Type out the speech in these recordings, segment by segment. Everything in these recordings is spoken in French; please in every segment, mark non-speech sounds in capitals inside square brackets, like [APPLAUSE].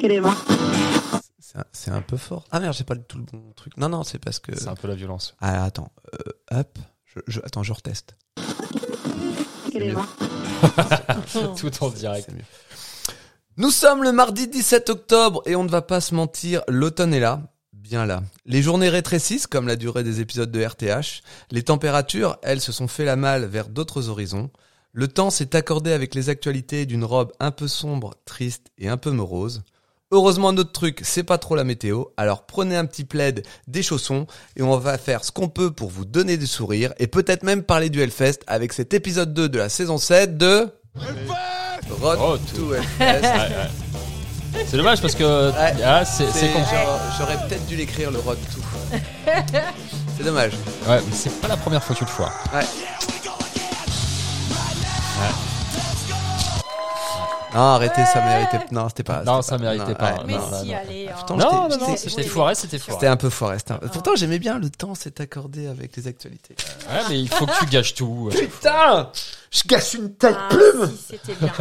qu'elle est morte. C'est un- C'est un peu fort. Ah merde, j'ai pas du tout le bon truc. Non, non, c'est parce que. C'est un peu [LAUGHS] la violence. Ah, attends. Euh, hop. Je, je- attends, je reteste. Qu'elle est morte. Tout en direct. C'est mieux. Nous sommes le mardi 17 octobre et on ne va pas se mentir, l'automne est là. Bien là. Les journées rétrécissent comme la durée des épisodes de RTH. Les températures, elles, se sont fait la malle vers d'autres horizons. Le temps s'est accordé avec les actualités d'une robe un peu sombre, triste et un peu morose. Heureusement, notre truc, c'est pas trop la météo. Alors prenez un petit plaid, des chaussons et on va faire ce qu'on peut pour vous donner des sourires et peut-être même parler du Hellfest avec cet épisode 2 de la saison 7 de... Road Oh, tout. to Hellfest. C'est dommage parce que Ouais. ah, c'est C'est- c'est con. j'aurais- J'aurais peut-être dû l'écrire le Road to. C'est dommage. Ouais, mais c'est pas la première fois que tu le foires. Ouais. Non, arrêtez, ça méritait. Non, c'était pas. Non, c'était ça méritait pas. ouais, Mais non, si, non, non. allez. Ah, putain, hein. je t'ai- Non, non, je t'ai- non, je c'était t'ai- foiré, c'était foiré. C'était un peu fort. c'était un- Pourtant, j'aimais bien. Le temps s'est accordé avec les actualités. Ouais, mais il faut que tu gâches tout. Putain, je casse une tête Ah, si, c'était [LAUGHS] bien.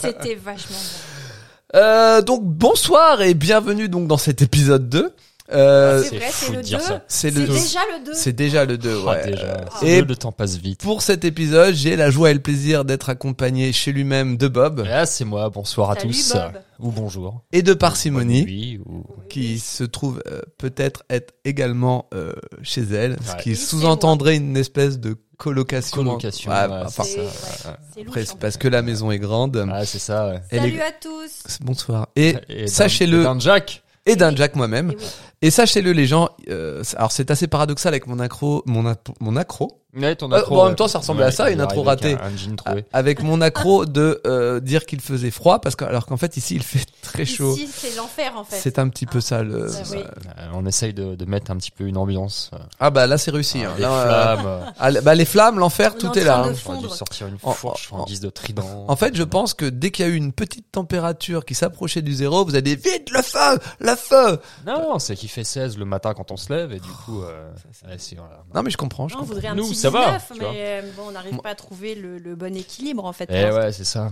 c'était vachement bien. Euh, donc bonsoir et bienvenue donc dans cet épisode 2. Euh, C'est vrai, fou c'est de le dire 2. ça. c'est C'est le, déjà le 2. c'est déjà le 2. Ah, Ouais. déjà. Et- Et le temps passe vite. Pour cet épisode, j'ai la joie et le plaisir d'être accompagné chez lui-même de Bob Là, Ah, c'est moi. Bonsoir à Salut, tous. Bob. Ou bonjour. et de Bonne Parcimonie, nuit, ou- qui se trouve euh, peut-être être également euh, chez elle, ce Ouais. qui Et c'est sous-entendrait une espèce de colocation. Colocation, Ouais, ouais, enfin, c'est- C'est- ouais, ça, ouais. c'est après, louche, c'est en parce que la maison est grande. Ah, c'est ça. ouais. Elle est- Salut à tous. Bonsoir. Euh, Et, Et d'un- et sachez-le, d'un Jack. et d'un Jack moi-même, Et oui. et sachez-le les gens, euh, alors c'est assez paradoxal avec mon accro, mon, ap- mon accro, Ouais, ton Euh, intro, bon, en ouais. même temps, ça ressemblait à ça, il une intro arrive avec ratée. Un, un jean troué. A- avec mon accro de euh, dire qu'il faisait froid parce que alors qu'en fait ici il fait très chaud. Ici, c'est l'enfer en fait. C'est un petit peu ça le. Ah, oui. Euh, on essaye de, de mettre un petit peu une ambiance. euh, Ah bah là c'est réussi. hein. des Là, euh, [LAUGHS] flammes. euh, ah, bah, les flammes, l'enfer, On est en tout est train là. de hein. f- J'aurais dû fondre. sortir une En- fourche en- en, guise de trident. En fait, je pense que dès qu'il y a eu une petite température qui s'approchait du zéro, vous allez vite le feu, le feu. Non, c'est qu'il fait 16 le matin quand on se lève et du Oh, coup. euh, ouais, c'est- voilà. Non mais je comprends. Je Non, on comprends. voudrait un Nous, petit ça va, 19, tu vois. mais euh, bon, on n'arrive pas à trouver le, le bon équilibre en fait. Eh ouais, c'est ça.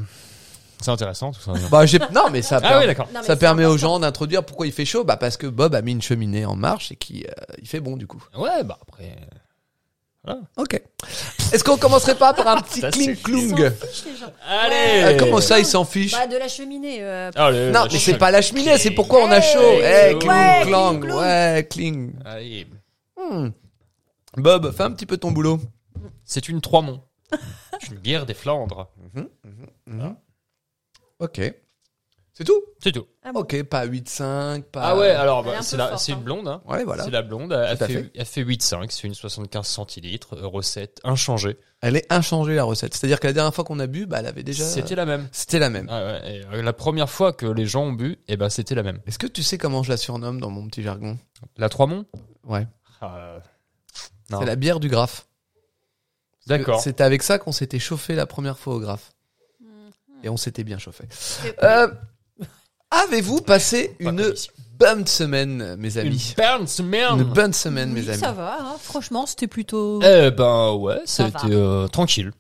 C'est intéressant tout ça. Bah j'ai. Non mais ça. ah permet- oui, d'accord. Non, mais Ça c'est permet aux important. gens d'introduire pourquoi il fait chaud. Bah parce que Bob a mis une cheminée en marche et qui euh, il fait bon du coup. Ouais, bah après. Ok. Est-ce qu'on commencerait pas par un petit Ça, c'est- kling Ils s'en klung fichent, les gens. Allez Oh, Euh, Comment ça il s'en fiche Bah, de la cheminée. euh, Allez, Non, la mais c'est cheminée. pas la cheminée, c'est pourquoi on a chaud. Eh, Hey, cling, ouais, clang, cling, clang. ouais, cling. Allez. Hmm. Bob, fais un petit peu ton boulot. C'est une Trois-Monts. C'est une bière des Flandres. Ok. C'est tout C'est tout. ah bon. Ok, pas 8,5, pas... Ah ouais, alors bah, Elle est un c'est peu la- forte, c'est hein. une blonde. Hein. Ouais, voilà. C'est la blonde. Elle Tout à fait, fait. elle fait 8,5. C'est une 75 centilitres. euh, Recette inchangée. Elle est inchangée, la recette. C'est-à-dire que la dernière fois qu'on a bu, bah, elle avait déjà... C'était la même. C'était la même. Ah ouais, et, euh, la première fois que les gens ont bu, eh ben, c'était la même. Est-ce que tu sais comment je la surnomme dans mon petit jargon La Trois-Monts Ouais. Ah, C'est la bière du graphe. D'accord. C'était avec ça qu'on s'était chauffé la première fois au graphe. Mhm. Et on s'était bien chauffé. C'est- Euh, [LAUGHS] Avez-vous passé Pas une comme ici. bonne semaine, mes Une amis burn semaine. Une bonne semaine, oui, mes amis. Euh, Ça va, hein. franchement, c'était plutôt. Eh ben ouais, Ça c'était euh, tranquille,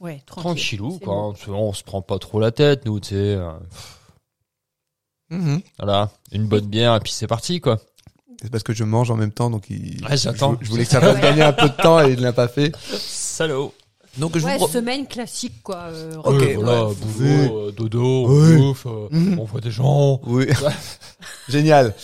ouais, tranquille. tranquillou C'est quoi. bon. On se prend pas trop la tête, nous, tu sais. euh, Mhm. Voilà, une bonne bière et puis c'est parti quoi. C'est parce que je mange en même temps, donc il... Ouais, j'attends. Je, je voulais que ça fasse gagner un peu de temps et il ne l'a pas fait. Salaud. Donc je Ouais, vous... pro- semaine classique quoi. euh, Ok, Ouais, Eh, voilà, ouais. boulot, euh, dodo, Ouais. bouffe, euh, Mhm. on voit des gens. Oui. [LAUGHS] Génial.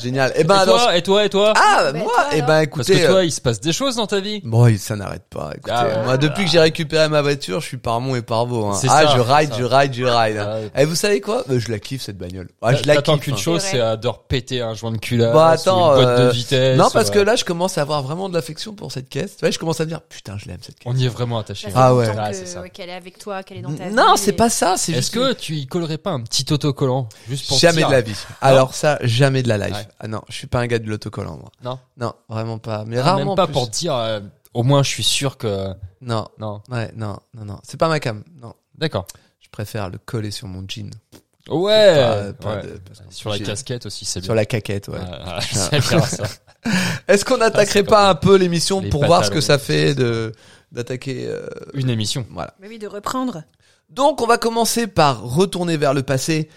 Génial. Eh ben, et, dans ce- toi, et toi, et toi Ah, Bah, moi, toi, eh ben, alors. Parce écoutez... que toi, euh, il se passe des choses dans ta vie. Bon, ça n'arrête pas. Écoutez, Ah, ouais. moi, depuis que j'ai récupéré ma voiture, je suis parmon et parvo. Hein. C'est Ah, ça, je ride, c'est je ride, je ride. hein. Ah, Eh, vous savez quoi Euh, Je la kiffe, cette bagnole. Ah, je la T'attends kiffe. qu'une hein. chose, C'est c'est euh, de repéter un joint de culasse, Bah, attends, ou une boîte euh, de vitesse. Non, parce ou, que euh, là, je commence à avoir vraiment de l'affection pour cette caisse. Tu vois, je commence à me dire, putain, je l'aime, cette caisse. on y est vraiment attaché. ça fait Ah ouais. longtemps Ouais, que- c'est ça. euh, ouais, Qu'elle est avec toi, qu'elle est dans ta vie. Non, c'est et- pas ça, c'est Est-ce juste... que tu y collerais pas un petit autocollant juste pour Jamais dire- de la vie. Alors ça, jamais de la life. Ouais. Ah non, je suis pas un gars de l'autocollant moi. Non. Non, vraiment pas. Mais Ah, rarement. Même pas plus. pour dire. euh, au moins, je suis sûr que. Non, Non. ouais, non, non, non. C'est pas ma cam. Non, D'accord. je préfère le coller sur mon jean. Pas- Ouais. euh, pas ouais. de- parce qu'en Sur plus, la j'ai- casquette aussi, c'est Sur bien. la caquette, ouais. Ah, [LAUGHS] ah, c'est bien [LAUGHS] ça. Est-ce qu'on n'attaquerait Ah, c'est pas, pas un peu l'émission Les pour voir ce pantalons. que ça fait de d'attaquer euh, Une émission. Voilà. Mais oui, de reprendre. Donc on va commencer par retourner vers le passé.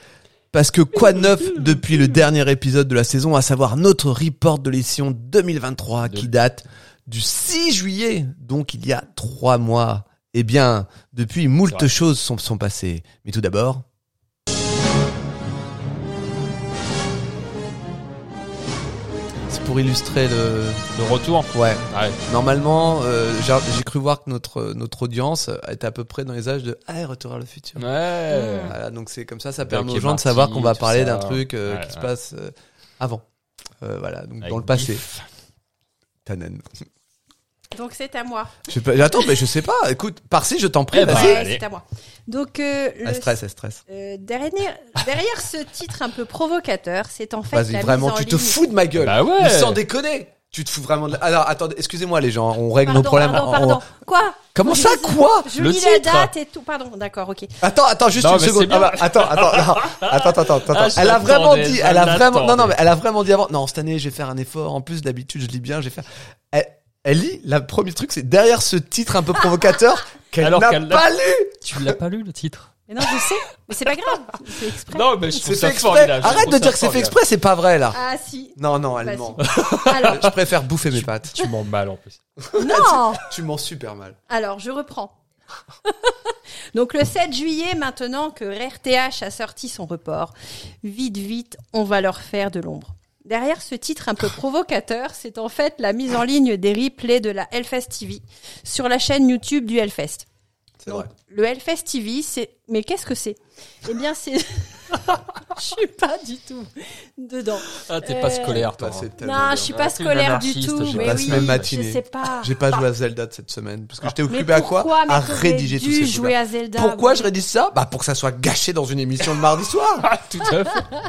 Parce que quoi de [LAUGHS] neuf depuis le dernier épisode de la saison, à savoir notre report de l'édition 2023 qui date du 6 juillet, donc il y a trois mois. Eh bien, depuis, C'est moult vrai. choses sont, sont passées. Mais tout d'abord, c'est pour illustrer le... Le retour Ouais. Ouais. Normalement, euh, j'ai j'ai cru voir que notre, notre audience était à peu près dans les âges de Ah, Retour vers le futur. Ouais. Voilà, donc c'est comme ça, ça Doc Euh, permet et aux gens de Marty, savoir qu'on va tout parler ça. d'un truc euh, Ouais, qui se ouais. passe euh, avant. Euh, voilà, donc Avec dans le passé. Biff. Tannen. Donc c'est à moi. Je sais pas- Attends, mais je sais pas. Écoute, Parsi, je t'en prie, Eh ben, vas-y. Ouais, allez. c'est à moi. Donc euh, le- Elle stresse, elle stresse. euh, derrière, derrière ce titre un peu provocateur, c'est en fait Vas-y, la vraiment, mise en tu te ligne- fous de ma gueule. Bah ouais. Mais sans déconner. Tu te fous vraiment de la- Alors, attendez, excusez-moi les gens, on règle Pardon, nos problèmes. pardon, en- pardon. en- Quoi Comment ça, quoi Je Le lis la titre. date et tout. Pardon, d'accord, ok. Attends, attends, juste Non, une mais c'est seconde. bien. Ah bah, attends, attends, non. attends, attends, attends, attends. Ah, je elle a vraiment l'attendais, dit, je elle a vraiment, non, non, l'attendais. mais elle a vraiment dit avant. Non, cette année, je vais faire un effort. En plus, d'habitude, je lis bien, je vais faire. Elle, elle lit. Le premier truc, c'est derrière ce titre un peu [LAUGHS] provocateur qu'elle n'a Alors qu'elle l'a- pas lu. Tu l'as pas lu le titre Mais non, je sais. Mais c'est pas grave. C'est [LAUGHS] exprès. Non, mais je C'est trouve fait ça exprès. formidable. je Arrête trouve de ça dire que c'est fait formidable. exprès. C'est pas vrai là. Ah si. Non, non, Bah, elle si. ment. [LAUGHS] Alors, Je préfère bouffer mes pattes. Tu m'en mal en plus. non. Tu mens super mal. Alors, je reprends. [LAUGHS] Donc le 7 juillet, maintenant que RTH a sorti son report, vite, vite, on va leur faire de l'ombre. Derrière ce [LAUGHS] titre un peu provocateur, c'est en fait la mise en ligne des replays de la Hellfest TV sur la chaîne YouTube du Hellfest. C'est Donc, vrai. Le Hellfest TV, c'est. Mais qu'est-ce que c'est Eh [LAUGHS] bien, c'est. Je suis pas du tout dedans. Ah, t'es Euh, pas scolaire, toi. Putain, Bah, c'est tellement Non, bien. je suis pas Ah, t'es une scolaire du anarchiste, tout. j'ai mais passé oui, ma matinée. Je sais pas. J'ai pas joué à Zelda de cette semaine parce que j'étais Ah. Mais occupé à quoi pourquoi mais À t'aurais rédiger tous dû ces jouer trucs. à Zelda. Pourquoi oui. je rédige ça Bah pour que ça soit gâché dans une émission le mardi soir. Ah, tout à fait. [LAUGHS]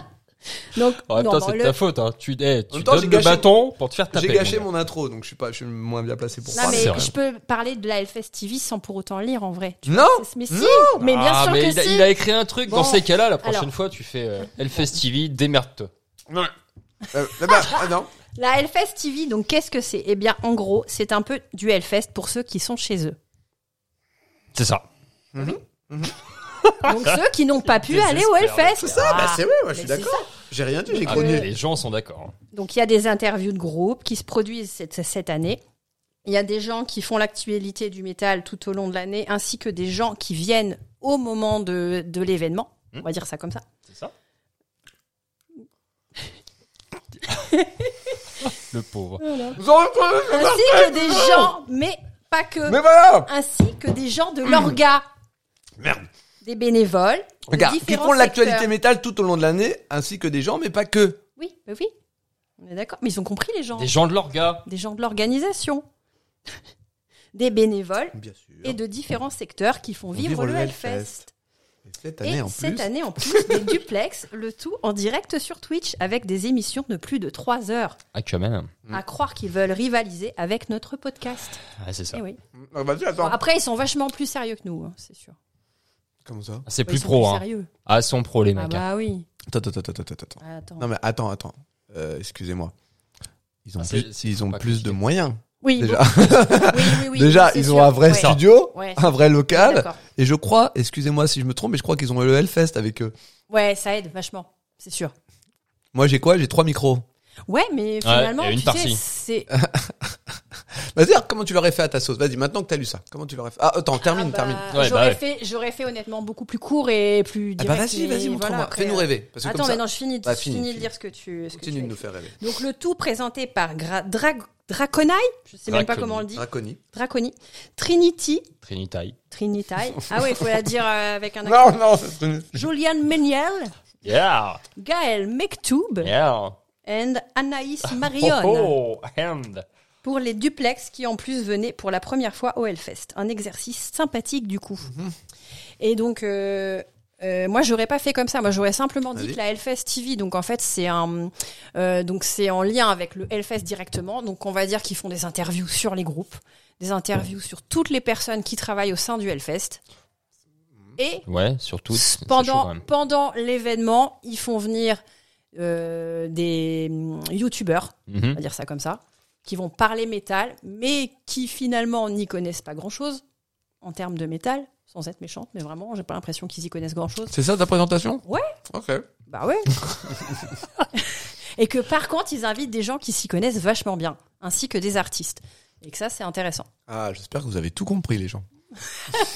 Donc, En même non, temps, bon, c'est de le- ta faute. Hein. Tu, eh, tu même temps, j'ai donnes le gâché- bâton pour te faire taper. J'ai gâché gars. mon intro, donc je suis pas, je suis moins bien placé pour Non, parler. C'est vrai. mais je peux parler de la Hellfest TV sans pour autant lire en vrai. Tu Non, sais, Mais si, Non mais bien Ah, sûr mais que il, a, si. il a écrit un truc. Bon. Dans ces cas-là, la prochaine Alors. fois, tu fais euh, Hellfest TV, démerde-toi. Euh, eh ben, ah non. La Hellfest TV, donc qu'est-ce que c'est Eh bien, en gros, c'est un peu du Hellfest pour ceux qui sont chez eux. C'est ça. Donc Ah. ceux qui n'ont pas pu aller au Désespère, Hellfest. Ah. C'est Ça, bah, c'est vrai, moi, je mais suis c'est d'accord. J'ai rien dit, j'ai Ah, connu. mais les gens sont d'accord. hein, Donc il y a des interviews de groupe qui se produisent cette, cette année. Il y a des gens qui font l'actualité du métal tout au long de l'année, ainsi que des gens qui viennent au moment de, de l'événement. Hmm. On va dire ça comme ça. C'est ça Le pauvre. Vous en reconnez Eh ben, Ainsi que des gens, mais pas que. Mais voilà. Ainsi que des gens de l'orga. Mmh. Merde. Des bénévoles. de Regarde, qui différents font de l'actualité secteurs. métal tout au long de l'année, ainsi que des gens, mais pas que. Oui, mais oui. On est d'accord. Mais ils ont compris les gens. Des gens de l'orga. des gens [LAUGHS] de l'organisation. des bénévoles. Bien sûr. et de différents secteurs qui font vivre, le Hellfest. Et cette Et année en cette plus. année en plus, [LAUGHS] des duplex, le tout en direct sur Twitch avec des émissions de plus de 3 heures. Ah, tu as même. Mm. À croire qu'ils veulent rivaliser avec notre podcast. Ah, c'est ça. Eh oui. Ah, vas-y, Bon, attends. après, ils sont vachement plus sérieux que nous, hein, c'est sûr. Comment ça Ah, C'est Bah, plus ils sont pro, hein. sérieux. Ah, ils sont pro, les Ah mecs. hein. bah oui. Attends, attends, attends, attends, attends. Attends. Non mais attends, attends. Euh, Excusez-moi. Ils ont Ah, c'est- plus, c'est ils ont pas plus de compliqué. moyens. oui, Déjà, bon, oui, oui, oui, déjà, c'est ils ont sûr. un vrai Ouais. studio, Ouais. un vrai local. D'accord. Et je crois, excusez-moi si je me trompe, mais je crois qu'ils ont le Hellfest avec eux. Ouais, ça aide vachement, c'est sûr. Moi, j'ai quoi J'ai trois micros. Ouais, mais finalement, il y a une tu sais, partie. c'est Vas-y, alors, comment tu l'aurais fait à ta sauce Vas-y, maintenant que t'as lu ça, comment tu l'aurais fait Ah, attends, [LAUGHS] termine, Ah bah, termine. Ouais, j'aurais bah ouais. fait, j'aurais fait honnêtement beaucoup plus court et plus Ah direct. bah vas-y, mais vas-y, montre-moi. voilà, après, Fais-nous euh, rêver. Parce que Attends, comme mais ça, non, je finis, de- Bah, je finis, finis de finis. dire ce que tu, ce que tu continue as de nous écrit. faire rêver. Donc le tout présenté par Gra Drag Draconaille, je sais même pas Draconi. comment on le dit, Draconi. Draconi, Trinity, hein. Trinitaille. [LAUGHS] Trinitaille. ah ouais, il faut la dire euh, avec un accent. Non, non, c'est- Julian Méniel, Yeah! Gaël Mektoub Yeah! and [LAUGHS] Anaïs Oh, Marion. oh, hand. pour les duplex qui en plus venaient pour la première fois au Hellfest. Un exercice sympathique du coup. Mhm. Et donc, euh, euh, moi, j'aurais pas fait comme ça. Moi, j'aurais simplement dit Vas-y. que la Hellfest TV, donc en fait, c'est un, euh, donc c'est en lien avec le Hellfest directement. Donc, on va dire qu'ils font des interviews sur les groupes, des interviews sur toutes les personnes qui travaillent au sein du Hellfest. Et Ouais, surtout. Mhm. c'est- c'est chaud, quand pendant, même. pendant l'événement, ils font venir euh, des hum, youtubeurs on Mhm. [LAUGHS] va dire ça comme ça, qui vont parler métal, mais qui finalement n'y connaissent pas grand-chose en termes de métal, sans être méchante, mais vraiment, j'ai pas l'impression qu'ils y connaissent grand-chose. C'est ça ta présentation Ouais. Ok. Bah ouais. et que par contre, ils invitent des gens qui s'y connaissent vachement bien, ainsi que des artistes. Et que ça, c'est intéressant. Ah, j'espère que vous avez tout compris, les gens.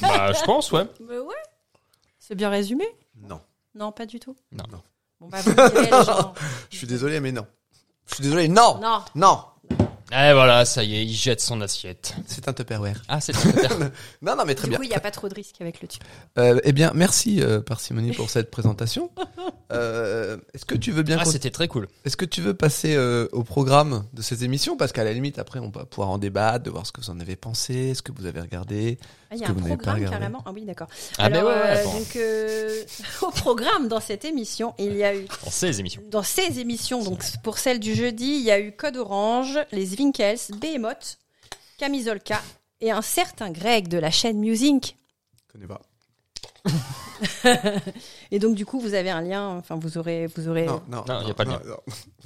bah, je pense, ouais. Mais ouais. C'est bien résumé Non. Non, pas du tout. Non. Non. Bon, bah, vous me direz, les gens. [LAUGHS] Je suis désolé, mais non. Je suis désolé, non Non. Non Et Eh, voilà, ça y est, il jette son assiette. C'est un Tupperware. Ah, c'est [LAUGHS] Non, non, mais très du bien. coup, il n'y a pas trop de risque avec le tube. Euh, eh bien, merci, euh, Parcimonie, pour cette [LAUGHS] présentation. Euh, Est-ce que tu veux bien Ah, qu'on- c'était très cool. Est-ce que tu veux passer euh, au programme de ces émissions Parce qu'à la limite, après, on va pouvoir en débattre, de voir ce que vous en avez pensé, ce que vous avez regardé. Ah, il y a Est-ce un que vous n'avez pas programme regardé carrément. Ah oui, d'accord. Ah, ben Alors, ouais, ouais, euh, bon, donc, euh, [LAUGHS] au programme dans cette émission, il y a eu on sait les émissions. Dans ces émissions, donc pour celle du jeudi, il y a eu Code Orange, les Winkels, Behemoth, Camisolka et un certain Greg de la chaîne Music. Je connais pas. Et donc du coup, vous avez un lien. Enfin, vous aurez, vous aurez. Non, non, Non, y a pas de lien.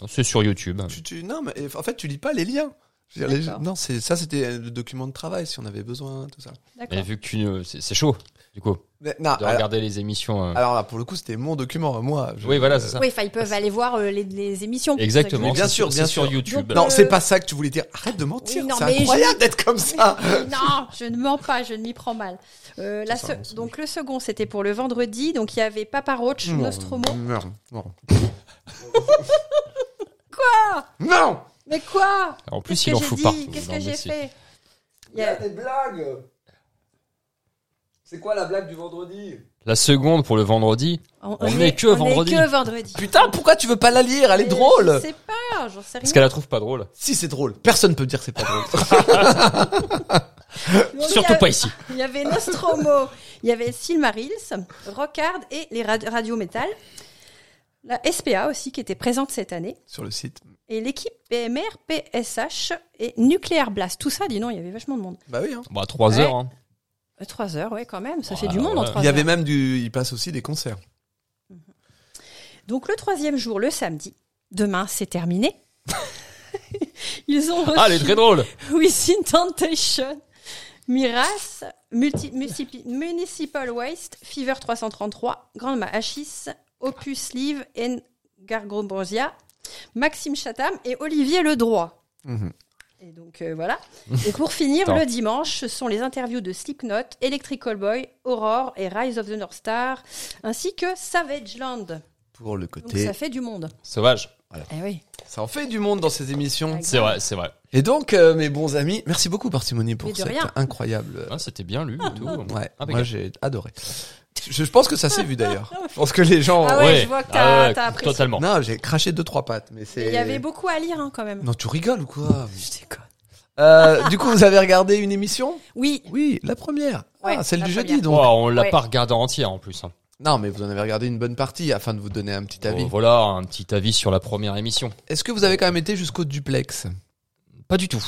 non. C'est sur YouTube. Tu, tu- non, mais en fait, tu lis pas les liens. Je veux dire, les- D'accord. non, c'est ça, c'était le document de travail, si on avait besoin, tout ça. Mais D'accord. vu que tu, euh, c'est c'est chaud, du coup, Mais, non, de alors, Ah. regarder les émissions. euh. alors là, pour le coup, c'était mon document à moi. Je- oui, voilà, c'est ça. Oui, enfin, ils peuvent aller voir euh, les, les émissions. Exactement. Mais bien c'est sûr, sur- bien c'est sur sûr. YouTube. Donc, Non, Euh, c'est pas ça que tu voulais dire. Arrête de mentir. oui, non, mais c'est je- incroyable d'être comme ça. non, je ne mens pas, je ne m'y prends mal. Euh, la Ça, se- on s'en Donc le second, c'était pour le vendredi. Donc il y avait Papa Roach, Nostromo. Non, non, non. Quoi Non Mais quoi En plus, Qu'est-ce il que en j'ai fout dit partout. Qu'est-ce dans que le j'ai dossier. fait Il y a- des blagues C'est quoi la blague du vendredi La seconde pour le vendredi. On n'est que vendredi. que vendredi. Putain, pourquoi tu veux pas la lire Elle est Mais Je drôle sais pas, j'en sais rien. Parce qu'elle la trouve pas drôle. Si, c'est drôle. Personne peut me dire que c'est pas drôle. Donc, il y Surtout avait- pas ici. Il y avait Nostromo, il y avait Silmarils, Rockard et les rad- Radio Metal. La SPA aussi qui était présente cette année. Sur le site. Et l'équipe PMR, PSH et Nuclear Blast. Tout ça, dis non, il y avait vachement de monde. Bah oui. hein. Bah, 3 Ouais. heures. hein. Euh, Trois heures, ouais, quand même. Ça Ouais, fait du monde en ouais. trois Il y heures. avait même du. Il passe aussi des concerts. Donc le troisième jour, le samedi. Demain, c'est terminé. [LAUGHS] Ils ont reçu Ah, elle est très drôle. Within Temptation, Miras, Multi- Multipi- Municipal Waste, Fever 333, Grande Hachis, Opus Live, N. Gargombrosia, Maxime Chatham et Olivier Ledroit. Mhm. Et donc euh, voilà. Et pour finir, Attends. le dimanche, ce sont les interviews de Slipknot, Electrical Boy, Aurore et Rise of the North Star, ainsi que Savage Land. Pour le Donc côté. ça fait du monde. Sauvage. Eh oui. Ça en fait du monde dans ces émissions. Ouais. C'est vrai, c'est vrai. Et donc, euh, mes bons amis, merci beaucoup, Parcimonie, Mais pour de cette rien. incroyable. euh, Ah, c'était bien lu et tout. Ah, Ouais, Impeccable. moi j'ai adoré. Je, je pense que ça s'est vu d'ailleurs. Je pense que les gens. Ah ouais, je vois que t'as- t'as apprécié. Totalement. Non, j'ai craché deux trois pattes, mais c'est. Mais Il y avait beaucoup à lire hein, quand même. Non, tu rigoles ou quoi Je déconne. Euh, Du coup, vous avez regardé une émission Oui, Oui, la première. Ouais, ah, celle la du première. jeudi donc. Oh, on l'a Ouais. pas regardé entière en plus. hein. Non, mais vous en avez regardé une bonne partie afin de vous donner un petit Bon, avis. voilà, un petit avis sur la première émission. Est-ce que vous avez quand même été jusqu'au duplex Pas du tout.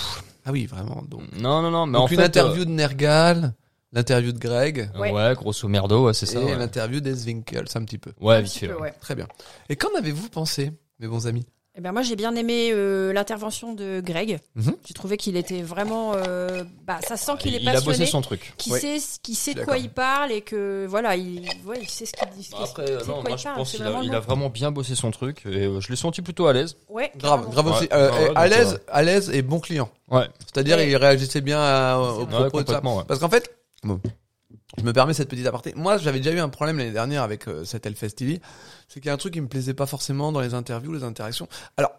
Ah oui, vraiment. Donc, Non, non, non. Mais en Donc, fait, une interview de Nergal, l'interview de Greg euh, ouais. grosso merdo, ouais, c'est et ça. Ouais, l'interview des Zwinkels un petit peu. Ouais, un vite petit fait. peu, ouais. ouais. Très bien. Et qu'en avez-vous pensé, mes bons amis Eh ben moi j'ai bien aimé euh, l'intervention de Greg. Mhm. J'ai trouvé qu'il était vraiment, euh, bah ça sent qu'il est Il a bossé passionné, son truc. qu'il Ouais. sait, ce- qu'il sait de D'accord. quoi il parle et que voilà, il, ouais, il sait ce qu'il dit. ce qu'il- Après, il euh, sait de non, quoi moi il je parle, pense c'est qu'il a, vraiment il a bon. vraiment bien bossé son truc et euh, je l'ai senti plutôt à l'aise. Ouais, Grave, carrément. grave aussi. Ouais. Euh, Ouais, et ouais, à donc, l'aise, à l'aise et bon client. Ouais. C'est-à-dire, Ouais. il réagissait bien à- C'est au vrai. propos Ouais, de ça. complètement, ouais. Parce qu'en fait, bon, je me permets cette petite aparté. Moi, j'avais déjà eu un problème l'année dernière avec euh, cette Hellfest TV. C'est qu'il y a un truc qui me plaisait pas forcément dans les interviews, les interactions. Alors,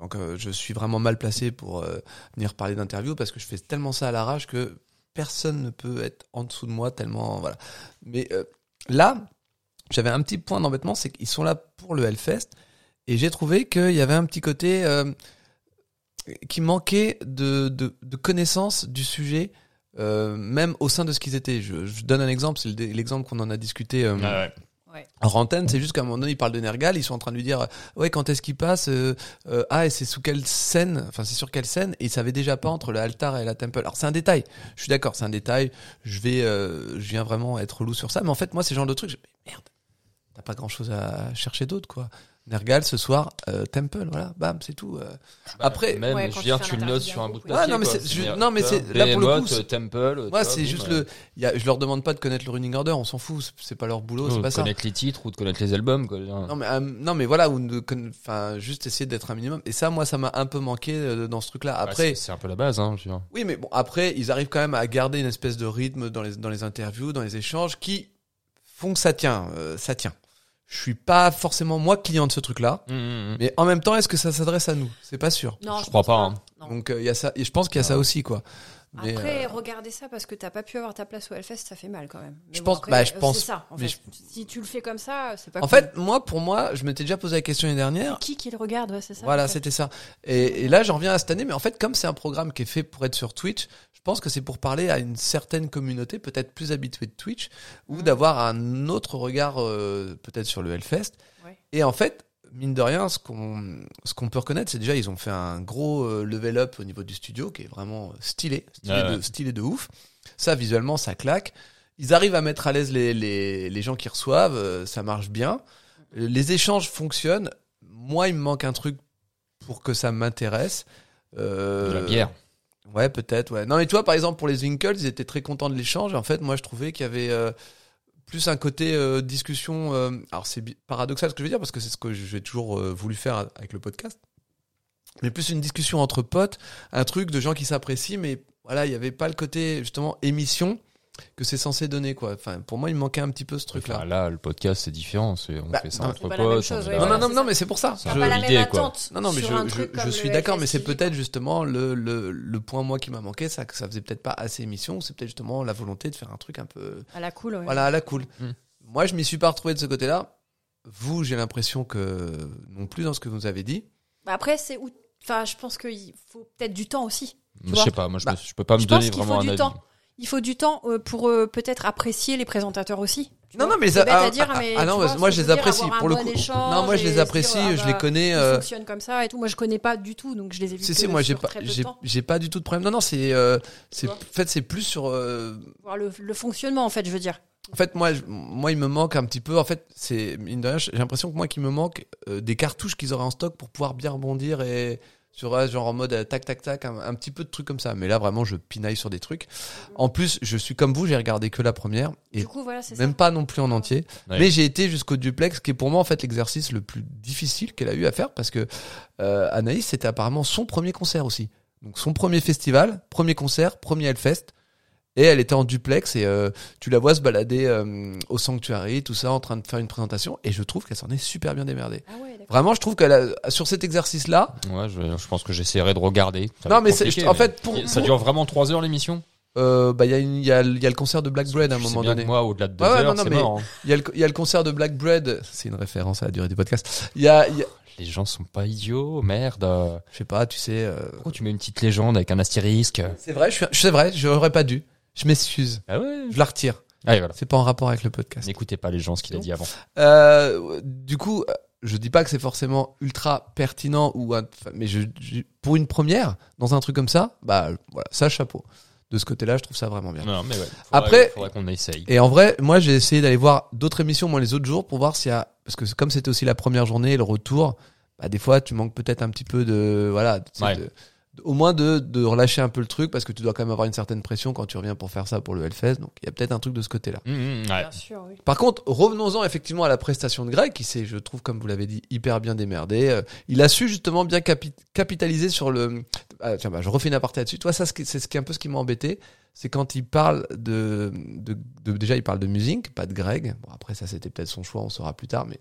donc, euh, je suis vraiment mal placé pour euh, venir parler d'interviews parce que je fais tellement ça à l'arrache que personne ne peut être en dessous de moi tellement, voilà. Mais euh, là, j'avais un petit point d'embêtement, c'est qu'ils sont là pour le Hellfest et j'ai trouvé qu'il y avait un petit côté euh, qui manquait de, de, de connaissance du sujet, euh, même au sein de ce qu'ils étaient. Je, je donne un exemple, c'est le dé- l'exemple qu'on en a discuté euh, Ah ouais. en antenne, c'est juste qu'à un moment donné, ils parlent de Nergal, ils sont en train de lui dire, euh, ouais, quand est-ce qu'il passe euh, euh, Ah, et c'est sous quelle scène Enfin, c'est sur quelle scène Et ils savaient déjà pas entre le altar et la temple. Alors, c'est un détail. Je suis d'accord, c'est un détail. Je vais, euh, je viens vraiment être loup sur ça. Mais en fait, moi, c'est le genre de truc. Je... mais Merde, t'as pas grand-chose à chercher d'autre, quoi. Nergal ce soir, euh, Temple, voilà, bam, c'est tout. euh. Bah, Après, même, je Ouais, quand veux tu dire, fais un tu le notes interview, sur un bout de ouais. papier. Ouais, non, mais quoi. c'est- je- C'est-à-dire, non, mais tu c'est- vois, là, pour le Behemoth, coup, c'est- Temple. tu Moi, vois, c'est bon, juste bah, le. il Y a, je leur demande pas de connaître le running order, on s'en fout, c'est- c'est pas leur boulot, c'est ou pas de ça. connaître les titres ou de connaître les albums. Quoi. Non mais, euh, non mais voilà, ou de conna- enfin, juste essayer d'être un minimum. Et ça, moi, ça m'a un peu manqué euh, dans ce truc-là. Bah, Après, c'est- c'est un peu la base. Hein, je veux dire. oui, mais bon, après, ils arrivent quand même à garder une espèce de rythme dans les, dans les interviews, dans les échanges, qui font que ça tient, euh, ça tient. Je suis pas forcément moi client de ce truc-là, mais en même temps, est-ce que ça s'adresse à nous C'est pas sûr. Non, Je crois pense pas, hein. Non. Donc euh, il y a ça, et je pense qu'il y a Ah. ça aussi, quoi. Mais, euh, Après, regardez ça parce que t'as pas pu avoir ta place au Hellfest, ça fait mal quand même. Je pense- bah, je euh, pense- C'est ça, en mais fait. Si tu le fais comme ça, c'est pas En cool. fait, moi, pour moi, je m'étais déjà posé la question l'année dernière. qui qui le regarde, ouais, c'est ça. Voilà, en fait. c'était ça. Et, et là, j'en reviens à cette année, mais en fait, comme c'est un programme qui est fait pour être sur Twitch, je pense que c'est pour parler à une certaine communauté, peut-être plus habituée de Twitch, ou Mhm. d'avoir un autre regard euh, peut-être sur le Hellfest. Ouais. Et en fait, mine de rien, ce qu'on ce qu'on peut reconnaître, c'est déjà ils ont fait un gros euh, level up au niveau du studio qui est vraiment euh, stylé, stylé, Ouais, De, ouais. stylé de ouf. Ça, visuellement, ça claque. Ils arrivent à mettre à l'aise les, les, les gens qui reçoivent, euh, ça marche bien. Euh, Les échanges fonctionnent. Moi, il me manque un truc pour que ça m'intéresse. Euh, De la bière. Ouais, peut-être, ouais. Non, mais toi, par exemple, pour les Winkles, ils étaient très contents de l'échange. Et En fait, moi, je trouvais qu'il y avait euh, plus un côté euh, discussion. euh, alors, c'est bi- paradoxal ce que je veux dire, parce que c'est ce que j'ai toujours euh, voulu faire a- avec le podcast. Mais plus une discussion entre potes, un truc de gens qui s'apprécient, mais voilà, il n'y avait pas le côté, justement, émission que c'est censé donner, quoi. Enfin, pour moi, il me manquait un petit peu ce Enfin, truc-là. là, le podcast, c'est différent. c'est- On Bah, fait ça non. entre C'est pas potes. la même on chose, est ouais, Non, là. non, voilà, non, c'est non, ça. mais c'est pour ça. T'as Je- pas la même l'idée, quoi. attente. Non, non, mais sur je, un je- truc je comme suis le d'accord, mais c'est FSI. peut-être justement le, le, le point, moi, qui m'a manqué, ça, que ça faisait peut-être pas assez émission, c'est peut-être justement la volonté de faire un truc un peu, À la cool, ouais. voilà, à la cool. Mm. Moi, je m'y suis pas retrouvé de ce côté-là. Vous, j'ai l'impression que, non plus dans ce que vous avez dit. Bah, après, c'est où. Enfin, je pense qu'il faut peut-être du temps aussi. Je vois. sais pas, moi, je, Bah, me- je peux pas me je donner pense qu'il vraiment faut un du avis. temps. Il faut du temps euh, pour euh, peut-être apprécier les présentateurs aussi. tu Non, vois. non, mais C'est ça- bête ah, à dire, ah, mais ah, tu non, vois moi, ce moi, que je les veux dire, apprécie, avoir un pour le bon coup. échange Non, moi, je et se les dire, apprécie, ah, je bah, les connais. ils euh, fonctionnent comme ça et tout. Moi, je connais pas du tout, donc je les ai vus. Si, que si, moi, j'ai sur pas, très peu de j'ai, temps. j'ai pas du tout de problème. Non, non, c'est, euh, c'est, vois en fait, c'est plus sur, euh, Voir le, le fonctionnement, en fait, je veux dire. En fait, moi, je- moi, il me manque un petit peu. En fait, c'est mine de rien, j'ai l'impression que moi, qui me manque euh, des cartouches qu'ils auraient en stock pour pouvoir bien rebondir et sur euh, genre en mode euh, tac tac tac, un, un petit peu de trucs comme ça. Mais là, vraiment, je pinaille sur des trucs. En plus, je suis comme vous, j'ai regardé que la première et Du coup, voilà, c'est ça. même pas non plus en entier. Ouais. Mais j'ai été jusqu'au duplex, qui est pour moi en fait l'exercice le plus difficile qu'elle a eu à faire parce que euh, Anaïs, c'était apparemment son premier concert aussi. Donc son premier festival, premier concert, premier Hellfest. Et elle était en duplex et euh, tu la vois se balader euh, au sanctuary, tout ça, en train de faire une présentation. Et je trouve qu'elle s'en est super bien démerdée. Ah ouais, d'accord. Vraiment, je trouve qu'elle a, sur cet exercice-là. Ouais, je, je pense que j'essaierai de regarder. Ça Non, va être mais c'est- compliqué, en mais- fait, pour, Ça dure vraiment 3 heures l'émission euh, bah, il y, a une- il y a, il y a le concert de Black Bread à un Tu sais moment bien que donné. Moi, au-delà de 2 Ouais, ouais, non, heures, non, c'est mais- mort. hein. Il y, a le, il y a le concert de Black Bread. C'est une référence à la durée du podcast. Il y a, il y a- Les gens sont pas idiots, merde. euh. je sais pas, tu sais. euh, Pourquoi tu mets une petite légende avec un astérisque C'est vrai, je suis, c'est vrai, j'aurais pas dû. Je m'excuse. Ah ouais Je la retire. Allez, voilà. C'est pas en rapport avec le podcast. N'écoutez pas les gens ce qu'il a dit avant. Euh, du coup, euh, je dis pas que c'est forcément ultra pertinent ou un- enfin, mais je, je- pour une première dans un truc comme ça, bah voilà, ça chapeau. De ce côté-là, je trouve ça vraiment bien. Non, mais ouais. Faudrait- Après- faudrait qu'on essaye. Et en vrai, moi j'ai essayé d'aller voir d'autres émissions moi les autres jours pour voir s'il y a parce que comme c'était aussi la première journée et le retour, bah des fois tu manques peut-être un petit peu de voilà, tu sais, Ouais. de- de- au moins de, de relâcher un peu le truc parce que tu dois quand même avoir une certaine pression quand tu reviens pour faire ça pour le Hellfest. Donc il y a peut-être un truc de ce côté-là. Mmh, mmh, ouais. Bien sûr, oui. Par contre, revenons-en effectivement à la prestation de Greg, qui s'est, je trouve, comme vous l'avez dit, hyper bien démerdé. Euh, Il a su justement bien capi- capitaliser sur le. Ah, tiens, bah, je refais une aparté là-dessus. Toi, ça, ce qui- c'est ce qui est un peu ce qui m'a embêté, c'est quand il parle de, de, de- déjà, il parle de musique, pas de Greg. Bon, après, ça, c'était peut-être son choix, on saura plus tard, mais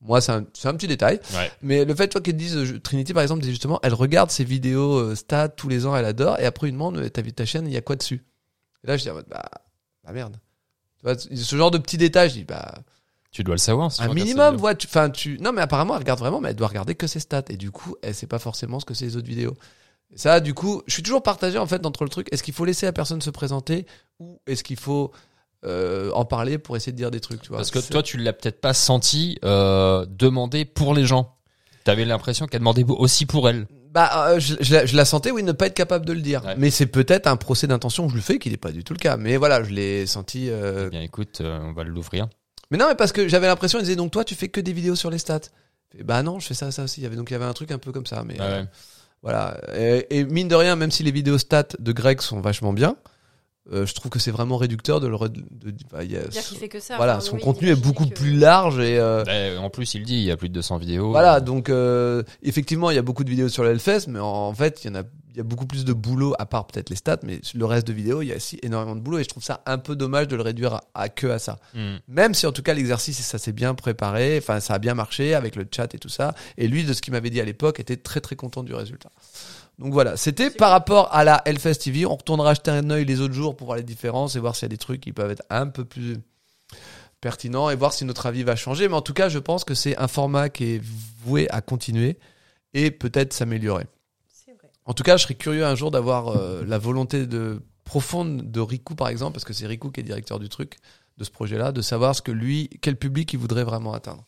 moi, c'est un, c'est un petit détail. Ouais. Mais le fait, toi, qu'ils disent, je- Trinity, par exemple, dit justement, elle regarde ses vidéos euh, stats tous les ans, elle adore, et après, il demande, euh, t'as vu ta chaîne, il y a quoi dessus Et là, je dis, ah, bah, bah merde. Tu vois, ce genre de petit détail, je dis, bah, Tu dois le savoir. si tu un regardes minimum, cette ouais, tu, enfin, tu, non, mais apparemment, elle regarde vraiment, mais elle doit regarder que ses stats. Et du coup, elle sait pas forcément ce que c'est les autres vidéos. Ça, du coup, je suis toujours partagé, en fait, entre le truc, est-ce qu'il faut laisser la personne se présenter ou est-ce qu'il faut, euh, en parler pour essayer de dire des trucs, tu vois. Parce que C'est- toi, tu l'as peut-être pas senti euh, demander pour les gens. T'avais l'impression qu'elle demandait aussi pour elle. Bah, euh, je, je la, je la sentais, oui, ne pas être capable de le dire. Ouais. Mais c'est peut-être un procès d'intention que je le fais, qui n'est pas du tout le cas. Mais voilà, je l'ai senti. euh, Eh bien, écoute, euh, on va l'ouvrir. Mais non, mais parce que j'avais l'impression, il disait donc toi, tu fais que des vidéos sur les stats. Fait, bah non, je fais ça, ça aussi. Il y avait, donc il y avait un truc un peu comme ça. Mais Ah ouais. euh, voilà. Et, et mine de rien, même si les vidéos stats de Greg sont vachement bien, euh, je trouve que c'est vraiment réducteur de le. re- de- de- bah, il y a- Dire qu'il fait que ça. voilà, enfin, son oui, contenu est imaginer beaucoup que- plus large et. euh, Eh, en plus, il dit, il y a plus de 200 vidéos. Voilà, donc euh, effectivement, il y a beaucoup de vidéos sur l'Hellfest, mais en, en fait, il y en a, il y a beaucoup plus de boulot, à part peut-être les stats, mais le reste de vidéos, il y a aussi énormément de boulot, et je trouve ça un peu dommage de le réduire à, à que à ça. Hmm. Mm. Même si en tout cas l'exercice, ça s'est bien préparé, enfin ça a bien marché avec le chat et tout ça, et lui, de ce qu'il m'avait dit à l'époque, était très très content du résultat. Donc voilà, c'était par rapport à la Hellfest TV, on retournera jeter un œil les autres jours pour voir les différences et voir s'il y a des trucs qui peuvent être un peu plus pertinent et voir si notre avis va changer. Mais en tout cas, je pense que c'est un format qui est voué à continuer et peut-être s'améliorer. C'est vrai. En tout cas, je serais curieux un jour d'avoir euh, la volonté de, profonde de Riku, par exemple, parce que c'est Riku qui est directeur du truc, de ce projet-là, de savoir ce que lui, quel public il voudrait vraiment atteindre.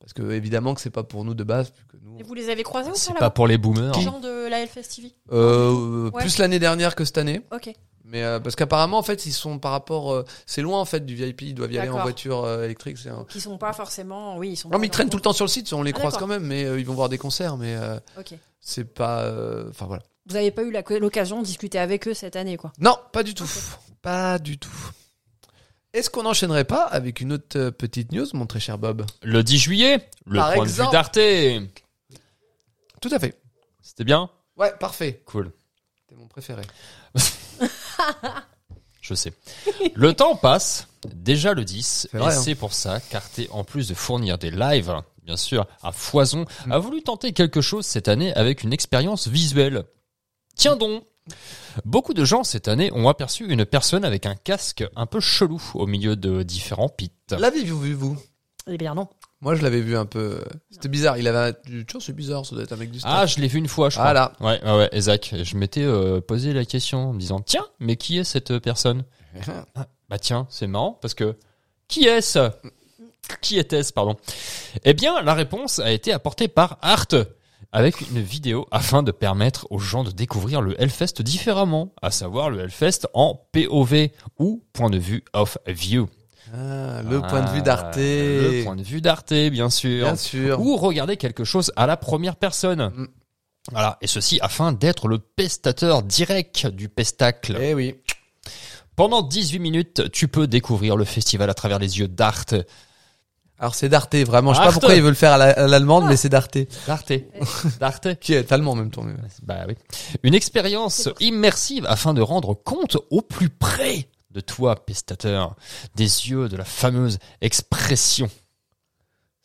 Parce que évidemment que c'est pas pour nous de base. vu que nous- Et vous les avez croisés ou pas, C'est pas là-bas pour les boomers. Les gens de la Hellfest TV Euh, Ouais. Plus l'année dernière que cette année. Ok. Mais euh, parce qu'apparemment en fait ils sont par rapport euh, c'est loin en fait du VIP ils doivent y aller en D'accord. voiture euh, électrique c'est un- Qui sont pas forcément. Oui, ils sont. Non, mais ils traînent tout le temps sur le site, on les Ah, croise quand d'accord. même, mais euh, ils vont voir des concerts, mais euh, Ok. c'est pas. euh, Enfin voilà. Vous avez pas eu la- l'occasion de discuter avec eux cette année, quoi. Non, pas du tout. Pas du tout. Est-ce qu'on n'enchaînerait pas avec une autre euh, petite news, mon très cher Bob Le 10 juillet, le Par point exemple. de vue d'Arte. Tout à fait. C'était bien Ouais, parfait. Cool. T'es mon préféré. Je sais. [LAUGHS] Le temps passe, déjà le 10, C'est et vrai, hein. c'est pour ça qu'Arte, en plus de fournir des lives, bien sûr, à foison, Mm. a voulu tenter quelque chose cette année avec une expérience visuelle. Tiens donc Beaucoup de gens cette année ont aperçu une personne avec un casque un peu chelou au milieu de différents pits. L'avez-vous vu, vous Eh bien, non. Moi, je l'avais vu un peu. euh, C'était bizarre. Il avait. un- Tu vois, c'est bizarre, ça doit être un mec du Ah, staff. je l'ai vu une fois, je crois. Ah, là. [LAUGHS] Ouais, ouais, ouais, Isaac. Et Je m'étais euh, posé la question en me disant, tiens, mais qui est cette personne Ah, Bah tiens, c'est marrant parce que qui est-ce Qui était-ce, pardon Eh bien, la réponse a été apportée par Art avec une vidéo afin de permettre aux gens de découvrir le Hellfest différemment, à savoir le Hellfest en POV ou point de vue off view. Ah, le point de vue d'Arte. Ah, Le point de vue d'Arte, bien sûr Bien sûr. ou regarder quelque chose à la première personne. Mm. Voilà, et ceci afin d'être le pestateur direct du pestacle. Eh oui. Pendant 18 minutes, tu peux découvrir le festival à travers les yeux d'Arte. Alors, c'est d'Arte, vraiment. Je sais pas Arte. pourquoi ils veulent le faire à la- à l'allemande, mais c'est d'Arte. [LAUGHS] D'Arte. D'Arte. Qui est allemand en même temps. mais- Bah oui. Une expérience immersive afin de rendre compte au plus près de toi, pestateur, des yeux de la fameuse expression.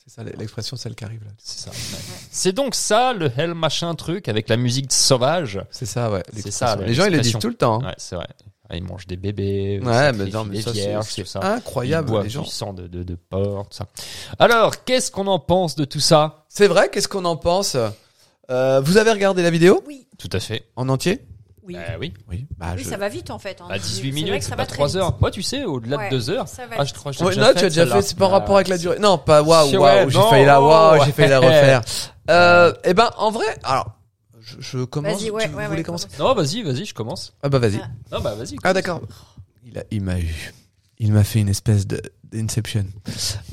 C'est ça, l'expression, celle qui arrive là. C'est ça. C'est donc ça le hell machin truc avec la musique sauvage. C'est ça, ouais. C'est ça, Les gens, ils le disent l'expression. tout le temps. hein. Ouais, c'est vrai. Ah, Ils mangent des bébés, Ouais, ils mais non, sacrifient mais des ça, c'est- vierges, c'est tout ça. incroyable, Ils boivent les gens. du sang de, de, de porc, tout ça. Alors, qu'est-ce qu'on en pense de tout ça C'est vrai, qu'est-ce qu'on en pense Euh, Vous avez regardé la vidéo Tout à fait. en entier Oui. Bah oui. Oui. Bah, oui, je- ça va vite, en fait. hein. À 18 C'est vrai minutes, que c'est ça pas va 3 très heures. Moi, tu sais, au-delà Ouais. de 2 heures. vite. Ça va Ah, vite. je crois que j'ai Ouais, déjà non, tu as déjà celle-là. fait, c'est pas en rapport avec la Ah, durée. Non, pas waouh, Si, waouh, ouais, j'ai non, failli la waouh, ouais. j'ai [LAUGHS] failli la refaire. Euh, eh ben, en vrai, alors, je, je commence. Vas-y, ouais, tu ouais, voulais ouais, commencer Non, vas-y, vas-y, je commence. Ah bah vas-y. Ah. Non, bah vas-y. Ah d'accord. Il a- il m'a eu. Il m'a fait une espèce de d'inception.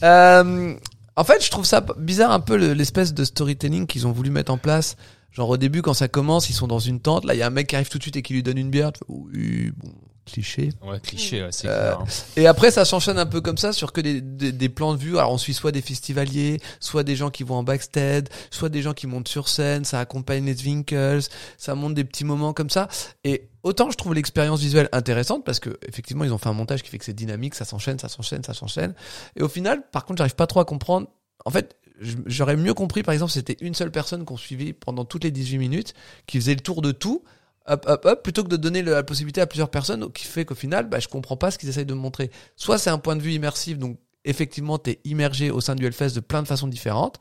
Euh, en fait, je trouve ça p- bizarre un peu le- l'espèce de storytelling qu'ils ont voulu mettre en place. Genre au début, quand ça commence, ils sont dans une tente. Là, il y a un mec qui arrive tout de suite et qui lui donne une bière. Tu fais, oui, bon, cliché. Ouais, cliché, ouais, c'est Euh, clair. hein. Et après, ça s'enchaîne un peu comme ça sur que des, des, des plans de vue. Alors, on suit soit des festivaliers, soit des gens qui vont en backstage, soit des gens qui montent sur scène. Ça accompagne les Winkles, ça monte des petits moments comme ça. Et autant je trouve l'expérience visuelle intéressante parce que effectivement, ils ont fait un montage qui fait que c'est dynamique, ça s'enchaîne, ça s'enchaîne, ça s'enchaîne. Et au final, par contre, j'arrive pas trop à comprendre. En fait, je- j'aurais mieux compris, par exemple, si c'était une seule personne qu'on suivait pendant toutes les 18 minutes, qui faisait le tour de tout. Hop, hop, hop, plutôt que de donner le- la possibilité à plusieurs personnes, donc, qui fait qu'au final, bah, je comprends pas ce qu'ils essayent de me montrer soit c'est un point de vue immersif, donc effectivement, tu es immergé au sein du Hellfest de plein de façons différentes,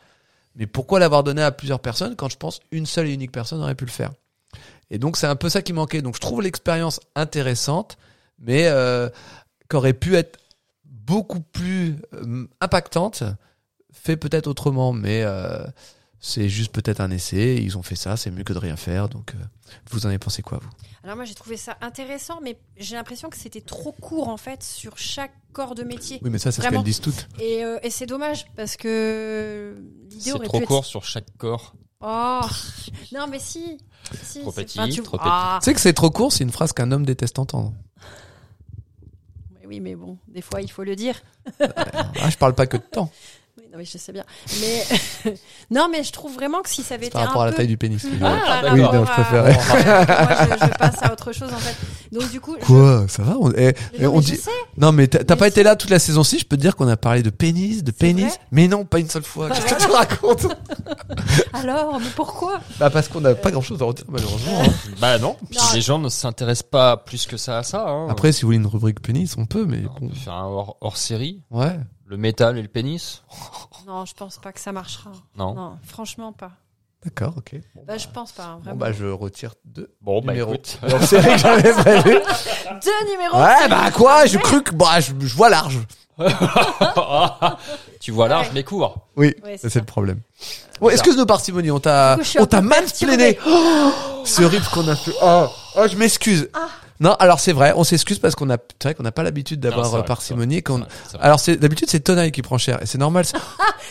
mais pourquoi l'avoir donné à plusieurs personnes quand je pense une seule et unique personne aurait pu le faire Et donc, c'est un peu ça qui manquait. Donc, je trouve l'expérience intéressante, mais euh, qu'aurait pu être beaucoup plus euh, impactante, fait peut-être autrement, mais. euh, C'est juste peut-être un essai. Ils ont fait ça. C'est mieux que de rien faire. Donc, euh, vous en avez pensé quoi, vous Alors moi j'ai trouvé ça intéressant, mais j'ai l'impression que c'était trop court en fait sur chaque corps de métier. Oui, mais ça, c'est ce Vraiment. qu'elles disent toutes. Et, euh, et c'est dommage parce que l'idée C'est aurait trop pu court être. sur chaque corps. [LAUGHS] Oh non mais si. si Trop c'est- petit, enfin, tu- trop Ah. Tu sais que c'est trop court. C'est une phrase qu'un homme déteste entendre. Oui mais bon, des fois il faut le dire. Ah, je parle pas que de temps. Oui, non mais je sais bien. Mais [LAUGHS] non mais je trouve vraiment que si ça avait C'est été par rapport à un la peu taille du pénis. plus Voilà. par d'accord. Oui, rapport non, Ah, je à- préférais. Ah, Moi, je, je passe à autre chose en fait. Donc du coup, je- Quoi Ça va on, eh, Mais eh, non, on mais je dit... sais. Non, mais t'as t'as Mais pas si. été là toute la saison 6. Je peux te dire qu'on a parlé de pénis, de pénis. vrai Mais non, pas une seule fois. Qu'est-ce que tu racontes Alors, mais pourquoi Bah, parce qu'on n'a pas grand-chose à redire, malheureusement. hein. Bah non, Non. les gens ne s'intéressent pas plus que ça à ça. hein. Après, si vous voulez une rubrique pénis, on peut, mais on bon. peut faire un hors, hors série. Ouais. Le métal et le pénis Non, je pense pas que ça marchera. Non. Non, franchement pas. D'accord, ok. Bah, je pense pas, hein, Bon, vraiment. bah, je retire [LAUGHS] deux. Bon, bah Numéro. écoute. [LAUGHS] Donc, c'est vrai que j'avais pas vu. Deux numéros Ouais, bah, quoi J'ai cru que. Bah, je, je vois large. tu vois large Ouais. mais court. Oui, Ouais, c'est c'est ça. Euh, le problème. Bon, excuse-nous, parcimonie, on t'a, Du coup, je suis on un t'a peu mansplainé. Oh, [GASPS] ce rip qu'on a fait. Oh, oh, je m'excuse. Ah. Non, alors c'est vrai, on s'excuse parce qu'on a, c'est vrai qu'on n'a pas l'habitude Non, d'avoir c'est euh, vrai, parcimonie. Ah. et qu'on- Ouais, ça va. Alors c'est, d'habitude c'est Tonaille qui prend cher et c'est [LAUGHS] normal. c'est-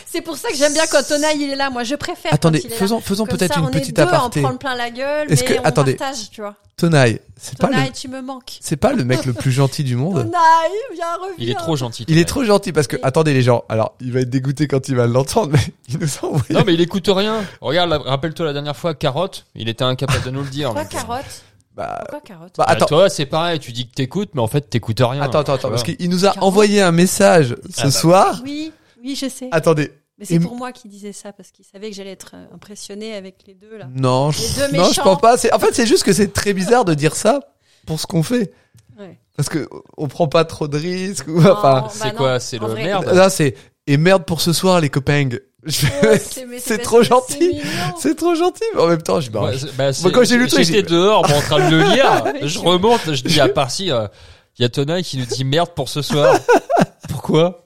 C'est pour ça que j'aime bien quand Tonaï il est là. Moi, je préfère. Attendez, quand il est là. faisons, faisons Comme peut-être ça, une on est petite deux à en aparté. prendre plein la gueule, Est-ce mais que- on attendez. partage, tu vois. Tonaille, c'est pas Tonaï, le, tu me manques. c'est pas le mec le plus gentil du monde. Tonaï, viens, reviens. Il est trop gentil. Il est Thomas. trop gentil parce que, attendez les gens, alors il va être dégoûté quand il va l'entendre, mais [LAUGHS] il nous a envoyé. Non mais il écoute rien. Regarde, la- rappelle-toi la dernière fois carotte, il était incapable de nous le dire. Pourquoi Donc, carotte Bah, Pourquoi carotte bah, bah, attends, toi c'est pareil, tu dis que t'écoutes mais en fait t'écoutes rien. attends, attends, attends, Voilà. parce qu'il nous a envoyé un message ce Ah bah. soir. Oui, oui, je sais. Attendez. mais et- c'est pour moi qu'il disait ça parce qu'il savait que j'allais être euh, impressionnée avec les deux là. Non, Les je, deux non, je méchants. pense pas. C'est- En fait, c'est juste que c'est très bizarre de dire ça pour ce qu'on fait. Ouais. Parce que on prend pas trop de risques. Ou, [LAUGHS] enfin, bah c'est non, Ah quoi, c'est en le vrai. merde. là, c'est et merde pour ce soir, les copains. Je- [LAUGHS] Ouais, Oh, mais C'est parce trop que gentil. C'est [LAUGHS] mignon. c'est trop gentil. Mais en même temps, je, bah, Bah, je- c'est- bah, c'est- quand j'ai lu le truc, j'ai- j'étais dehors, moi, en train de le [LAUGHS] lire. je remonte, je dis à part si euh, il y a Tonaï qui nous dit merde pour [LAUGHS] ce soir. Pourquoi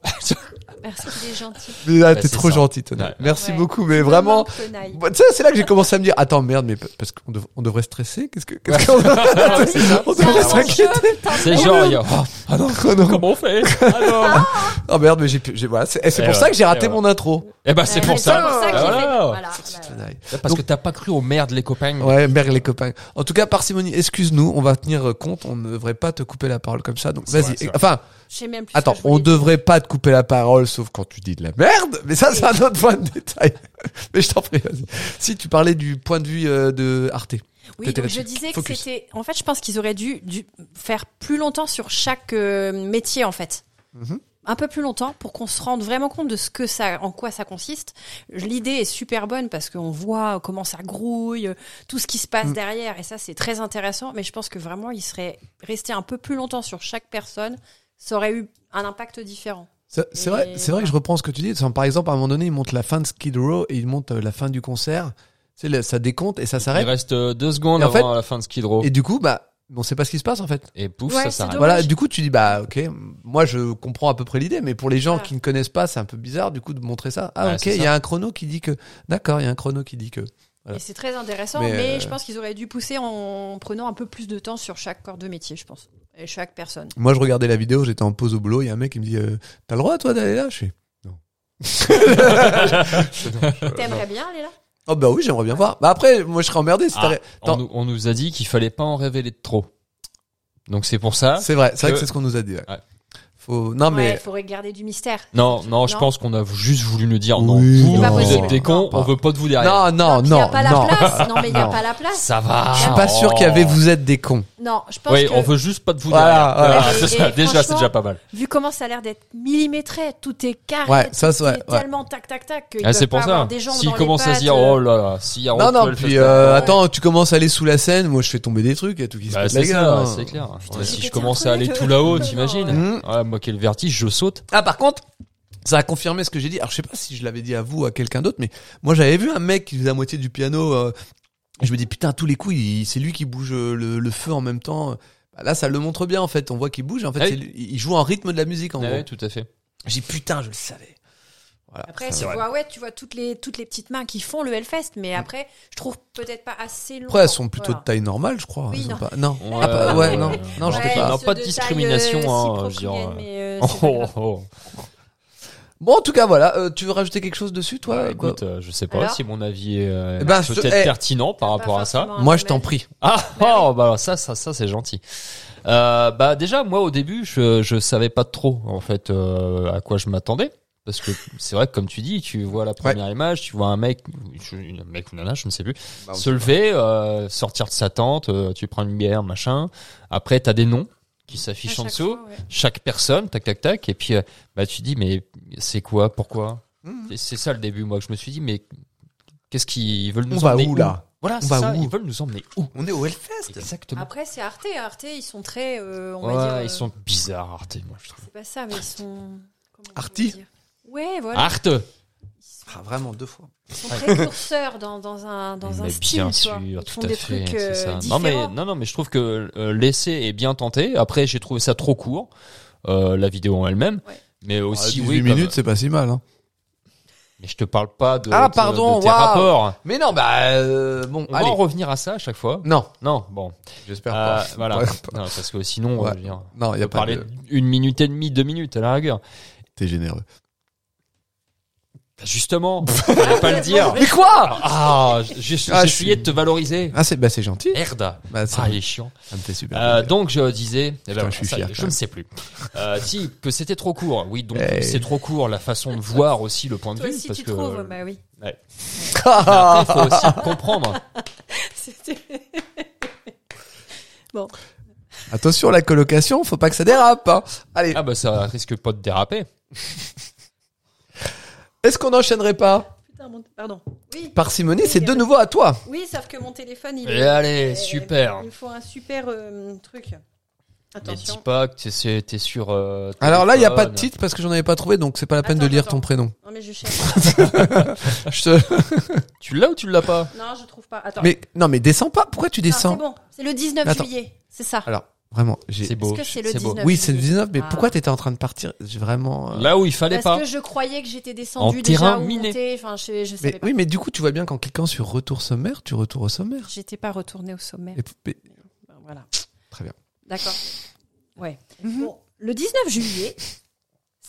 Merci, il est gentil. mais là, bah, t'es c'est trop ça. gentil, Tony. Ouais. Merci Ouais. beaucoup, mais vraiment. Manque Tonaï. Bah, tu sais, c'est là que j'ai commencé à me dire, attends, merde, mais p- parce qu'on dev- on devrait stresser. Qu'est-ce que, qu'est-ce qu'on [LAUGHS] Ah, on devrait C'est un s'inquiéter. C'est [LAUGHS] genre, il y a- oh, Ah [LAUGHS] non, oh non. comment on fait Ah non. Oh merde, mais j'ai, pu- j'ai voilà. C'est, et c'est Et pour ouais. ça que j'ai raté Et ouais. mon intro. [LAUGHS] Eh ben c'est Ouais, pour C'est pour ça. ça qu'il Voilà. fait. Voilà. bah, Tonight. Parce que t'as pas cru aux merdes les copains. Mm. Ouais, merde les copains. En tout cas, parcimonie, excuse-nous, on va tenir euh, compte, on ne devrait pas te couper la parole comme ça. Donc C'est vas-y. vrai, c'est vrai. Enfin, Je sais même plus. ce attends, que je on voulais dire. devrait pas te couper la parole sauf quand tu dis de la merde, mais ça c'est un autre point de détail. [LAUGHS] mais je t'en prie, vas-y. Si tu parlais du point de vue euh, de Arte. Oui, T'étais donc je là-dessus. disais que Focus. c'était. En fait, je pense qu'ils auraient dû, dû faire plus longtemps sur chaque euh, métier, en fait. Mhm. Un peu plus longtemps pour qu'on se rende vraiment compte de ce que ça, en quoi ça consiste. L'idée est super bonne parce qu'on voit comment ça grouille, euh, tout ce qui se passe Mm. derrière, et ça c'est très intéressant. Mais je pense que vraiment, ils seraient restés un peu plus longtemps sur chaque personne, ça aurait eu un impact différent. Ça, C'est vrai, Et c'est vrai que je reprends ce que tu dis. Enfin, Par exemple, à un moment donné, il monte la fin de Skid Row et il monte euh, la fin du concert. C'est le- ça décompte et ça Il s'arrête. reste euh, deux secondes Et en avant fait- la fin de Skid Row. Et Et, du coup, bah, on sait pas ce qui se passe en fait. pouf, Ouais, ça c'est s'arrête. dommage. Voilà, du coup, tu dis, bah, ok, moi, je comprends à peu près l'idée, mais pour les gens Voilà. qui ne connaissent pas, c'est un peu bizarre, du coup, de montrer ça. Ah, Ouais, ok, c'est il y ça. a un chrono qui dit que. D'accord, il y a un chrono qui dit que. Voilà. Et c'est très intéressant, Mais, mais, euh, je pense qu'ils auraient dû pousser en prenant un peu plus de temps sur chaque corps de métier, je pense, et chaque personne. Moi, je regardais la vidéo, j'étais en pause au boulot, il y a un mec qui me dit, euh, t'as le droit, toi, d'aller là Je fais, non. T'aimerais bien aller là oh, bah oui, j'aimerais bien voir. Bah, après, moi, je serais emmerdé. si Ah, t'arrêtes- on, Attends. nous, on nous a dit qu'il fallait pas en révéler de trop. Donc c'est pour ça. C'est vrai, c'est vrai que que- c'est ce qu'on nous a dit. ouais. Ouais. Faut... Non, Ouais, mais. faudrait garder du mystère. Non, non, je Non. pense qu'on a juste voulu nous dire non. Oui, Vous, C'est pas vous possible. êtes des cons, Non. on veut pas de vous Non, derrière. non, non, Il n'y a pas non. la place. Non, mais il n'y [LAUGHS] a Non. pas la place. Ça va. Je suis pas sûr qu'il y avait Oh. vous êtes des cons. Non, je pense Oui, que on veut juste pas de vous Voilà, derrière. Voilà, voilà. c'est Et- ça. et déjà, c'est franchement, déjà pas mal. vu comment ça a l'air d'être millimétré, tout est carré, Ouais, ça, tout c'est- ouais, est ouais. tellement tac tac tac que Ah, c'est pour ça. des gens S'ils commencent à se euh, dire, oh là là, s'il y a Non, Rockwell non, Fest- puis euh, Ouais. attends, tu commences à aller sous la scène, moi je fais tomber des trucs, il y a tout qui se Bah, passe, c'est les gars. ça, hein. Mmh. c'est clair. Ouais, si c'était je commence un à aller truc. tout là-haut, Non, t'imagines non, Ouais, Moi, quel vertige, je saute. Ah, par contre, ça a confirmé ce que j'ai dit. Alors, je sais pas si je l'avais dit à vous ou à quelqu'un d'autre, mais moi, j'avais vu un mec qui faisait à moitié du piano. euh, je me dis, putain, à tous les coups, il- c'est lui qui bouge euh, le, le feu en même temps. Bah, Là, ça le montre bien, en fait. On voit qu'il bouge. En fait, Ah oui. Ah c'est lui- il joue en rythme de la musique, en Ouais, gros. tout à fait. J'ai dit, putain, je le savais. Voilà. Après, Ça tu va. vois, ouais, tu vois toutes les, toutes les petites mains qui font le Hellfest, mais après, je trouve peut-être pas assez long. Mm. Après, elles sont plutôt Voilà. de taille normale, je crois. Oui, Elles sont non. pas- non. Ouais, Ah, pas- ouais, euh, non, non, je ouais. sais pas. Non, ceux pas de taille, discrimination, euh, hein, je dirais. cyprocléenne, mais, euh, [LAUGHS] c'est Oh, pas grave. oh, Bon, en tout cas, voilà. Euh, tu veux rajouter quelque chose dessus, oh. toi Bah, quoi écoute, euh, je sais pas Alors si mon avis est euh, Eh ben, je- peut-être eh. pertinent par Pas rapport à ça. forcément un Moi, je t'en remake. prie. Ah, oh, bah alors ça, ça, ça c'est gentil. Euh, bah déjà, moi au début, je, je savais pas trop en fait euh, à quoi je m'attendais. Parce que c'est vrai que comme tu dis, tu vois la première image, tu vois un mec, je- un mec ou nana, je ne sais plus, Bah, on se lever, euh, sortir de sa tente, euh, tu prends une bière, machin. Après, t'as des noms qui À s'affichent en chaque dessous. fois, ouais. Chaque personne, tac, tac, tac. Et puis, euh, bah tu dis, mais c'est quoi, pourquoi Mhm. Et C'est ça le début, moi. que Je me suis dit, mais qu'est-ce qu'ils veulent nous On va emmener où, là Voilà, On c'est va ça. où Ils veulent nous emmener où On est au Hellfest. Exactement. Après, c'est Arte. Arte, ils sont très. euh, on Ouais, va dire, ils euh, sont bizarres, Arte, moi, je trouve. C'est pas ça, mais ils sont. comment on Arty peut dire Ouais, voilà. Arte Ils sont- Ah, vraiment, deux fois. Ils sont précurseurs dans, dans un, dans un Mais style. bien tu sûr, vois. Ils tout font à des fait, trucs c'est euh, ça. Non différents. mais, non, non, mais je trouve que euh, l'essai est bien tenté. Après, j'ai trouvé ça trop court, euh, la vidéo en elle-même. Ouais. Mais aussi, 18 oui. comme- Ah, minutes, c'est pas si mal. Hein. Mais je te parle pas de, Ah, de- pardon, de tes waouh. rapports. Mais non, bah euh, bon, On va allez. en revenir à ça à chaque fois. Non, Non, bon. j'espère Euh, pas. [LAUGHS] voilà. Ouais. Non, parce que sinon, Ouais. euh, je veux dire, Non, il y on a peut pas parler de. une minute et demie, deux minutes à la rigueur. T'es généreux. Bah, [LAUGHS] justement, fallait pas le dire. Mais quoi Ah, j'ai Ah, essayé je suis- de te valoriser. Ah, c'est bah c'est gentil. Merde. Bah, ça, Ah, il est chiant. ça me fait super. Euh, plaisir. donc je disais, eh ben, Putain, je suis ça, fier, je quand ne sais plus. Euh, si que c'était trop court. Oui, donc Hey. c'est trop court. La façon de voir aussi le point de Toi vue, aussi, parce tu que euh, trouves, bah oui. [LAUGHS] Mais après, Ah. faut aussi comprendre. C'était- Attention, la colocation, faut pas que ça dérape. hein. Allez, Ah bah ça risque pas de déraper. est-ce qu'on enchaînerait pas Putain, mon- pardon. Oui, Parcimonie, c'est Oui, de oui. nouveau à toi. oui, sauf que mon téléphone, il Et est. eh, allez, Eh, super. Il me faut un super euh, truc. Mais dis Attention. pas que t'es- c'est- t'es sur. euh, Alors là, il y a pas de téléphone. titre parce que j'en avais pas trouvé, donc c'est pas la peine Attends, de lire attends. ton prénom. Non, mais je cherche. Je te- Tu l'as ou tu l'as Ah, pas Non, je trouve pas. Attends. Mais non, mais descends pas. Pourquoi tu Non, c'est descends bon. C'est le 19 Attends. juillet. C'est ça. Alors vraiment, j'ai. C'est beau. Est-ce que c'est le beau. 19 Oui, c'est le 19, mais Ah. pourquoi t'étais en train de partir J'ai vraiment. euh, Là où il fallait Parce pas. que je croyais que j'étais descendu En déjà terrain ou miné. montée. Enfin, je, je savais Mais pas. oui, mais du coup, tu vois bien qu'en cliquant sur retour sommaire, tu retournes au sommaire. J'étais pas retournée au sommet. Et- mais- Ben, Voilà. Très bien. D'accord. Ouais. Bon, le 19 juillet,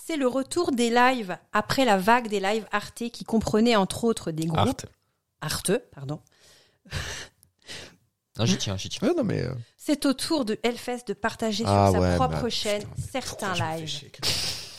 c'est le retour des lives après la vague des lives Arte qui comprenait entre autres des groupes Arte. Arte, pardon. Non, j'y tiens, j'y tiens. Ouais, non, mais. euh, C'est au tour de Hellfest de partager Ah sur sa ouais, propre bah, chaîne putain, mais certains pourquoi je me fais lives. chier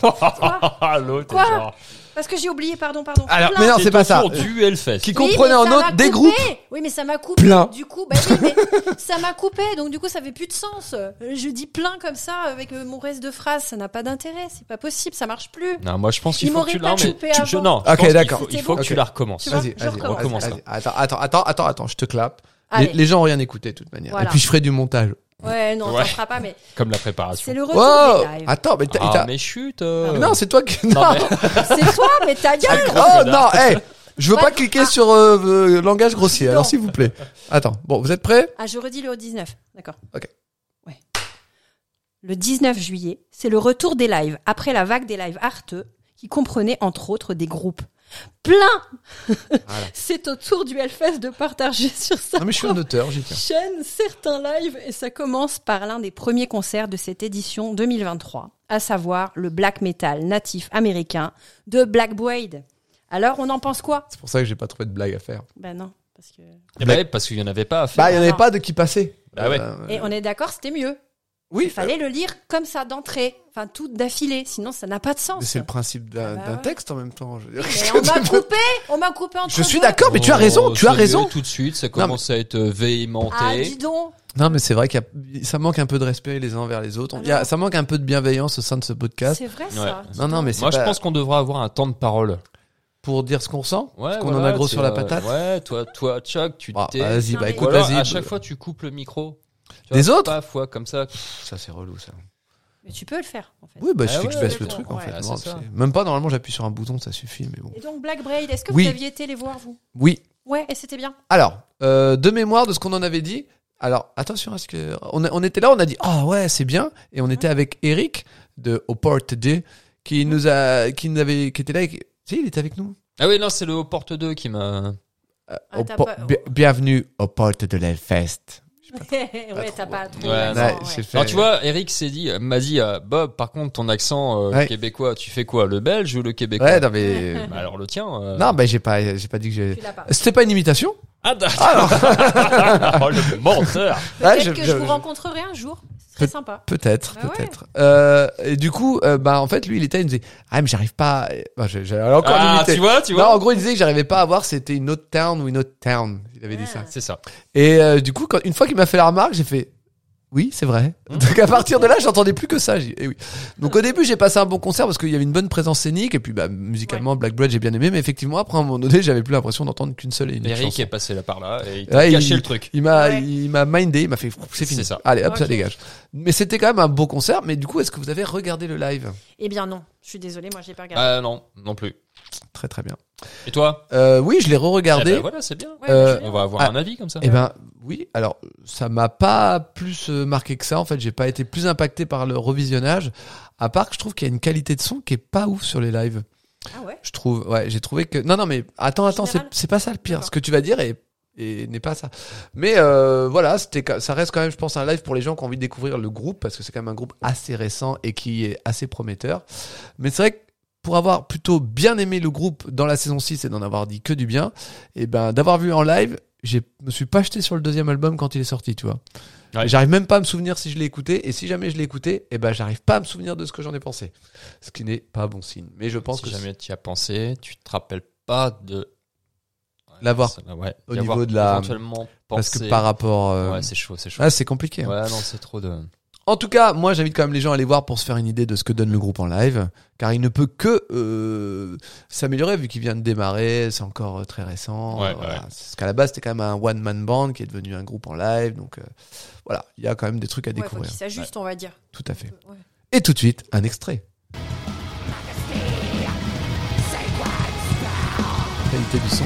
Ah, l'autre. [LAUGHS] Quoi est genre- Parce que j'ai oublié, pardon, pardon. Alors, Plein. mais non, C'est c'est pas au ça. tour Du Hellfest. Qui Oui, comprenait mais en ça m'a autre des coupé. groupes. Oui, mais ça m'a coupé. Plein. Du coup, bah oui, mais [LAUGHS] ça m'a coupé, donc du coup, ça fait plus de sens. Je dis plein comme ça avec euh, mon reste de phrase, ça n'a pas d'intérêt, c'est pas possible, ça marche plus. Non, moi je pense qu'il Il faut que tu m'aurait la pas remets- coupé tu- je- avant. non, je Ok, pense qu'il d'accord. faut- Il C'était faut bon. que tu la recommences. Tu vois, Vas-y, je vas-y, recommence. recommence. hein. Vas-y. Attends, attends, attends, attends, attends, je te clappe. Allez. Les, les gens ont rien écouté de toute manière. Voilà. Et puis je ferai du montage. Ouais, non, Ouais. ça fera pas, mais Comme la c'est préparation. le retour Oh des lives. Attends, mais t'as. Ah, t'as- Ah, mais chut. euh. Mais Non, c'est toi qui. Non, Non, mais- C'est toi, mais ta gueule Oh non, hey Je veux Ouais. pas cliquer sur euh, euh, langage grossier, Non. alors s'il vous plaît. Attends, bon, vous êtes prêts Ah, je redis le 19, d'accord. Ok. Ouais. Le 19 juillet, c'est le retour des lives, après la vague des lives arteux, qui comprenait entre autres des groupes. Plein [LAUGHS] C'est au tour du Hellfest de partager sur sa Non, Ah, mais je suis un auteur, j'y tiens. chaîne certains lives, et ça commence par l'un des premiers concerts de cette édition 2023, à savoir le black metal natif américain de Black Boyd. Alors, on en pense quoi C'est pour ça que j'ai pas trouvé de blague à faire. Ben non, parce que... Eh ben, parce qu'il n'y en avait pas à faire. Bah, il y en avait pas de qui passer. Bah ouais. Euh, Et on est d'accord, c'était mieux. Oui, Il fallait le lire comme ça d'entrée, enfin tout d'affilée, sinon ça n'a pas de Mais sens. c'est le principe d'un Ah bah d'un ouais. texte en même temps. Je, [LAUGHS] veux dire. Mais on m'a coupé, on m'a coupé entre Je suis deux. d'accord, mais tu as raison, Oh, tu as ça y est, raison. Tout de suite, ça commence à être euh, véhémenté. Ah dis donc, Non, mais c'est vrai qu'il y a- ça manque un peu de respect les uns envers les autres. On- il y a- Ça manque un peu de bienveillance au sein de ce podcast. c'est vrai Ouais. ça. dis Non, non, donc. mais c'est Moi, je pas pense qu'on devrait avoir un temps de parole. pour dire ce qu'on ressent. Ouais, parce qu'on en voilà, a gros c'est, sur la euh, patate. Ouais, toi, toi, Chuck, tu Ah, t'es. vas-y, bah Non, mais- Ou écoute, alors, vas-y. à chaque fois, tu coupes le micro. Tu Des vois, autres Pas fois comme ça. Ça, c'est relou, ça. Mais tu peux le faire en fait. Oui, bah, il Ah suffit que je ouais, baisse le d'accord. truc, en Ouais, fait. c'est Non, ça. c'est- Même pas, normalement, j'appuie sur un bouton, ça suffit, mais bon. Et donc Black Braid, est-ce que Oui. vous aviez été les voir vous Oui, Ouais, et c'était bien. [LAUGHS] Alors, euh, de mémoire de ce qu'on en avait dit. Alors, attention à ce que. On, a- on était là, on a dit Ah ouais, c'est bien. Et on était avec Eric de Au Port D qui nous a, qui nous avait, qui était là et qui- Si, il est avec nous. Ah oui, non, c'est le porte 2 qui m'a. Euh, Ah, au t'as po- pas- bi- Bienvenue au porte de l'Elfest. ouais, t'as pas trop. Ah, Ouais, raison, ouais. Bah, c'est fait. Alors tu vois, Eric s'est dit, euh, m'a dit, euh, Bob, par contre, ton accent euh, Ouais. québécois, tu fais quoi, le belge ou le québécois Ouais, non mais. [LAUGHS] Bah, Alors le tien. euh. non, bah j'ai pas, j'ai pas dit que j'ai. Tu l'as pas. C'était pas une imitation Ah, d'accord. [LAUGHS] oh, le menteur. Ah, Peut-être je- que je- je vous rencontrerai un jour. Ce serait Peut- sympa. Peut-être, Bah ouais. peut-être. Euh, et du coup, euh, bah en fait, lui, il était, il me disait, ah mais j'arrive pas. à- Bah, je- j'allais encore Ah, l'imiter. tu vois, tu Non, en vois. gros, il disait que j'arrivais pas à voir, c'était une autre town ou une autre town. Il avait dit Ah. ça. C'est ça. Et euh, du coup, quand, une fois qu'il m'a fait la remarque, j'ai fait oui, c'est vrai. Mmh. Donc à partir de là, j'entendais plus que ça. J'ai dit, Eh oui. Donc au début, j'ai passé un bon concert parce qu'il y avait une bonne présence scénique et puis bah, musicalement, Black Blood, j'ai bien aimé. Mais effectivement, après à un moment donné, j'avais plus l'impression d'entendre qu'une seule et unique Eric chanson. est passé là par là et il t'a Ouais, caché il- le truc. Il m'a, Ouais. il m'a mindé, il m'a fait c'est fini. C'est ça. Allez, hop, ça Ok. dégage. Mais c'était quand même un beau concert. Mais du coup, est-ce que vous avez regardé le live Eh bien non, je suis désolée, moi j'ai pas regardé. Ah non, non plus. Très très bien. Et toi Euh, oui, je l'ai Eh re-regardé. ben, Voilà, c'est bien. Ouais, euh, je- On va avoir Ah. un avis comme ça. Eh ben oui, alors ça m'a pas plus euh, marqué que ça en fait, j'ai pas été plus impacté par le revisionnage à part que je trouve qu'il y a une qualité de son qui est pas ouf sur les lives. Ah ouais. Je trouve ouais, j'ai trouvé que non non mais attends attends, c'est Général. c'est pas ça le pire. D'accord. Ce que tu vas dire est et n'est pas ça. Mais euh, voilà, c'était ca- ça reste quand même je pense un live pour les gens qui ont envie de découvrir le groupe parce que c'est quand même un groupe assez récent et qui est assez prometteur. Mais c'est vrai que pour avoir plutôt bien aimé le groupe dans la saison 6 et d'en avoir dit que du bien, et ben d'avoir vu en live, je me suis pas jeté sur le deuxième album quand il est sorti, tu vois. Ouais. J'arrive même pas à me souvenir si je l'ai écouté et si jamais je l'ai écouté, et ben j'arrive pas à me souvenir de ce que j'en ai pensé. Ce qui n'est pas bon signe. Mais je pense si que jamais tu y as pensé, tu te rappelles pas de Ouais, L'avoir ça, ouais, au d'y niveau avoir de la- éventuellement parce que pensé. par rapport euh, Ouais, c'est chaud, c'est chaud. ah, c'est compliqué. hein. Ouais, non, c'est trop de. En tout cas, moi j'invite quand même les gens à aller voir pour se faire une idée de ce que donne le groupe en live, car il ne peut que euh, s'améliorer vu qu'il vient de démarrer, c'est encore euh, très récent. Ouais, euh, ouais, voilà. ouais. Parce qu'à la base c'était quand même un one man band qui est devenu un groupe en live, donc euh, voilà, il y a quand même des trucs à Ouais, faut découvrir. qu'il s'ajuste, on va dire. Tout à fait. Ouais. Et tout de suite, un extrait. Qualité du son.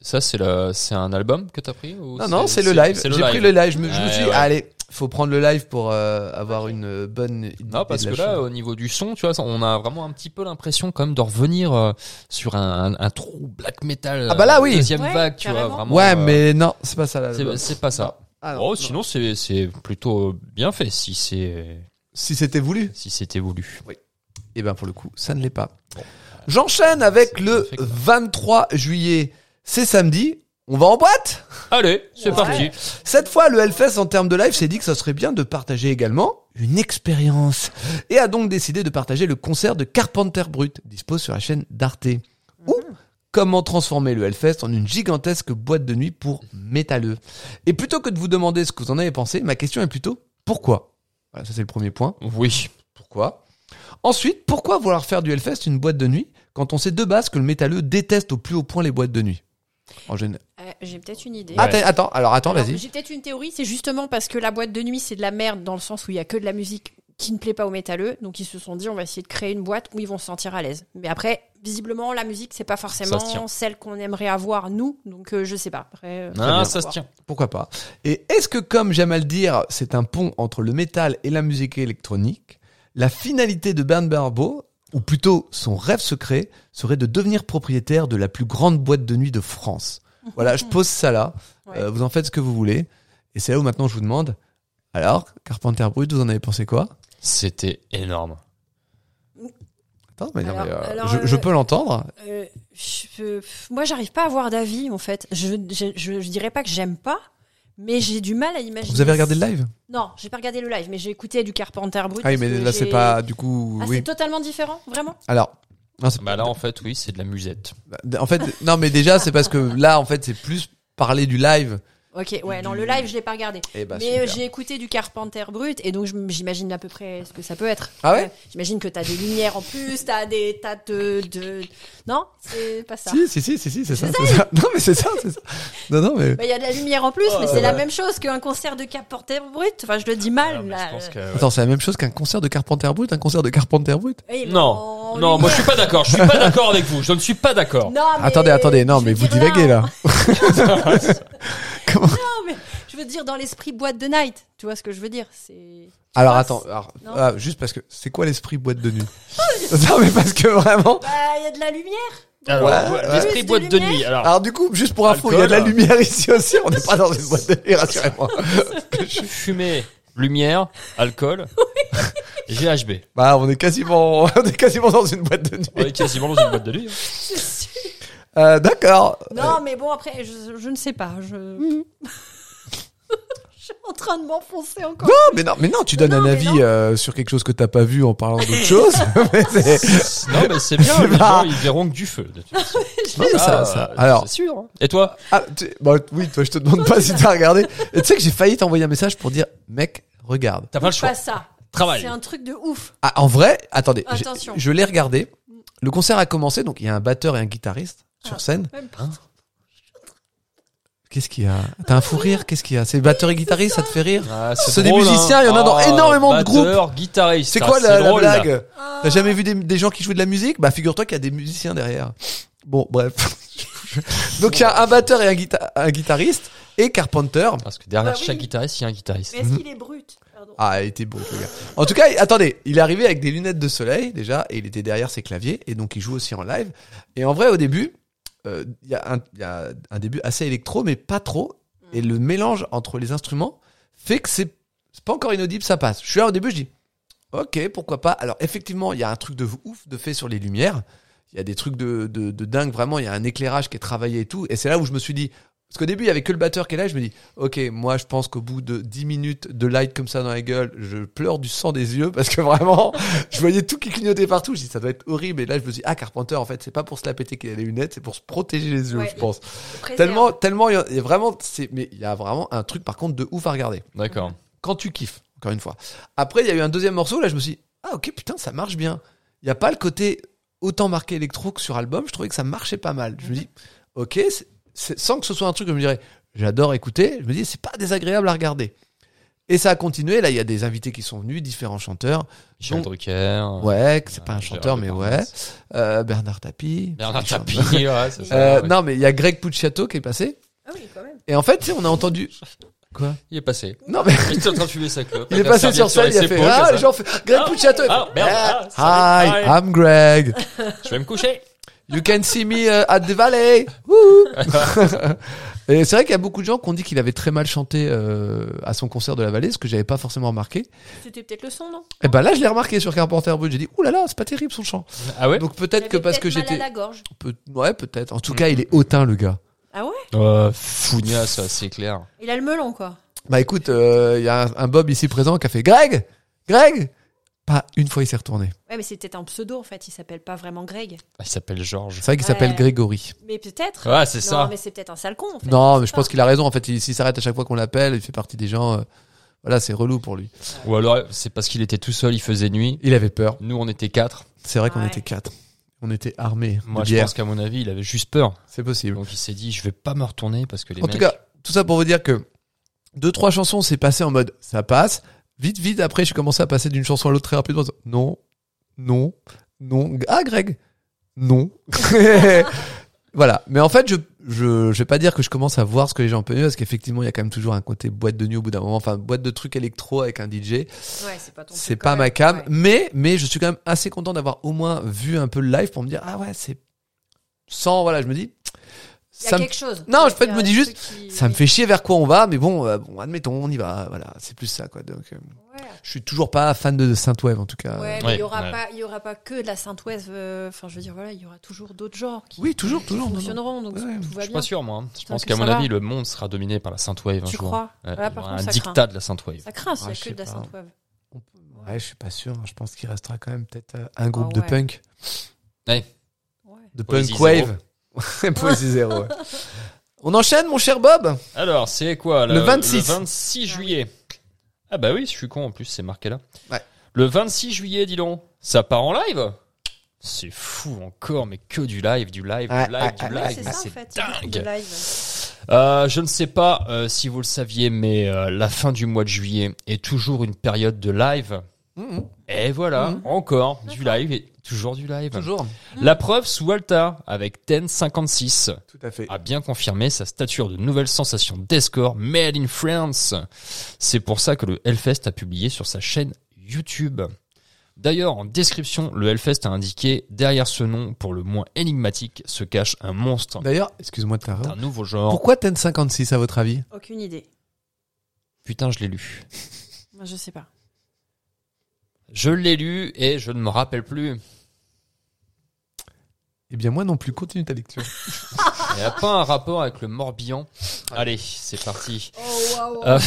Ça, c'est le... c'est un album que t'as pris ou Non, non, c'est le live. J'ai pris le live. Je me, je me Ouais, suis dit, ouais. allez, faut prendre le live pour euh, avoir une euh, bonne idée Non, parce de que la là, chose. au niveau du son, tu vois, ça- on a vraiment un petit peu l'impression quand même de revenir euh, sur un, un- un trou black metal. euh, Ah bah là, oui. Deuxième Ouais, vague, tu vois, carrément. vraiment. Ouais, euh, mais non, c'est pas ça. là. c'est- C'est pas ça. Ah, non, oh, non. sinon, c'est c'est plutôt euh, bien fait si c'est Si c'était voulu, si c'était voulu. eh ben pour le coup, ça ne l'est pas. Bon. J'enchaîne avec C'est le parfait, quoi. 23 juillet, c'est samedi. On va en boîte Allez, c'est Ouais. parti. Cette fois, le Hellfest, en termes de live, s'est dit que ça serait bien de partager également une expérience. Et a donc décidé de partager le concert de Carpenter Brut, dispo sur la chaîne d'Arte. Ou comment transformer le Hellfest en une gigantesque boîte de nuit pour métalleux. Et plutôt que de vous demander ce que vous en avez pensé, ma question est plutôt pourquoi Voilà, ça c'est le premier point. Oui. Pourquoi Ensuite, pourquoi vouloir faire du Hellfest une boîte de nuit quand on sait de base que le métalleux déteste au plus haut point les boîtes de nuit en général. Euh, j'ai peut-être une idée. Ouais. Attends, attends, alors attends, Alors, vas-y. J'ai peut-être une théorie, c'est justement parce que la boîte de nuit, c'est de la merde dans le sens où il y a que de la musique qui ne plaît pas aux métalleux. Donc ils se sont dit, on va essayer de créer une boîte où ils vont se sentir à l'aise. Mais après, visiblement, la musique, c'est pas Ça se forcément tient. celle qu'on aimerait avoir nous. Donc euh, je sais pas. Après, euh, Non, bien. Ah, ça se tient. Pourquoi pas Et est-ce que, comme j'aime à le dire, c'est un pont entre le métal et la musique électronique, la finalité de Bernd Barbeau, ou plutôt son rêve secret, serait de devenir propriétaire de la plus grande boîte de nuit de France Voilà, je pose ça là. [LAUGHS] Ouais. Euh, vous en faites ce que vous voulez. Et c'est là où maintenant je vous demande, alors, Carpenter Brut, vous en avez pensé quoi C'était énorme. Attends, mais non, Alors- mais, euh, alors, je, euh, je peux l'entendre. Euh, je- euh, pff, moi, j'arrive pas à avoir d'avis en fait. Je, je, je- je dirais pas que j'aime pas, mais j'ai du mal à imaginer. Vous avez regardé le live Non, j'ai pas regardé le live, mais j'ai écouté du Carpenter Brut. Ah oui, parce mais que là c'est j'ai- pas du coup. Ah, oui. c'est totalement différent, vraiment. Alors. Non, c'est- Bah là, en fait, oui, c'est de la musette. Bah, en fait, non, mais déjà, c'est parce que là, en fait, c'est plus parler du live. Ok, ouais, Du- non, le live, je l'ai pas regardé. Eh bah, mais euh, super. j'ai écouté du Carpenter Brut et donc je m- j'imagine à peu près ce que ça peut être. Ah ouais J'imagine que t'as des lumières en plus, t'as des tas de, de- Non, c'est pas ça. Si, si, si, si, si, c'est ça, c'est ça. Non, mais c'est ça, c'est ça. Non, non, mais. Bah, Il y a de la lumière en plus, Oh, mais c'est ouais. la même chose qu'un concert de Carpenter Brut. Enfin, je le dis Ah, mal. Ah là. Attends, c'est la même chose qu'un concert de Carpenter Brut, un concert de Carpenter Brut. Oui, mais Non, en non, moi je lumière. suis pas d'accord. Je suis pas d'accord avec vous. Je ne suis pas d'accord. Non, Ah, mais [LAUGHS] Attendez, attendez, non, je mais veux vous dire, divaguez là. Non, mais je je veux dire dans l'esprit boîte de night. Tu vois ce que je veux dire C'est. Alors Ah, attends, alors, non. ah, juste parce que c'est quoi l'esprit boîte de nuit Non [LAUGHS] mais parce que vraiment. Bah, il y a de la lumière. Alors, Ouais, voilà, ouais. l'esprit Plus de boîte de lumière. nuit. Alors, Alors du coup, juste pour info, il y a Alcool, de la hein. lumière ici aussi. On n'est pas dans une boîte de nuit, rassurez-moi. fumée, lumière, alcool, GHB. Bah, on est quasiment, [LAUGHS] on est quasiment dans une boîte de nuit. On est quasiment dans une boîte de nuit. [LAUGHS] hein. Euh, D'accord. Non, mais bon, après, je, je ne sais pas. Je... [LAUGHS] je suis en train de m'enfoncer encore. Non, mais non, mais non, tu donnes Non, un mais avis non. euh, sur quelque chose que t'as pas vu en parlant d'autre chose. [LAUGHS] Mais c'est- Non, mais c'est bien. C'est Les pas- gens, ils verront que du feu. de toute façon. non, mais ça, Ah, ça. c'est Alors, sûr. hein. Et toi ah, tu- bah, oui, toi, je te demande pas si t'as regardé. Et tu sais que j'ai failli t'envoyer un message pour dire, mec, regarde. T'as pas le C'est choix. Pas ça. Travail. Bah, C'est un truc de ouf. Ah, en vrai, attendez, j'ai- Attention. je l'ai regardé. Le concert a commencé, donc il y a un batteur et un guitariste sur scène. Même pas. Qu'est-ce qu'il y a T'as un fou rire Qu'est-ce qu'il y a C'est batteur et guitariste, ça te fait rire Ah, hein. Ce des musiciens, il y en a dans énormément de groupes. Oh, batteur, guitariste. C'est Ah, quoi la, la drôle, là. blague Ah. T'as jamais vu des, des gens qui jouent de la musique Bah figure-toi qu'il y a des musiciens derrière. Bon, bref. [LAUGHS] Donc il y a un batteur et un, guita- un guitariste et Carpenter. Parce que derrière Bah oui. chaque guitariste, il y a un guitariste. Mais est-ce qu'il est brut Pardon. Mhm. Ah, il était beau le gars. En tout cas, il- attendez, il est arrivé avec des lunettes de soleil déjà et il était derrière ses claviers et donc il joue aussi en live. Et en vrai, au début, euh, il y, a un- il y a un début assez électro mais pas trop. Et le mélange entre les instruments fait que c'est c'est pas encore inaudible, ça passe. Je suis là au début, je dis ok, pourquoi pas. Alors effectivement, il y a un truc de ouf de fait sur les lumières. Il y a des trucs de, de, de dingue vraiment. Il y a un éclairage qui est travaillé et tout. Et c'est là où je me suis dit parce qu'au début, il y avait que le batteur qui est là. Je me dis ok, moi je pense qu'au bout de 10 minutes de light comme ça dans la gueule, je pleure du sang des yeux parce que vraiment, [LAUGHS] je voyais tout qui clignotait partout. Je dis ça doit être horrible. Et là, je me dis ah Carpenter, en fait, c'est pas pour se la péter qu'il a les lunettes, c'est pour se protéger les yeux, Ouais. je pense. Préserve. Tellement, tellement, il y a- il y a vraiment, c'est, mais il y a vraiment un truc par contre de ouf à regarder. D'accord. Quand tu kiffes, encore une fois. Après, il y a eu un deuxième morceau, là, je me suis dit, ah ok, putain, ça marche bien. Il n'y a pas le côté autant marqué électro que sur album, je trouvais que ça marchait pas mal. Je me dis, ok, c'est- c'est- sans que ce soit un truc que je me dirais, j'adore écouter, je me dis, c'est pas désagréable à regarder. Et ça a continué, là, il y a des invités qui sont venus, différents chanteurs. Michel Donc- Drucker. Ouais, que c'est pas un Gérard chanteur, mais ouais. Depardieu. Euh, Bernard Tapie. Bernard Qui chante. Tapie, [LAUGHS] ouais, c'est ça. Euh, ouais. Non, mais il y a Greg Pucciato qui est passé. Ah oui, quand même. Et en fait, tu sais, on a entendu. Quoi Il est passé. Non, mais Il était en train de fumer sa clope. il est Avec un passé sur scène, serviette il a les fait épaules, Ah, comme les ça. gens ont fait Greg Ah, Pucciato ah, merde, ah, ça Hi, va être- I'm Greg. Je vais me coucher. You can see me uh, at the valley. [LAUGHS] Wouhou. Et c'est vrai qu'il y a beaucoup de gens qui ont dit qu'il avait très mal chanté euh, à son concert de la vallée, ce que j'avais pas forcément remarqué. C'était peut-être le son, non Et ben là, je l'ai remarqué sur Carpenter Brut. J'ai dit, oulala, là là, c'est pas terrible son chant. Ah ouais Mm. Donc peut-être que J'avais parce que peut-être mal à j'étais. la gorge. Peut... Ouais, peut-être. En tout cas, il est hautain, le gars. euh, Fougnasse, c'est clair. Il a le melon, quoi. Bah écoute, euh, il y a un, un Bob ici présent qui a fait Greg Greg Pas une fois il s'est retourné. Ouais, mais c'était un pseudo, en fait. Il s'appelle pas vraiment Greg. Ah, Il s'appelle Georges. C'est vrai qu'il s'appelle Ouais. Grégory. Mais peut-être. Ouais, c'est non, ça. mais c'est peut-être un sale con, en fait. Non, mais sais je pense pas. qu'il a raison. En fait, il- s'il s'arrête à chaque fois qu'on l'appelle, il fait partie des gens. euh, voilà, c'est relou pour lui. Ou alors, c'est parce qu'il était tout seul, il faisait nuit. Il avait peur. Nous, on était quatre. C'est vrai qu'on Ouais. était quatre. On était armés. Moi, de je bière. pense qu'à mon avis, il avait juste peur. c'est possible. Donc, il s'est dit, je vais pas me retourner parce que les En mecs. tout cas, tout ça pour vous dire que deux trois chansons, c'est passé en mode ça passe vite vite. Après, j'ai commencé à passer d'une chanson à l'autre très rapidement. Non, non, non. Ah Greg, non. voilà. Mais en fait, je je je vais pas dire que je commence à voir ce que les gens peuvent parce qu'effectivement, il y a quand même toujours un côté boîte de nuit au bout d'un moment. Enfin, boîte de trucs électro avec un DJ. Ouais, c'est pas ton C'est truc, pas quand ma même. cam, Ouais. mais mais je suis quand même assez content d'avoir au moins vu un peu le live pour me dire ah ouais c'est sans voilà je me dis Il y a ça me- quelque chose. Non, Il y je peux a te me un dis truc juste, qui- ça me fait chier vers quoi on va mais bon euh, bon admettons on y va voilà c'est plus ça quoi donc euh, Ouais, je suis toujours pas fan de Synthwave en tout cas Ouais, mais Ouais, il y aura ouais. pas, il y aura pas que de la synthwave. euh, Enfin, je veux dire, voilà, il y aura toujours d'autres genres qui oui toujours toujours non, non. fonctionneront, donc Ouais, tout je va suis bien. pas sûr, moi. hein. Je Putain, pense que qu'à ça mon va. avis, le monde sera dominé par la synthwave un Tu jour. crois Ouais, il Là, y par aura contre, un ça dictat craint. de la synthwave. Ça craint s'il Ah, y a je que sais de la pas. synthwave. ouais je suis pas sûr hein, je pense qu'il restera quand même peut-être euh, un groupe Ah de ouais. punk Ouais. Ouais. de Poésie punk wave [LAUGHS] Poésie zéro ouais. on enchaîne mon cher Bob Alors, c'est quoi Le 26. 26 juillet. Ah bah oui, je suis con en plus, c'est marqué là. Ouais. Le 26 juillet, dis donc, ça part en live C'est fou encore, mais que du live, du live, Ouais, du live, ouais, du Ouais, ouais, live. c'est mais ça en c'est fait. il y a beaucoup de dingue. live. Euh, je ne sais pas euh, si vous le saviez, mais euh, la fin du mois de juillet est toujours une période de live Mmh, mmh, Et voilà, encore du live et toujours du live. toujours. La preuve sous Alta avec 1056 Tout à fait. a bien confirmé sa stature de nouvelle sensation d'escore made in France. C'est pour ça que le Hellfest a publié sur sa chaîne YouTube. D'ailleurs, en description, le Hellfest a indiqué derrière ce nom, pour le moins énigmatique, se cache un monstre D'ailleurs, excuse-moi de t'arrêter. d'un nouveau genre. Pourquoi Ten 56 à votre avis Aucune idée. Putain, je l'ai lu. Moi, je sais pas. Je l'ai lu et je ne me rappelle plus. Eh bien moi non plus, continue ta lecture. Il n'y a pas un rapport avec le Morbihan. Allez, c'est parti. Oh, waouh. Euh.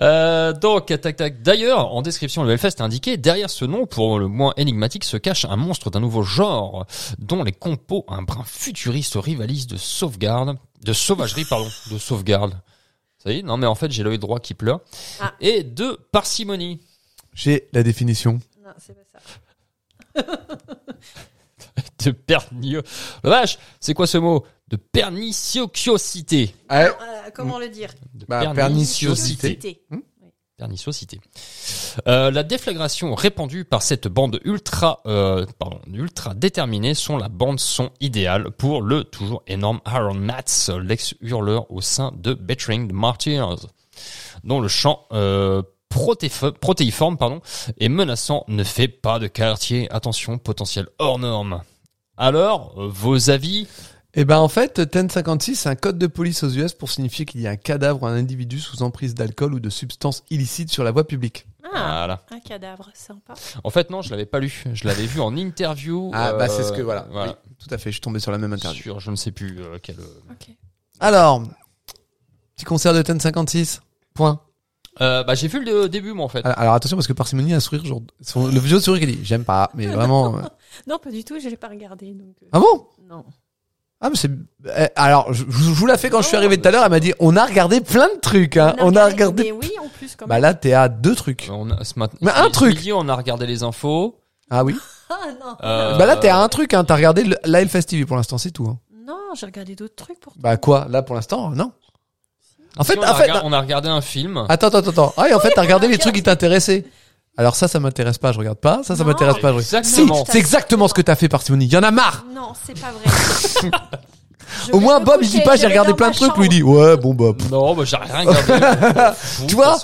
Euh, donc, tac tac. D'ailleurs, en description, le Hellfest a indiqué derrière ce nom, pour le moins énigmatique, se cache un monstre d'un nouveau genre, dont les compos un brin futuriste rivalisent de sauvegarde, de sauvagerie, pardon, de sauvegarde. Ça y est, non mais en fait j'ai l'œil droit qui pleure. Ah. Et de parcimonie. [LAUGHS] J'ai la définition. Non, c'est pas ça. De pernicieux. La vache, c'est quoi ce mot De perniciosité. Ah, Euh, comment le dire De Bah, perniciosité. perniciosité. Euh, la déflagration répandue par cette bande ultra, euh, pardon, ultra déterminée sont la bande son idéale pour le toujours énorme Aaron Matz, l'ex-hurleur au sein de Bettering the Martyrs, dont le chant euh, protéfo- protéiforme pardon, et menaçant ne fait pas de quartier. Attention, potentiel hors norme. Alors, euh, vos avis Eh ben en fait, 1056, c'est un code de police aux US pour signifier qu'il y a un cadavre ou un individu sous emprise d'alcool ou de substances illicites sur la voie publique. Ah, Voilà. un cadavre, sympa. En fait, non, je l'avais pas lu. Je l'avais vu en interview. Ah bah c'est ce euh, que voilà. Oui, tout à fait, je suis tombé sur la même interview. Sur, je ne sais plus euh, quel. euh, Alors, petit concert de 1056. Point. Euh, bah, j'ai vu le début, moi, en fait. Ah, Alors, alors, attention parce que Parcimonie a un sourire genre son- le vieux sourire qu'il dit j'aime pas mais vraiment euh. Non, pas du tout, je l'ai pas regardé. Donc, euh, [LAUGHS] Ah bon non. Ah mais c'est eh, alors je, je vous la fais quand je suis arrivé tout à l'heure elle m'a dit on a regardé plein de trucs hein. On a regardé Mais oui, en plus, quand Bah même. là t'es à deux trucs. On a, ce matin, Ah. Mais un ce truc. midi, on a regardé les infos. Ah oui. Ah non. Euh, Bah là t'es à un truc hein, t'as regardé le- la Hellfest TV pour l'instant c'est tout hein. Non, j'ai regardé d'autres trucs pour Bah quoi Là pour l'instant non. En fait Si, on, en a fait rega- on a regardé un film. attends attends attends, attends. Ah et en fait t'as regardé les trucs qui t'intéressaient. Alors ça ça m'intéresse pas, je regarde pas. Ça ça Non. m'intéresse pas, je regarde. Si, Exactement. c'est exactement ce que t'as fait Parcimonie. Il y en a marre. Non, c'est pas vrai. [LAUGHS] Je Au vais moins, me Bob, il dit coucher, pas, je j'ai vais regardé dans plein ma de trucs, chambre. lui, il dit, ouais, bon, bah, pff. Non, bah, j'ai [LAUGHS] rien regardé. Tu vois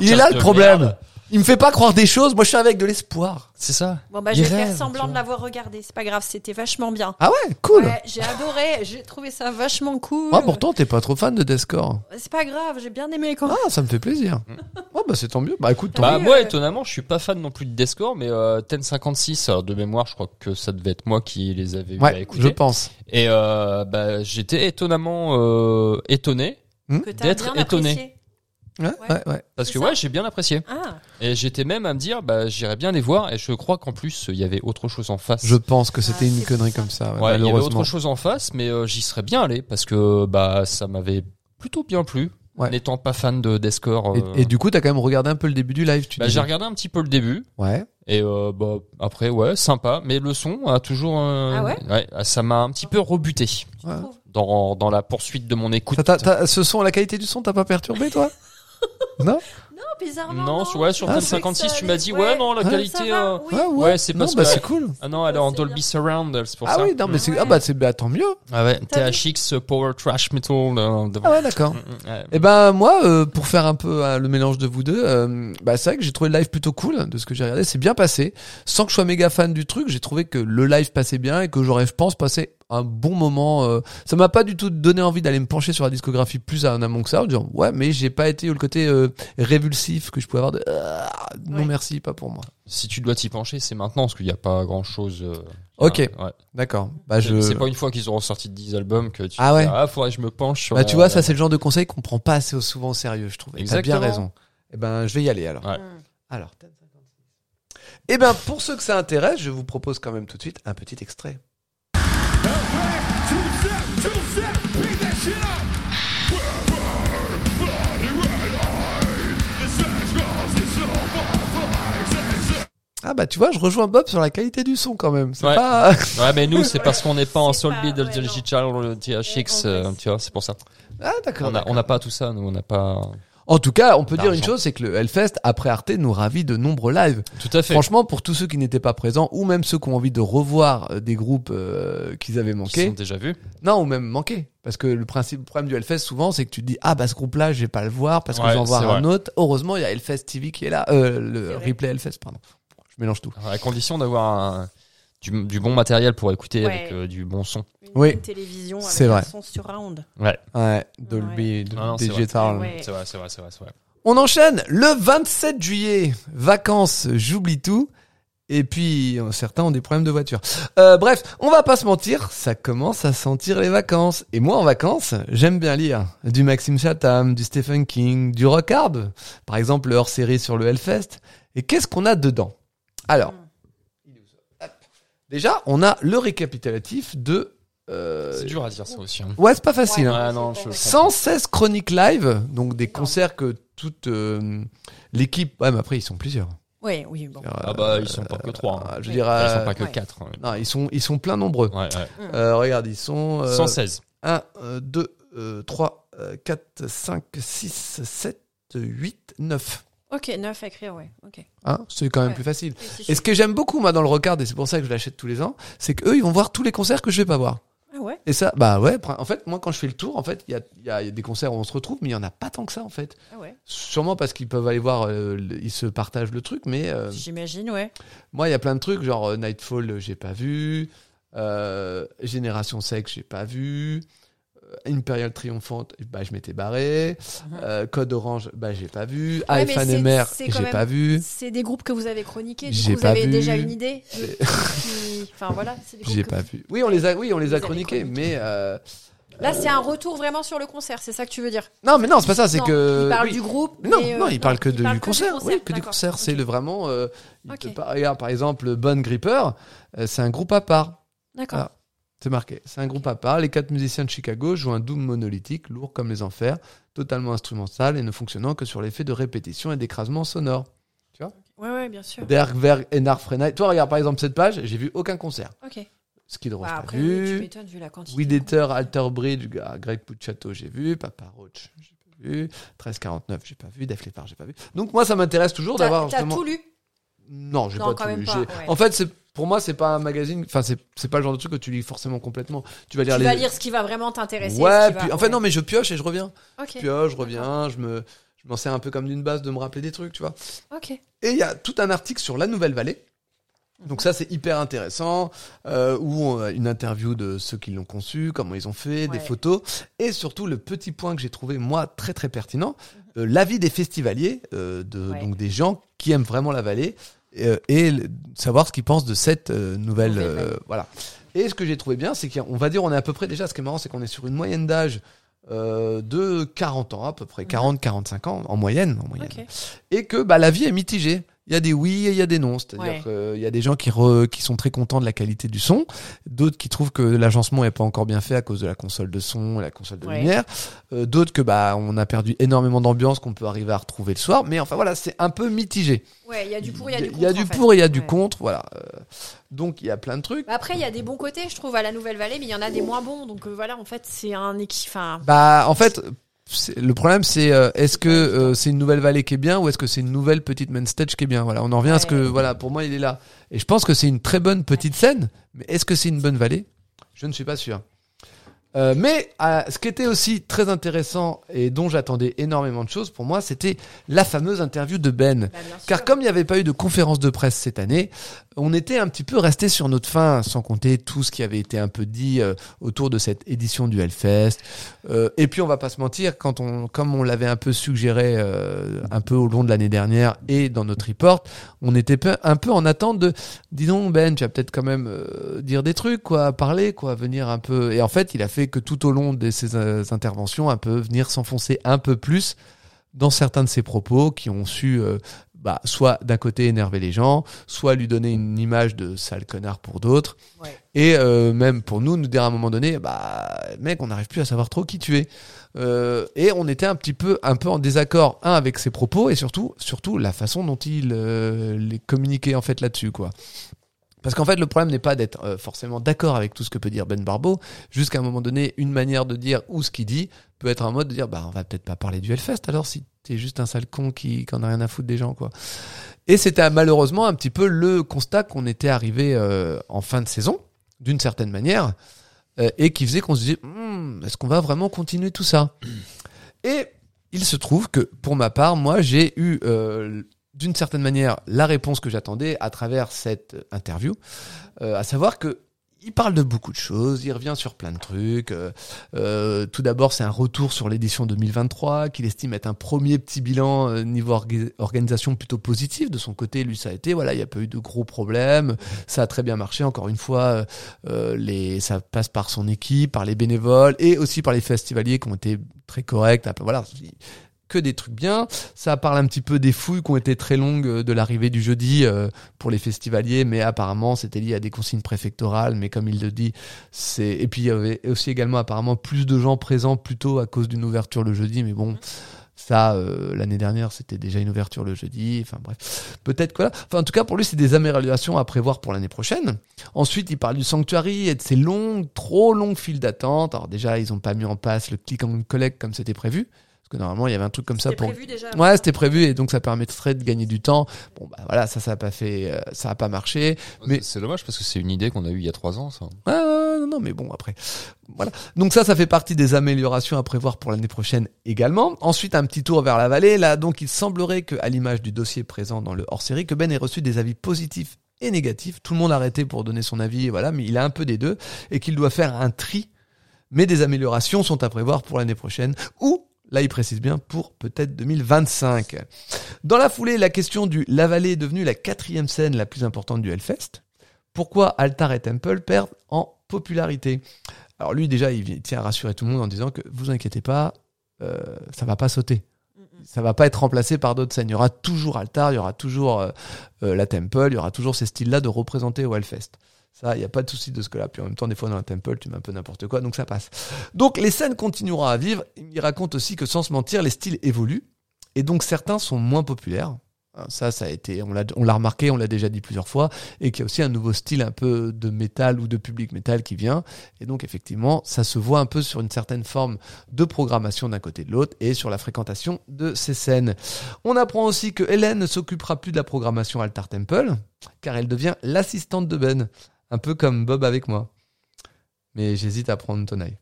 il est là le problème. merde. Il me fait pas croire des choses, moi je suis avec de l'espoir. C'est ça. Bon, bah, Il je vais faire rêve, tu semblant de l'avoir regardé. C'est pas grave, c'était vachement bien. Ah ouais, cool. Ouais, j'ai adoré, j'ai trouvé ça vachement cool. Oh. Ah, pourtant, t'es pas trop fan de Deathcore. C'est pas grave, j'ai bien aimé quand même. Ah, ça me fait plaisir. Oh, bah, c'est tant mieux. Bah, écoute, tant Mm. Bah, oui, moi, euh. étonnamment, je suis pas fan non plus de Descore, mais euh, Ten 56, alors, de mémoire, je crois que ça devait être moi qui les mieux. avais eu à Ouais, écouter. je pense. Et euh, bah, j'étais étonnamment euh, étonné. Hmm Que t'as Oh, D'être bien étonné. apprécié. Ouais, Ouais. ouais, ouais. Parce C'est que ça ouais, j'ai bien apprécié. Ah, Et j'étais même à me dire, bah, j'irais bien les voir. Et je crois qu'en plus, il y avait autre chose en face. Je pense que c'était Ah, une c'est connerie ça. comme ça, ouais, Ouais, il y avait malheureusement. autre chose en face, mais euh, j'y serais bien allé parce que bah ça m'avait plutôt bien plu. Ouais. N'étant pas fan de Descore, euh, Et, et du coup, t'as quand même regardé un peu le début du live, tu bah, dis. j'ai regardé un petit peu le début Ouais. et euh, bah après ouais sympa, mais le son a toujours euh, Ah ouais ça m'a un petit peu rebuté ouais. trouves dans dans la poursuite de mon écoute. Ça t'a- t'as- ce son, la qualité du son, t'as pas perturbé, [LAUGHS] toi? Non? Oh, non, bizarrement. Non, sur- ouais sur Ah, Thème c'est- Hein 56 tu ça- m'as dit ouais, ouais, non la ça Ça qualité va, euh, oui. Ah, ouais c'est Non, parce bah, que c'est cool. ah non elle est en C'est Dolby Surround c'est pour Ah ça. oui, non, mais c'est, ah Ouais. bah, c'est, bah, tant mieux. Ah ouais T'as vu THX euh, Power Trash Metal. euh, devant- Ah ouais, d'accord. Ouais. Et ben moi, euh, pour faire un peu hein, le mélange de vous deux, euh, bah c'est vrai que j'ai trouvé le live plutôt cool de ce que j'ai regardé. C'est bien passé. Sans que je sois méga fan du truc, j'ai trouvé que le live passait bien et que j'aurais, je pense, passé un bon moment. euh. ça m'a pas du tout donné envie d'aller me pencher sur la discographie plus en amont que ça, en disant ouais, mais j'ai pas été le côté euh, révulsif que je pouvais avoir de euh, non Ouais. merci, pas pour moi. Si tu dois t'y pencher c'est maintenant parce qu'il n'y a pas grand chose. Ok. Ah, ouais. D'accord. Bah je. C'est pas une fois qu'ils auront sorti 10 albums que tu Ah te ouais. dis, ah faudrait que je me penche sur Bah la- tu vois, ça la- c'est le genre de conseil qu'on prend pas assez souvent au sérieux, je trouve. Et T'as bien euh, Exactement. raison. Et ben je vais y aller alors. Ouais. Mmh. Mm. Alors, Eh bien, pour ceux que ça intéresse, je vous propose quand même tout de suite un petit extrait. Ah bah tu vois, je rejoins Bob sur la qualité du son quand même. C'est Ouais. pas... ouais mais nous c'est parce qu'on n'est pas [LAUGHS] en C'est Soul pas- Beat ouais, non. Digital THX Et on euh, reste. tu vois c'est pour ça Ah d'accord. on a, on n'a pas tout ça nous on n'a pas En tout cas, on peut dire une D'argent. chose, c'est que le Hellfest, après Arte, nous ravit de nombreux lives. Tout à fait. Franchement, pour tous ceux qui n'étaient pas présents, ou même ceux qui ont envie de revoir euh, des groupes euh, qu'ils avaient Ils se manqués, sont déjà vus. non, ou même manqués. Parce que le principe, le problème du Hellfest, souvent, c'est que tu te dis, ah bah ce groupe-là, je vais pas le voir, parce que Ouais, je vais en voir c'est un vrai. autre. Heureusement, il y a Hellfest TV qui est là, euh, C'est le vrai. replay Hellfest, pardon. Je mélange tout. À condition d'avoir un- du, du bon matériel pour écouter Ouais. avec euh, du bon son. Une Oui. télévision avec C'est un vrai. son surround. Ouais. Ouais, Dolby, Ah non, c'est vrai. Digital. Ouais. C'est vrai, c'est vrai, c'est vrai. c'est vrai. On enchaîne le 27 juillet, vacances, j'oublie tout. Et puis euh, certains ont des problèmes de voiture. Euh, bref, on va pas se mentir, ça commence à sentir les vacances. Et moi en vacances, j'aime bien lire du Maxime Chatham, du Stephen King, du Rockard, par exemple le hors-série sur le Hellfest. Et qu'est-ce qu'on a dedans Alors, hop. déjà, on a le récapitulatif de. euh, C'est dur à dire ça aussi. hein. Ouais, c'est pas facile. hein. Ouais, non, je- 116 chroniques live, donc des concerts que toute euh, l'équipe. Ouais, mais après, ils sont plusieurs. Oui, oui, bon. Ah bah, ils sont pas que trois. Euh, je hein. Ouais. veux dire, Ils euh, sont pas que ouais. quatre. hein. non, ils sont, ils sont plein nombreux. Ouais, ouais. Euh, regarde, ils sont 116. 1, 2, 3, 4, 5, 6, 7, 8, 9. Ok, neuf à écrire, ouais. Ok. Hein c'est quand même Ouais. plus facile. Oui, c'est Et ce que j'aime beaucoup, moi, dans le Rockard, et c'est pour ça que je l'achète tous les ans, c'est qu'eux, ils vont voir tous les concerts que je vais pas voir. chou- Ah ouais. Et ça, bah ouais, pr- en fait, moi, quand je fais le tour, en fait, il y a, il y a- il y a des concerts où on se retrouve, mais il y en a pas tant que ça, en fait. Ah ouais. Sûrement parce qu'ils peuvent aller voir, euh, le- ils se partagent le truc, mais euh, J'imagine, ouais. moi, il y a plein de trucs, genre euh, Nightfall, euh, j'ai pas vu, euh, Génération Sex, j'ai pas vu, euh, Imperial Triomphante, bah, je m'étais barré, euh, Code Orange, bah, j'ai pas vu, Uh-huh. Ouais, mais Alpha c'est- Nemer, c'est quand j'ai même- pas vu, C'est des groupes que vous avez chroniqués, du J'ai coup vous pas avez vu. déjà une idée. de qui- Enfin voilà, c'est des groupes j'ai que pas vous- vu. Oui, on les a, oui, on les Vous a avez chroniqués, chroniqué. mais euh, Là c'est un retour vraiment sur le concert, c'est ça que tu veux dire non, mais non, c'est pas ça, c'est Non, que Il parle oui. du groupe. Non, mais, euh, non, il parle que de- parle du que concert. Oui, que du d'accord. concert. C'est Ok. le vraiment. euh, il te Ok. par- regarde, par exemple, Bon Gripper, euh, c'est un groupe à part. D'accord. Ah. C'est marqué. C'est un groupe à part. Les quatre musiciens de Chicago jouent un doom monolithique, lourd comme les enfers, totalement instrumental et ne fonctionnant que sur l'effet de répétition et d'écrasement sonore. Ouais, ouais, bien sûr. Derg, Verg, Enar, Frenay. Toi, regarde par exemple cette page, j'ai vu aucun concert. Ok. Skid Row, Bah, je l'ai après, oui, tu vu. m'étonnes vu la quantité. Weed Eater, Alter Bridge, ah, Greg Pucciato, j'ai vu. Papa Roach, j'ai pas vu. 1349, j'ai pas vu. Def Leppard, j'ai pas vu. Donc moi, ça m'intéresse toujours d'avoir T'as t'as justement. tout lu Non, j'ai Non, pas quand tout même lu. pas, J'ai- ouais. En fait, c'est pour moi, c'est pas un magazine. Enfin, c'est c'est pas le genre de truc que tu lis forcément complètement. Tu vas Tu lire les. vas lire ce qui va vraiment t'intéresser. ouais. ce qui va- puis- en fait, non, mais je pioche et je reviens. Ok. Je pioche, je reviens. Je me, je m'en sers un peu comme d'une base de me rappeler des trucs, tu vois. Ok. Et il y a tout un article sur la Nouvelle-Vallée. Donc ça c'est hyper intéressant, euh, où on a une interview de ceux qui l'ont conçu, comment ils ont fait, des Ouais. photos, et surtout le petit point que j'ai trouvé moi très très pertinent, euh, l'avis des festivaliers, euh, de, Ouais. donc des gens qui aiment vraiment la vallée, euh, et le- savoir ce qu'ils pensent de cette euh, nouvelle... Nouvelle euh, vallée. voilà. Et ce que j'ai trouvé bien, c'est qu'on va dire on est à peu près déjà, ce qui est marrant c'est qu'on est sur une moyenne d'âge euh, de 40 ans à peu près, 40-45 ans en moyenne. En moyenne Mhm. Ok. et que bah, la vie est mitigée. Il y a des oui et il y a des non. Ouais. C'est-à-dire qu'il y a des gens qui, re- qui sont très contents de la qualité du son, d'autres qui trouvent que l'agencement est pas encore bien fait à cause de la console de son et la console de Ouais. lumière, Euh, d'autres que bah on a perdu énormément d'ambiance qu'on peut arriver à retrouver le soir. Mais enfin voilà, c'est un peu mitigé. Ouais, il y a du pour, il y a du contre. Il y a en du fait. pour et il y a du Ouais. contre. Voilà. Euh, Donc il y a plein de trucs. Bah Après, il y a des bons côtés, je trouve, à la Nouvelle-Vallée, mais il y en a des moins bons. Donc euh, voilà, en fait, c'est un équipe. Enfin, Bah en fait. c'est- Le problème, c'est euh, est-ce que euh, c'est une nouvelle vallée qui est bien ou est-ce que c'est une nouvelle petite main stage qui est bien Voilà, on en revient à ce que Ouais. voilà. Pour moi, il est là, et je pense que c'est une très bonne petite scène. Mais est-ce que c'est une bonne vallée Je ne suis pas sûr. Euh, mais euh, ce qui était aussi très intéressant et dont j'attendais énormément de choses pour moi, c'était la fameuse interview de Ben. bah, bien sûr. Car comme il n'y avait pas eu de conférence de presse cette année, on était un petit peu resté sur notre fin, sans compter tout ce qui avait été un peu dit euh, autour de cette édition du Hellfest. Euh, et puis on va pas se mentir, quand on, comme on l'avait un peu suggéré euh, un peu au long de l'année dernière et dans notre report, on était peu- un peu en attente de, dis donc Ben, tu vas peut-être quand même euh, dire des trucs, quoi, parler, quoi, venir un peu. Et en fait, il a fait que tout au long de ses euh, interventions, un peu venir s'enfoncer un peu plus dans certains de ses propos qui ont su euh, bah, soit d'un côté énerver les gens, soit lui donner une image de sale connard pour d'autres, Ouais. et euh, même pour nous, nous dire à un moment donné, bah mec, on n'arrive plus à savoir trop qui tu es. Euh, et on était un petit peu, un peu en désaccord, un avec ses propos et surtout, surtout la façon dont il euh, les communiquait en fait là-dessus, quoi. Parce qu'en fait, le problème n'est pas d'être euh, forcément d'accord avec tout ce que peut dire Ben Barbeau. Jusqu'à un moment donné, une manière de dire ou ce qu'il dit peut être un mode de dire bah on va peut-être pas parler du Hellfest alors si t'es juste un sale con qui qui en a rien à foutre des gens quoi. Et c'était euh, malheureusement un petit peu le constat qu'on était arrivé euh, en fin de saison d'une certaine manière euh, et qui faisait qu'on se disait Hmm, est-ce qu'on va vraiment continuer tout ça Et il se trouve que pour ma part, moi j'ai eu euh, d'une certaine manière la réponse que j'attendais à travers cette interview, euh, à savoir que il parle de beaucoup de choses, il revient sur plein de trucs. euh, euh, tout d'abord, c'est un retour sur l'édition 2023 qu'il estime être un premier petit bilan euh, niveau orga- organisation plutôt positif. De son côté, lui, ça a été voilà, il n'y a pas eu de gros problèmes, ça a très bien marché. Encore une fois, euh, euh, les, ça passe par son équipe, par les bénévoles et aussi par les festivaliers qui ont été très corrects. Ah, Voilà, que des trucs bien. Ça parle un petit peu des fouilles qui ont été très longues euh, de l'arrivée du jeudi euh, pour les festivaliers, mais apparemment c'était lié à des consignes préfectorales. Mais comme il le dit, c'est et puis il y avait aussi également apparemment plus de gens présents plutôt à cause d'une ouverture le jeudi. Mais bon. Ça, euh, l'année dernière, c'était déjà une ouverture le jeudi. Enfin bref, peut-être quoi. Enfin, en tout cas, pour lui, c'est des améliorations à prévoir pour l'année prochaine. Ensuite, il parle du sanctuary et de ces longues, trop longues files d'attente. Alors déjà, ils ont pas mis en place le click and collect comme c'était prévu. Parce que normalement, il y avait un truc comme ça C'était pour prévu déjà. Ouais, c'était prévu et donc ça permettrait de gagner du temps. Bon, bah voilà, ça, ça a pas fait, euh, ça a pas marché. Mais- Bah, C'est dommage parce que c'est une idée qu'on a eue il y a trois ans, ça. Ouais, ouais, ouais, Ah, non, non, mais bon, après. Voilà. Donc ça, ça fait partie des améliorations à prévoir pour l'année prochaine également. Ensuite, un petit tour vers la vallée. Là, donc, il semblerait que, à l'image du dossier présent dans le hors-série, que Ben ait reçu des avis positifs et négatifs. Tout le monde a arrêté pour donner son avis, voilà, mais il a un peu des deux et qu'il doit faire un tri. Mais des améliorations sont à prévoir pour l'année prochaine ou, là, il précise bien, pour peut-être 2025. Dans la foulée, la question du La Vallée est devenue la quatrième scène la plus importante du Hellfest pourquoi Altar et Temple perdent en popularité. Alors lui déjà, il tient à rassurer tout le monde en disant que vous inquiétez pas, euh, ça va pas sauter. Ça va pas être remplacé par d'autres scènes. Il y aura toujours Altar, il y aura toujours euh, euh, la Temple, il y aura toujours ces styles-là de représenter au Hellfest. Ça, il n'y a pas de souci de ce que-là. Puis en même temps, des fois dans la Temple, tu mets un peu n'importe quoi, donc ça passe. Donc les scènes continueront à vivre. Il raconte aussi que sans se mentir, les styles évoluent. Et donc certains sont moins populaires. Hein, Ça, ça a été, on l'a on l'a remarqué, on l'a déjà dit plusieurs fois et qu'il y a aussi un nouveau style un peu de métal ou de public métal qui vient. Et donc, effectivement, ça se voit un peu sur une certaine forme de programmation d'un côté et de l'autre et sur la fréquentation de ces scènes. On apprend aussi que Hélène ne s'occupera plus de la programmation Altar Temple, car elle devient l'assistante de Ben, un peu comme Bob avec moi. Mais j'hésite à prendre Tonaille.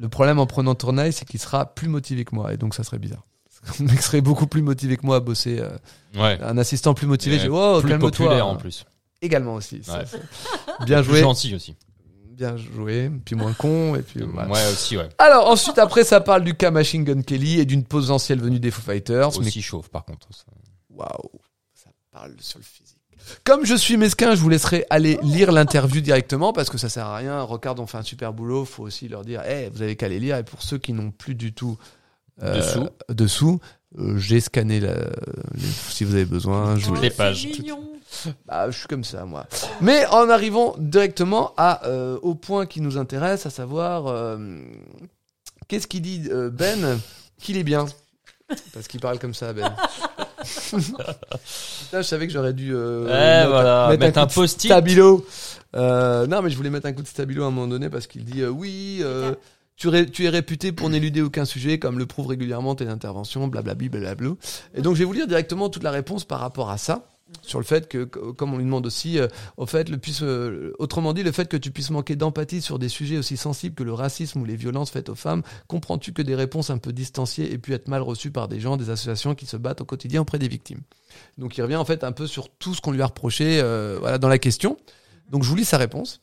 Le problème en prenant Tonaille, c'est qu'il sera plus motivé que moi, et donc ça serait bizarre. [LAUGHS] Le mec serait beaucoup plus motivé que moi à bosser. euh, Ouais. un assistant plus motivé, Et je dis, oh, plus calme-toi populaire en plus. également aussi. ça, Ouais. c'est- Bien Plus joué, gentil aussi. bien joué, puis moins con et puis voilà. Ouais, aussi, ouais. Alors ensuite après ça parle du cas Machine Gun Kelly et d'une potentielle venue des Foo Fighters. mais- Euh, Aussi chauve, par contre. ça. Waouh, ça parle sur le physique. Comme je suis mesquin, je vous laisserai aller lire l'interview directement parce que ça sert à rien. Regarde, on fait un super boulot. Faut aussi leur dire, eh, vous avez qu'à les lire. Et pour ceux qui n'ont plus du tout euh, Dessous. dessous, euh, j'ai scanné la- les- si vous avez besoin. Je vous Toutes les pages. bah, je suis comme ça, moi. Mais en arrivant directement à, euh, au point qui nous intéresse, à savoir euh, qu'est-ce qu'il dit euh, Ben qu'il est bien. Parce qu'il parle comme ça, [LAUGHS] Ben. Putain, je savais que j'aurais dû euh, Ouais, Eh, voilà. Mettre un coup de post-it. stabilo. Euh, non, mais je voulais mettre un coup de stabilo à un moment donné parce qu'il dit euh, oui. euh, tu, ré- tu es réputé pour n'éluder aucun sujet, comme le prouvent régulièrement tes interventions, blablabli, blablabla. Et donc, je vais vous lire directement toute la réponse par rapport à ça, sur le fait que, co- comme on lui demande aussi, euh, au fait, le puisse, euh, autrement dit, le fait que tu puisses manquer d'empathie sur des sujets aussi sensibles que le racisme ou les violences faites aux femmes, comprends-tu que des réponses un peu distanciées aient pu être mal reçues par des gens, des associations qui se battent au quotidien auprès des victimes Donc, il revient en fait un peu sur tout ce qu'on lui a reproché euh, voilà, dans la question. Donc, je vous lis sa réponse.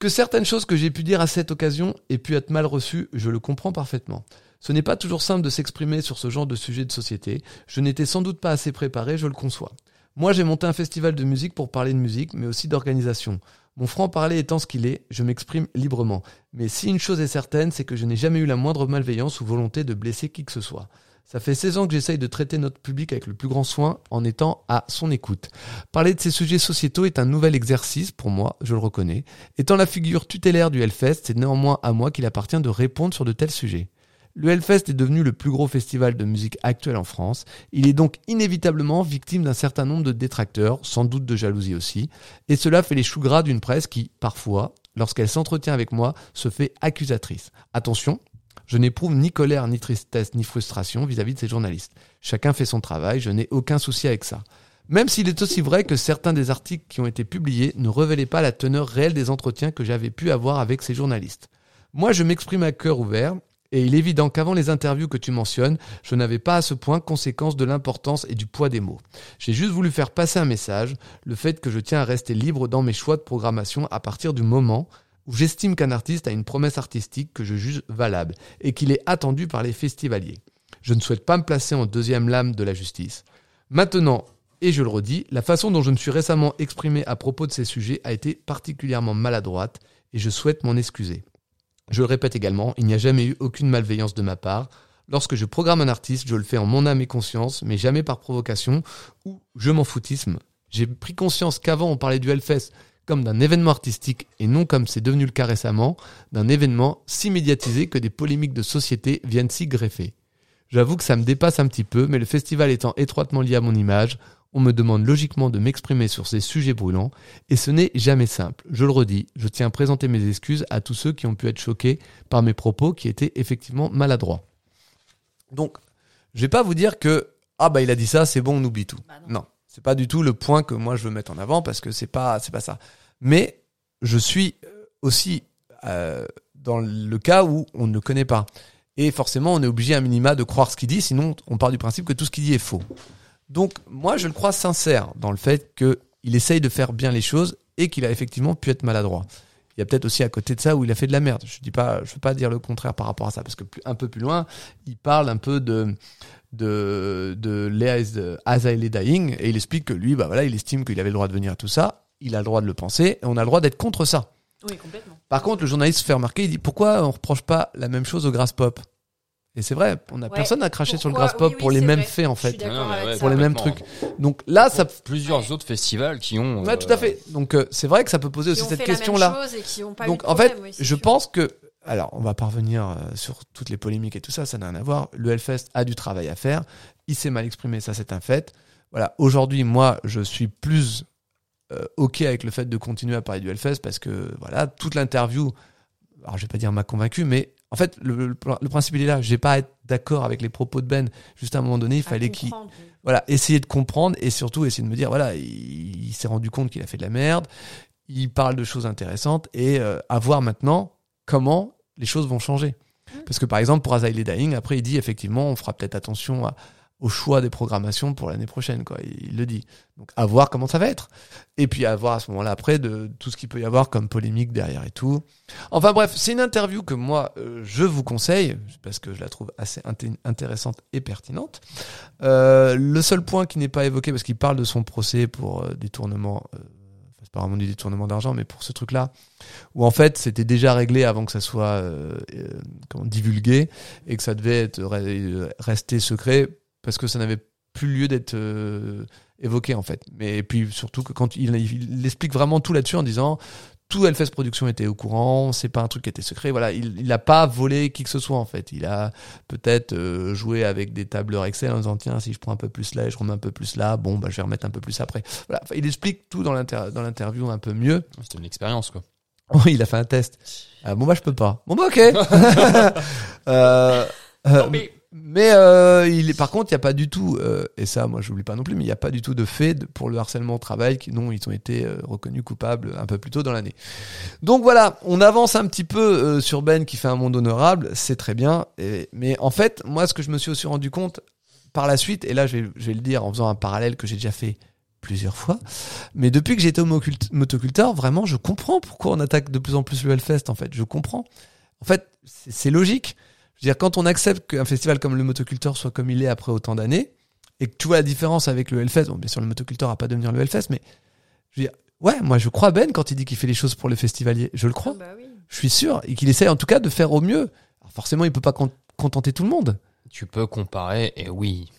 Que certaines choses que j'ai pu dire à cette occasion aient pu être mal reçues, je le comprends parfaitement. Ce n'est pas toujours simple de s'exprimer sur ce genre de sujet de société. Je n'étais sans doute pas assez préparé, je le conçois. Moi, j'ai monté un festival de musique pour parler de musique, mais aussi d'organisation. Mon franc-parler étant ce qu'il est, je m'exprime librement. Mais si une chose est certaine, c'est que je n'ai jamais eu la moindre malveillance ou volonté de blesser qui que ce soit. Ça fait 16 ans que j'essaye de traiter notre public avec le plus grand soin en étant à son écoute. Parler de ces sujets sociétaux est un nouvel exercice pour moi, je le reconnais. Étant la figure tutélaire du Hellfest, c'est néanmoins à moi qu'il appartient de répondre sur de tels sujets. Le Hellfest est devenu le plus gros festival de musique actuelle en France. Il est donc inévitablement victime d'un certain nombre de détracteurs, sans doute de jalousie aussi. Et cela fait les choux gras d'une presse qui, parfois, lorsqu'elle s'entretient avec moi, se fait accusatrice. Attention, je n'éprouve ni colère, ni tristesse, ni frustration vis-à-vis de ces journalistes. Chacun fait son travail, je n'ai aucun souci avec ça. Même s'il est aussi vrai que certains des articles qui ont été publiés ne révélaient pas la teneur réelle des entretiens que j'avais pu avoir avec ces journalistes. Moi, je m'exprime à cœur ouvert, et il est évident qu'avant les interviews que tu mentionnes, je n'avais pas à ce point conséquence de l'importance et du poids des mots. J'ai juste voulu faire passer un message, le fait que je tiens à rester libre dans mes choix de programmation à partir du moment où j'estime qu'un artiste a une promesse artistique que je juge valable et qu'il est attendu par les festivaliers. Je ne souhaite pas me placer en deuxième lame de la justice. Maintenant, et je le redis, la façon dont je me suis récemment exprimé à propos de ces sujets a été particulièrement maladroite et je souhaite m'en excuser. Je le répète également, il n'y a jamais eu aucune malveillance de ma part. Lorsque je programme un artiste, je le fais en mon âme et conscience, mais jamais par provocation ou je m'en foutisme. J'ai pris conscience qu'avant on parlait du Hellfest comme d'un événement artistique et non comme c'est devenu le cas récemment, d'un événement si médiatisé que des polémiques de société viennent s'y greffer. J'avoue que ça me dépasse un petit peu, mais le festival étant étroitement lié à mon image, on me demande logiquement de m'exprimer sur ces sujets brûlants, et ce n'est jamais simple. Je le redis, je tiens à présenter mes excuses à tous ceux qui ont pu être choqués par mes propos qui étaient effectivement maladroits. Donc, je vais pas vous dire que ah bah il a dit ça, c'est bon, on oublie tout. Bah non, c'est pas du tout le point que moi je veux mettre en avant parce que c'est pas c'est pas ça. Mais je suis aussi euh, dans le cas où on ne le connaît pas. Et forcément, on est obligé à minima de croire ce qu'il dit, sinon on part du principe que tout ce qu'il dit est faux. Donc moi, je le crois sincère dans le fait qu'il essaye de faire bien les choses et qu'il a effectivement pu être maladroit. Il y a peut-être aussi à côté de ça où il a fait de la merde. Je dis pas, je veux pas dire le contraire par rapport à ça parce que plus- un peu plus loin, il parle un peu de de de Léa Is- de Azaele Dying et il explique que lui, bah voilà, il estime qu'il avait le droit de venir à tout ça, il a le droit de le penser et on a le droit d'être contre ça. Oui, complètement. Par contre, le journaliste se fait remarquer, il dit pourquoi on reproche pas la même chose au grass pop Et c'est vrai, on a Ouais. personne n'a craché sur le Pourquoi grass pop Oui, oui, pour les c'est mêmes vrai. faits en Je suis fait, d'accord Ouais, avec ouais, ça. pour les mêmes Complètement. trucs. Donc là, ça Plusieurs autres festivals qui ont. Ouais, euh, tout à fait. Donc euh, c'est vrai que ça peut poser Qui aussi ont cette fait la même question-là. chose et qui ont pas eu Donc de en fait, problème, oui, c'est je sûr. pense que alors on va parvenir euh, sur toutes les polémiques et tout ça, ça n'a rien à voir. Le Hellfest a du travail à faire. Il s'est mal exprimé, ça c'est un fait. Voilà. Aujourd'hui, moi, je suis plus euh, ok avec le fait de continuer à parler du Hellfest parce que voilà, toute l'interview. Alors je vais pas dire m'a convaincu, mais en fait le, le- le principe il est là. J'ai pas à être d'accord avec les propos de Ben. Juste à un moment donné, il À fallait qu'il comprendre. voilà, essayer de comprendre et surtout essayer de me dire, voilà, il, il s'est rendu compte qu'il a fait de la merde, il parle de choses intéressantes et euh, à voir maintenant comment les choses vont changer. Parce que par exemple, pour Azaïle Dying, après, il dit effectivement, on fera peut-être attention à- au choix des programmations pour l'année prochaine, quoi. Il, il le dit. Donc, à voir comment ça va être. Et puis, à voir à ce moment-là, après, de tout ce qu'il peut y avoir comme polémique derrière et tout. Enfin, bref, c'est une interview que moi, euh, je vous conseille, parce que je la trouve assez inté- intéressante et pertinente. Euh, le seul point qui n'est pas évoqué, parce qu'il parle de son procès pour euh, détournement, euh, enfin, c'est pas vraiment du détournement d'argent, mais pour ce truc-là, où en fait c'était déjà réglé avant que ça soit euh, euh, comment, divulgué et que ça devait être re- resté secret parce que ça n'avait plus lieu d'être euh, évoqué en fait. Mais et puis surtout que quand il, il explique vraiment tout là-dessus en disant tout Hellfest Production était au courant, c'est pas un truc qui était secret. Voilà, il n'a pas volé qui que ce soit en fait. Il a peut-être euh, jouer avec des tableurs Excel en disant tiens si je prends un peu plus là et je remets un peu plus là bon bah je vais remettre un peu plus après voilà Enfin, il explique tout dans l'inter- dans l'interview un peu mieux [LAUGHS] C'était une expérience, quoi. Oh, il a fait un test Ah, bon bah je peux pas bon bah ok [LAUGHS] Euh, euh, mais- mais euh, il est, par contre, il n'y a pas du tout, euh, et ça, moi, je n'oublie pas non plus, mais il n'y a pas du tout de fait de- pour le harcèlement au travail qui, non, ils ont été euh, reconnus coupables un peu plus tôt dans l'année. Donc voilà, on avance un petit peu euh, sur Ben qui fait un monde honorable, c'est très bien, et- mais en fait, moi, ce que je me suis aussi rendu compte par la suite, et là, je vais, je vais le dire en faisant un parallèle que j'ai déjà fait plusieurs fois, mais depuis que j'ai été homocult- motoculteur, vraiment, je comprends pourquoi on attaque de plus en plus le Hellfest, en fait, je comprends. En fait, c'est c'est logique. Je veux dire, quand on accepte qu'un festival comme le motoculteur soit comme il est après autant d'années, et que tu vois la différence avec le Hellfest, bon, bien sûr, le motoculteur va pas devenir le Hellfest, mais je veux dire, ouais, moi, je crois Ben quand il dit qu'il fait les choses pour les festivaliers. Je le crois. Ah bah oui. Je suis sûr. Et qu'il essaye en tout cas de faire au mieux. Alors, forcément, il peut pas con- contenter tout le monde. Tu peux comparer, et oui,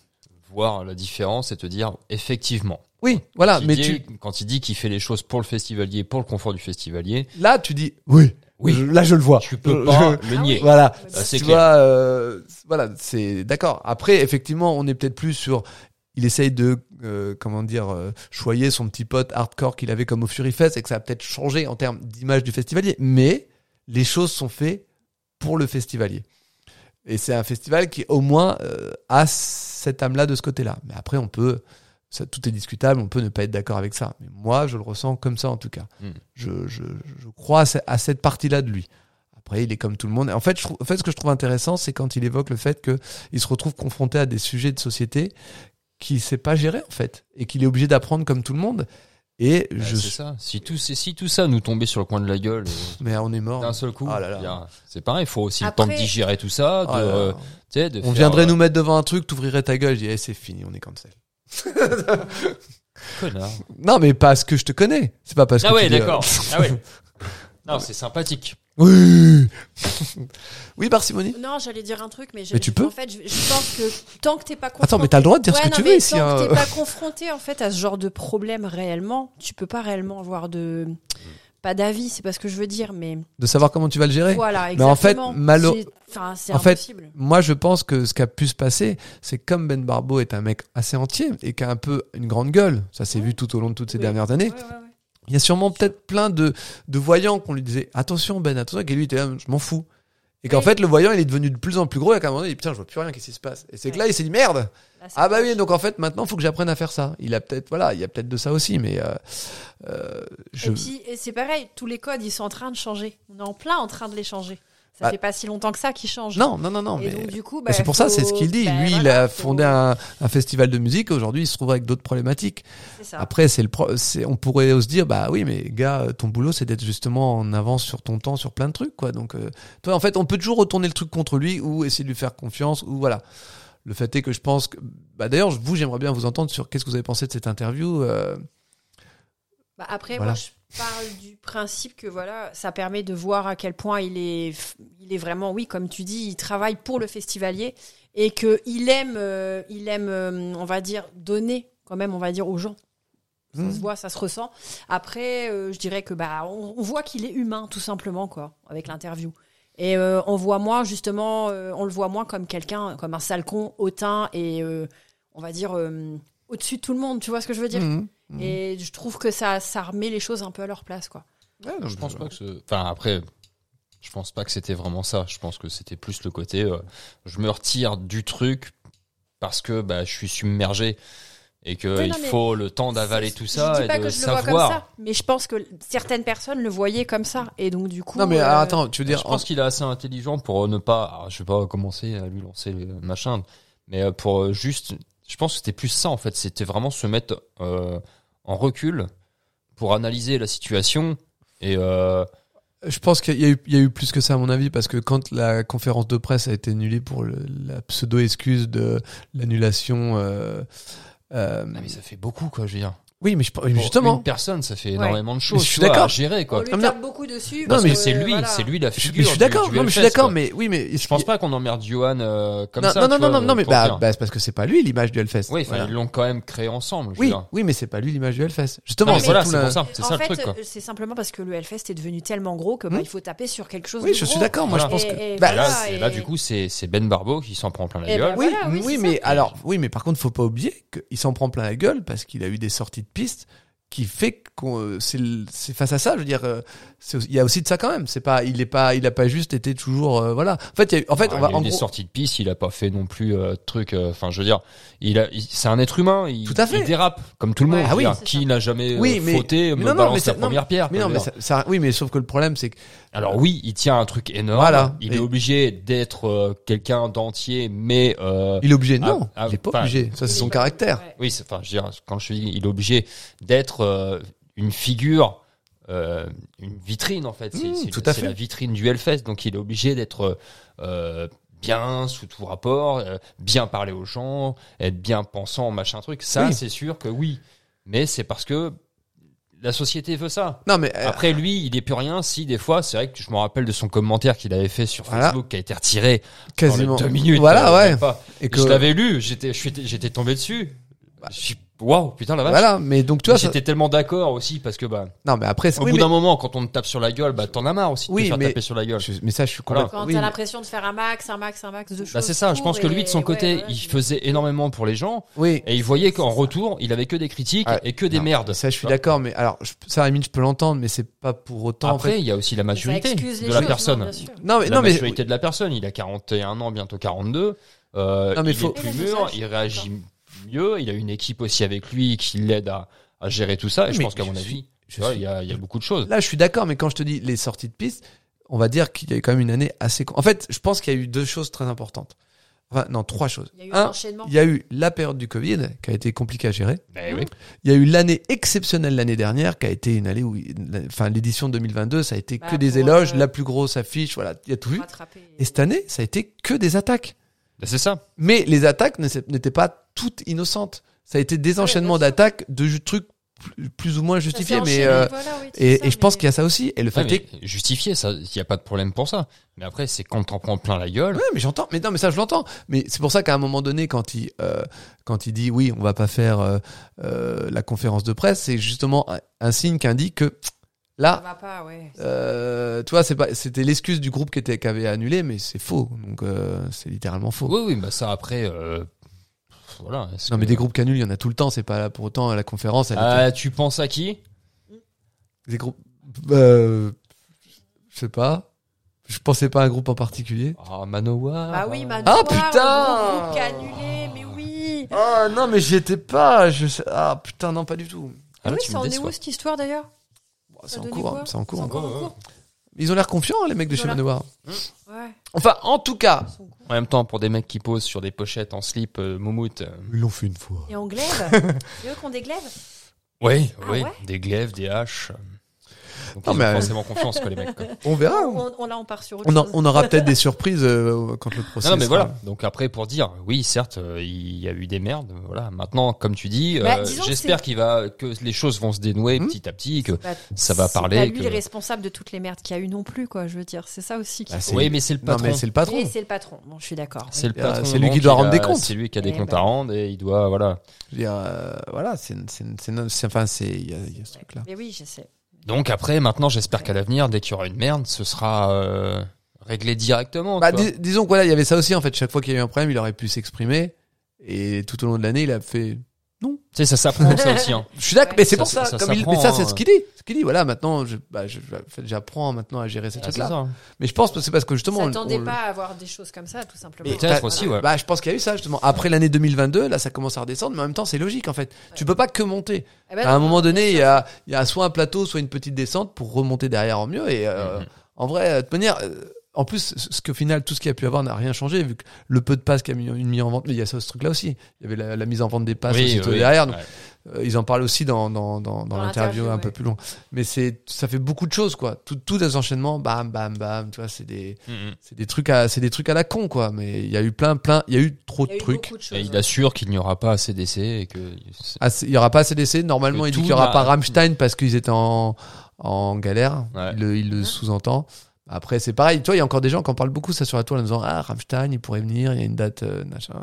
voir la différence et te dire, effectivement. Oui, voilà. Didier, Ah, Mais tu, Quand il dit qu'il fait les choses pour le festivalier, pour le confort du festivalier, là, tu dis, oui, Oui. Je- là, je le vois. Tu peux Je- pas Bah, euh, je- Ah le nier. Voilà. Ça, Tu c'est clair. vois, euh, voilà, c'est d'accord. Après, effectivement, on est peut-être plus sur. Il essaye de, euh, comment dire, euh, choyer son petit pote hardcore qu'il avait comme au Fury Fest et que ça a peut-être changé en termes d'image du festivalier. Mais les choses sont faites pour le festivalier. Et c'est un festival qui, au moins, euh, a cette âme-là de ce côté-là. Mais après, on peut. Ça, tout est discutable, on peut ne pas être d'accord avec ça. Mais moi, je le ressens comme ça, en tout cas. Mm. Je, je, je crois à ce- à cette partie-là de lui. Après, il est comme tout le monde. En fait, je trouve, en fait ce que je trouve intéressant, c'est quand il évoque le fait qu'il se retrouve confronté à des sujets de société qu'il ne sait pas gérer, en fait, et qu'il est obligé d'apprendre comme tout le monde. Et Ouais, je. c'est ça. Si tout, c'est- si tout ça nous tombait sur le coin de la gueule euh, Mais on est mort. d'un seul coup, Ah là là. bien, c'est pareil. Il faut aussi le temps Après- de digérer tout ça. De, Ah là là. euh, tu sais, de on faire, viendrait euh, nous mettre devant un truc, t'ouvrirais ta gueule, je dis, Eh, c'est fini, on est cancel. connard. Non, mais parce que je te connais. C'est pas parce que. Ah ouais, tu dis, euh, d'accord. [LAUGHS] Ah ouais. Non, c'est sympathique. Oui. [LAUGHS] oui, parcimonie. Non, j'allais dire un truc, mais, je- Mais tu je- peux. En fait, je, je pense que tant que t'es pas confronté, Attends, mais t'as le droit de dire ce Ouais, que non, tu mais veux ici. Tant que hein. [LAUGHS] t'es pas confronté en fait à ce genre de problème réellement, tu peux pas réellement avoir de pas d'avis. C'est pas ce que je veux dire, mais De savoir comment tu vas le gérer. voilà. Mais en fait, Exactement. malo- C'est- enfin, c'est en fait, impossible. Moi, je pense que ce qui a pu se passer, c'est que comme Ben Barbeau est un mec assez entier et qui a un peu une grande gueule, ça s'est Ouais. vu tout au long de toutes ces Oui. dernières années, Ouais, ouais, ouais. il y a sûrement peut-être plein de, de voyants qu'on lui disait attention Ben, attention, et lui il était là, je m'en fous. Et qu'en Oui. fait, le voyant, il est devenu de plus en plus gros et qu'à un moment donné, il dit putain, je vois plus rien, qu'est-ce qui se passe Et c'est que Ouais. là, il s'est dit merde Là, c'est Ah bah pas- oui, donc en fait, maintenant, faut que j'apprenne à faire ça. Il a peut-être, voilà, il y a peut-être de ça aussi, mais euh, euh, je. Et puis et c'est pareil, tous les codes ils sont en train de changer. On est en plein en train de les changer. Ça Bah- fait pas si longtemps que ça qu'ils changent. Non, non, non, non, Et mais. donc, du coup, Mais bah, c'est pour ça, c'est ce faut- qu'il dit. bah, Lui, il voilà, a faut- fondé un, un festival de musique. Aujourd'hui, il se trouve avec d'autres problématiques. c'est ça. Après, c'est le pro- c'est- on pourrait se dire, bah oui, mais gars, euh, ton boulot, c'est d'être justement en avance sur ton temps, sur plein de trucs, quoi. Donc, euh, toi, en fait, on peut toujours retourner le truc contre lui ou essayer de lui faire confiance ou voilà. Le fait est que je pense que, bah d'ailleurs, je- vous, j'aimerais bien vous entendre sur qu'est-ce que vous avez pensé de cette interview. euh, Bah, après, Voilà. moi, je parle du principe que voilà, ça permet de voir à quel point il est, f- il est vraiment, oui, comme tu dis, il travaille pour le festivalier et que il aime, euh, il aime, euh, on va dire, donner quand même, on va dire, aux gens. Ça hmm. se voit, ça se ressent. Après, euh, je dirais que bah, on, on voit qu'il est humain, tout simplement, quoi, avec l'interview. Et euh, on voit moins, justement, euh, on le voit moins comme quelqu'un, comme un sale con, hautain et, euh, on va dire, euh, au-dessus de tout le monde. Tu vois ce que je veux dire Mhm. Mhm. et je trouve que ça, ça remet les choses un peu à leur place, quoi. Ouais, non, Je mais- pense pas que ce... Enfin, après, je pense pas que c'était vraiment ça. Je pense que c'était plus le côté euh, je me retire du truc parce que bah, je suis submergé et que Oui, non, il mais faut le temps d'avaler tout je ça dis et pas de que je le vois savoir. comme ça, mais je pense que certaines personnes le voyaient comme ça, et donc du coup. Non, mais euh, ah, attends, tu veux dire. Je pense qu'il est assez intelligent pour euh, ne pas, alors, je vais pas commencer à lui lancer le machin, mais euh, pour euh, juste, je pense que c'était plus ça en fait, c'était vraiment se mettre euh, en recul pour analyser la situation et euh, Je pense qu'il y, a eu- il y a eu plus que ça, à mon avis, parce que quand la conférence de presse a été annulée pour le- la pseudo-excuse de l'annulation. euh, euh, ah, mais ça fait beaucoup quoi, je veux dire. oui, mais je, mais Pour justement. Une personne, ça fait Ouais. énormément de choses. je suis tu vois, d'accord. à gérer On quoi. lui Ah, mais tape beaucoup dessus. Non, Parce mais- que euh, c'est lui, voilà. c'est lui la Je, figure. mais je suis du- d'accord, du non, mais je suis LFS, d'accord, quoi. mais oui, mais je pense pas qu'on emmerde Johan euh, comme non, ça. non, tu non, vois, non, non, mais pour bah, faire. bah, c'est parce que c'est pas lui l'image du Hellfest. oui, enfin, Voilà. ils l'ont quand même créé ensemble. je veux oui, dire. oui, mais c'est pas lui l'image du Hellfest. Non, Justement, mais c'est voilà, tout c'est la- pour ça, c'est en ça le fait, truc. Quoi. euh, c'est simplement parce que le Hellfest est devenu tellement gros que bah, Hmm. il faut taper sur quelque chose. Oui, de je suis gros. d'accord. Moi, je Voilà. pense Et- que. et Bah, Et Ah là, voilà, c'est- et- là, du coup, c'est c'est Ben Barbeau qui s'en prend plein la Eh ben, gueule. Oui, Voilà, oui, oui, c'est mais ça. alors, oui, mais par contre, faut pas oublier qu'il s'en prend plein la gueule parce qu'il a eu des sorties de piste qui fait qu'on euh, c'est le- c'est face à ça, je veux dire, euh, c'est aussi- il y a aussi de ça quand même. C'est pas, il est pas, il a pas juste été toujours, euh, voilà. En fait, il y a eu- en fait, Ouais, on va Ah, il a eu en des gros- sorties de piste, il a pas fait non plus euh, de truc. euh, Enfin, je veux dire, il a, il- c'est un être humain. Il, Tout à fait. il dérape comme tout le monde. Ah je veux oui. dire. C'est ça. qui n'a jamais euh, Oui, mais- fauté, mais me non, non, balance mais la c'est- non, première pierre. Mais quoi, non, mais je veux dire. ça- ça- oui, mais sauf que le problème, c'est que Alors oui, il tient un truc énorme. Voilà. Il Mais- est obligé d'être euh, quelqu'un d'entier, mais euh, il est obligé. Non, Ah, ah, il est pas enfin, obligé. Ça, c'est son caractère. bah, Ouais. oui, c'est- enfin, je veux dire, quand je dis, il est obligé d'être euh, une figure, euh, une vitrine en fait. C'est Mmh, c'est- tout à c'est fait. la vitrine du Hellfest, donc il est obligé d'être euh, bien sous tout rapport, euh, bien parler aux gens, être bien pensant, machin truc. Ça, Oui. c'est sûr que oui, mais c'est parce que la société veut ça. Non, mais euh, Après lui, il est plus rien si des fois, c'est vrai que je me rappelle de son commentaire qu'il avait fait sur Voilà. Facebook qui a été retiré dans les quasiment deux minutes. Voilà, euh, ouais. même pas. Et Bah. Je l'avais lu, j'étais je suis- j'étais tombé dessus. Je suis Waouh, putain la vache. Voilà, mais donc tu Mais vois, ça- J'étais tellement d'accord aussi parce que bah non mais après, c'est- au oui, bout mais- d'un moment quand on te tape sur la gueule, bah t'en as marre aussi de Oui, te faire mais- taper sur la gueule. je- mais ça, je suis Voilà. complètement. Quand oui, t'as mais- l'impression de faire un max, un max, un max de choses. Bah c'est ça, je pense que pour lui de son et- côté, ouais, ouais, il je- faisait énormément pour les gens oui. et il voyait qu'en retour, il avait que des critiques Ah, et que des non, merdes. Ça, je suis Tu vois. d'accord, mais alors je- ça, à la limite, je peux l'entendre, mais c'est pas pour autant. en Après, fait- il y a aussi la Mais ça maturité excuse les de la choses, personne. non, bien sûr. non mais la non mais maturité de la personne. Il a 41 ans, bientôt 42. Euh, Non, mais il faut- est plus Et la mûr, société, il réagit mieux. Il a une équipe aussi avec lui qui l'aide à, à gérer tout ça. Et je Mais pense qu'à je mon suis- avis, je tu vois, suis- il y, a, il y a beaucoup de choses. Là, je suis d'accord, mais quand je te dis les sorties de piste, on va dire qu'il y a eu quand même une année assez. con- En fait, je pense qu'il y a eu deux choses très importantes. Enfin, non, trois choses. Il y a eu un Un, enchaînement. il y a eu la période du Covid qui a été compliquée à gérer. Mais Bah Mmh. oui. Il y a eu l'année exceptionnelle l'année dernière qui a été une année où, la- enfin, l'édition 2022, ça a été Bah, que des pour, éloges, euh, la plus grosse affiche, voilà, il y a tout eu. Rattraper. Et cette année, ça a été que des attaques. Ben, C'est ça. Mais les attaques ne- n'étaient pas toutes innocentes. Ça a été des Ah bien enchaînements sûr. d'attaques de ju- trucs plus- plus ou moins Ça s'est justifiés, mais enchaîné, euh, voilà, oui, c'est et, ça, et je pense mais- qu'il y a ça aussi. Et le fait Ouais, mais est que- justifié, ça, il n'y a pas de problème pour ça. Mais après, c'est quand t'en prends plein la gueule. Ouais, mais j'entends. Mais non, mais ça, je l'entends. Mais c'est pour ça qu'à un moment donné, quand il, euh, quand il dit oui, on va pas faire euh, euh, la conférence de presse, c'est justement un, un signe qui indique que Ça là, va pas, ouais. euh, tu vois, c'est pas, c'était l'excuse du groupe qui était, qui avait annulé, mais c'est faux. Donc, euh, c'est littéralement faux. Oui, oui, bah ça après, euh, voilà. est-ce Non, mais que- des groupes qui annulent, il y en a tout le temps. C'est pas là pour autant la conférence. Elle Ah, tu penses à qui était- Des groupes. Euh, je sais pas. Je pensais pas à un groupe en particuer. Ah, Manowar. Bah oui, Manoir, Ah, le gros putain groupe qui a annulé, mais oui. Ah non, mais j'y étais pas. Je sais- Ah putain, non, pas du tout. Ah, là, oui, tu ça me en est déçois. où cette histoire d'ailleurs Bon, Ça C'est en donnait cours. quoi hein, C'est en cours. C'est hein. encore en cours Ils ont l'air confiants, hein, les mecs de chez Voilà. Manowar. Ouais. Enfin, en tout cas. En même temps, pour des mecs qui posent sur des pochettes en slip, euh, moumoute. euh, Ils l'ont fait une fois. Et on glaive C'est eux qu'on déglaive Oui, Ah oui, ouais Ah des glaives, des haches. Donc, Non, ils ont mais- forcément confiance, quoi, les mecs. quoi. On verra. hein. Ou on, on- Là, on part sur autre On, en- chose. on aura peut-être des surprises euh, quand le procès. Non, non, mais sera- voilà. Donc après, pour dire, oui, certes, euh, il y a eu des merdes. Voilà. Maintenant, comme tu dis, Bah, euh, disons que j'espère qu'il va que les choses vont se dénouer Hmm. petit à petit, que Bah, ça va c'est parler, Pas lui que- Ah, le responsable de toutes les merdes qu'il y a eu non plus, quoi. Je veux dire, c'est ça aussi. Qui... Bah, c'est- oui, mais c'est le Non, patron. mais c'est le patron. Et c'est le patron. Bon, je suis d'accord. C'est le Euh, patron. c'est lui donc qui doit il rendre des a- comptes. C'est lui qui a des Eh comptes ben. à rendre et il doit, voilà. Je veux dire, euh, voilà, c'est, c'est, c'est, non- c'est- enfin, c'est, il y a, il y a ce truc-là. Mais oui, je sais. Donc après, maintenant, j'espère qu'à l'avenir, dès qu'il y aura une merde, ce sera euh, réglé directement. Bah, tu vois. dis- disons que voilà, il y avait ça aussi en fait. Chaque fois qu'il y a eu un problème, il aurait pu s'exprimer. Et tout au long de l'année, il a fait. Tu sais, ça s'apprend ça [LAUGHS] aussi. hein. Je suis d'accord, Ouais. mais c'est Ça, pour ça. ça, ça comme il- s'apprend, mais ça, c'est hein. ce qu'il dit. Ce qu'il dit. Voilà, maintenant, je, bah, je- en fait, j'apprends maintenant à gérer ces Ah, c'est trucs-là. ça. Mais je pense que c'est parce que justement, on- S'attendez on- pas à avoir des choses comme ça, tout simplement. Mais Peut-être t'as- aussi, ouais. Bah, je pense qu'il y a eu ça justement. Après l'année 2022, là, ça commence à redescendre, mais en même temps, c'est logique en fait. Tu peux pas que monter. Eh ben à non, un moment donné, il y a, il y a soit un plateau, soit une petite descente pour remonter derrière en mieux. Et euh, Mhm. en vrai, euh, de manière, euh, en plus, ce ce que au final, tout ce qu'il y a pu avoir n'a rien changé vu que le peu de passes qu'il y a mis, une mis en vente. Mais il y a ça, ce truc-là aussi. Il y avait la, la mise en vente des passes Oui, aussitôt oui, derrière. Donc, ouais. euh, ils en parlent aussi dans dans dans, dans Dans l'interview l'interview, un ouais. peu plus long. Mais c'est ça fait beaucoup de choses quoi. Tout tout des enchaînements, bam bam bam. Tu vois, c'est des Mm, mm. c'est des trucs à, c'est des trucs à la con quoi. Mais il y a eu plein, plein, il y a eu il trop y a de eu trucs. beaucoup de choses. Et il assure qu'il n'y aura pas assez d'essais et que. Assez- Il y aura pas assez d'essais. Normalement, Que il dit tout qu'il y aura n'a- pas Rammstein parce qu'ils étaient en, en galère. Ouais. Il le, il Hein le sous-entend. Après, c'est pareil. Toi, il y a encore des gens qui en parlent beaucoup ça sur la toile en disant ah Rammstein, il pourrait venir. Il y a une date, euh, machin.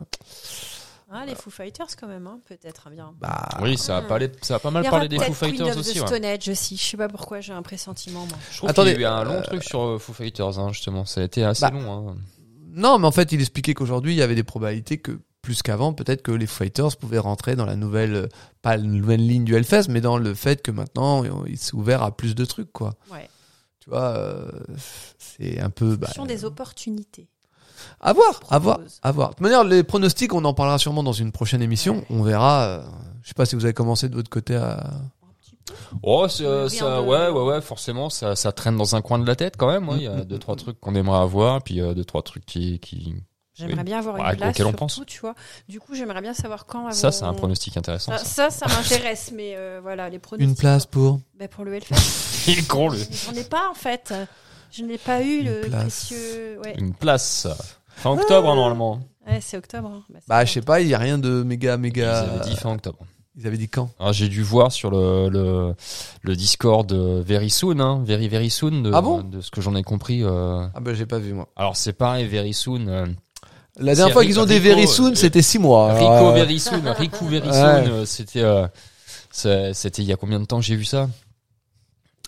Ah, les Foo Fighters, quand même, hein, peut-être. hein, bien. Bah, Oui, ça a, Mm. pas les- ça a pas mal Il y aura parlé des peut-être Foo Queen Fighters of aussi. The ouais. Stone Age aussi. Je sais pas pourquoi, j'ai un pressentiment, moi. Je trouve Attendez, qu'il y a eu un long euh, truc sur euh, Foo Fighters, hein, justement. Ça a été assez Bah. long. hein. non, mais en fait, il expliquait qu'aujourd'hui, il y avait des probabilités que plus qu'avant, peut-être que les Fighters pouvaient rentrer dans la nouvelle, euh, pas la nouvelle ligne du Hellfest, mais dans le fait que maintenant, il s'est ouvert à plus de trucs quoi. Ouais. Tu vois, euh, c'est un peu. Bah, Sur des opportunités. À voir, à voir, propose. à voir. De toute manière, les pronostics, on en parlera sûrement dans une prochaine émission. Ouais. On verra. euh, je sais pas si vous avez commencé de votre côté à. Oh, c'est, euh, Oui, ça, en deux. ouais, ouais, ouais, forcément, ça, ça traîne dans un coin de la tête quand même. ouais. Il y a Mm, deux, mm, trois trucs qu'on aimerait avoir, puis euh, deux, trois trucs qui. qui... J'aimerais bien avoir Ouais, une place, auquel Bah, on surtout, pense. tu vois. Du coup, j'aimerais bien savoir quand. Ah Ça, avant- c'est un pronostic intéressant. Ça, ça. ça, ça m'intéresse, mais euh, voilà, les pronostics. Une place pour. Ben, Pour le [LAUGHS] Hellfest. [LAUGHS] Il est con, lui. J'en ai pas, en fait. Je n'ai pas eu Une le place. précieux. Ouais, Une place. Fin octobre, hein, normalement. Ah, Ouais, c'est octobre. hein. c'est Bah, bien. je sais pas. Il y a rien de méga, Ils méga. avaient dit fin octobre. Ils avaient dit quand Alors, j'ai dû voir sur le, le, le Discord de Very Soon, hein, Very Very Soon, de, Ah bon de ce que j'en ai compris. euh, Ah bah j'ai pas vu moi. Alors c'est pareil, Very Soon, euh, La dernière fois qu'ils ont des Rico, Verisoon, euh, c'était 6 mois. Alors, Rico euh, Verisoon, Rico Verisoon, Ouais. euh, c'était, euh, c'est- c'était il y a combien de temps que j'ai vu ça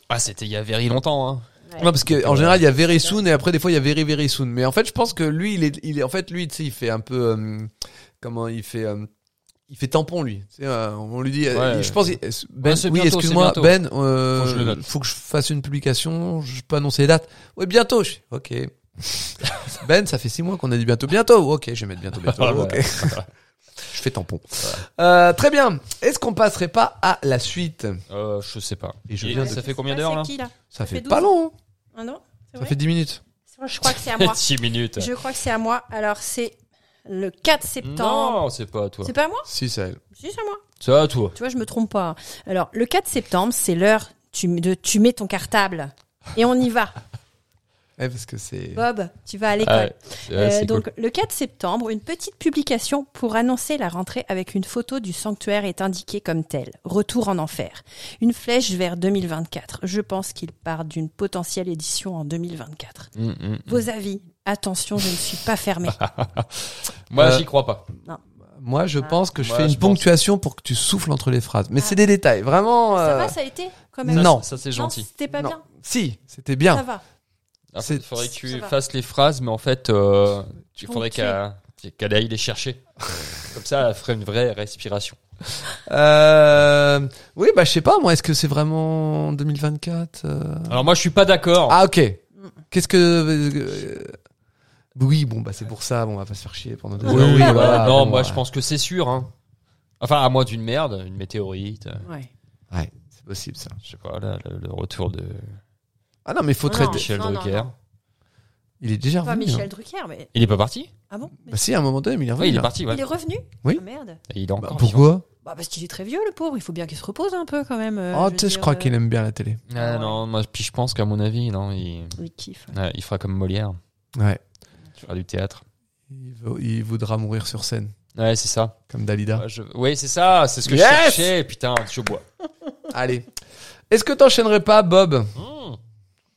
Ah, c'était il y a very longtemps. Hein. Non, parce que en général il y a very soon et après des fois il y a very very soon. Mais en fait je pense que lui il est, il est en fait lui tu sais il fait un peu euh, comment il fait euh, il fait tampon lui. Tu sais, euh, on lui dit euh, Ouais. je pense qu'il- Ben Ouais, c'est oui bientôt, excuse-moi c'est bientôt. Ben euh, Faut que je le note. faut que je fasse une publication je peux annoncer les dates. Oui bientôt je fais, [LAUGHS] ok. ben ça fait six mois qu'on a dit bientôt bientôt ok je vais mettre bientôt bientôt. [LAUGHS] Voilà. ok. je fais tampon. Euh, très bien est-ce qu'on passerait pas à la suite Euh, je sais pas. Et je Et viens de- ça fait combien d'heures Ah, là C'est qui là ça, fait, fait pas 12. long hein. Ah non C'est ça vrai fait 10 minutes. Je crois que c'est [LAUGHS] à moi. 6 minutes. Je crois que c'est à moi. Alors c'est le 4 septembre. Non, c'est pas à toi. C'est pas à moi Si c'est elle. Si, c'est à moi. C'est à toi. Tu vois, je me trompe pas. Alors le 4 septembre, c'est l'heure tu- de tu mets ton cartable. Et on y [LAUGHS] va. Ouais, parce que c'est Bob, tu vas à l'école. Ouais, Euh, ouais, c'est donc cool. le 4 septembre, une petite publication pour annoncer la rentrée avec une photo du sanctuaire est indiquée comme telle. Retour en enfer. Une flèche vers 2024. Je pense qu'il part d'une potentielle édition en 2024. Mm, mm. Vos avis Attention, je ne suis pas fermée. Moi, Euh, j'y crois pas. moi je pense que je Moi, fais je une pense. ponctuation pour que tu souffles entre les phrases. Mais Ah. c'est des détails, vraiment. [LAUGHS] Ça euh, va, ça a été quand même. Ça, non. Ça, c'est Non, gentil. C'était pas non. bien. Si, c'était Ça bien. va. Ah, C'est- Il faudrait que ça tu va. fasses les phrases, mais en fait, euh, il faudrait Ok. qu'à- qu'elle aille les [LAUGHS] chercher. Comme ça, elle ferait une vraie respiration. Euh... Oui, bah je sais pas. Moi, est-ce que c'est vraiment 2024 euh, Alors, moi, je suis pas d'accord. Ah ok. Mm. Qu'est-ce que euh, oui, bon bah c'est pour ça, bon, on va pas se faire chier pendant deux Oui, heures. Ah, voilà. voilà, non, bon, bah. moi ouais. je pense que c'est sûr. Hein. Enfin, à moins d'une merde, une météorite, euh, Ouais. Ouais, c'est possible ça. je sais pas, là, le, le retour de Ah non, mais faut Non, traiter. Michel non, non, Drucker. non. Il est déjà Pas revenu. hein. Michel Drucker, mais. Il est pas parti Ah bon Mais Bah si, à un moment donné, mais il est Oui, revenu. il est là. parti, ouais. Il est revenu Oui. Ah, merde. Et il est Bah, encore vivant. pourquoi Bah, parce qu'il est très vieux, le pauvre. Il faut bien qu'il se repose un peu quand même. euh, Oh, veux tu sais, je dire, crois euh, qu'il aime bien la télé. Ah, Ouais. Non, moi, puis je pense qu'à mon avis, non, il, Il kiffe. ouais, il fera comme Molière, Ouais. il fera du théâtre. Il, veut- il voudra mourir sur scène, Ouais, c'est ça. comme Dalida. Ouais, je- Oui, c'est ça, c'est ce que Ah. Yes je cherchais. Putain, je bois. Allez. Est-ce que t'enchaînerais pas, Bob Mmh.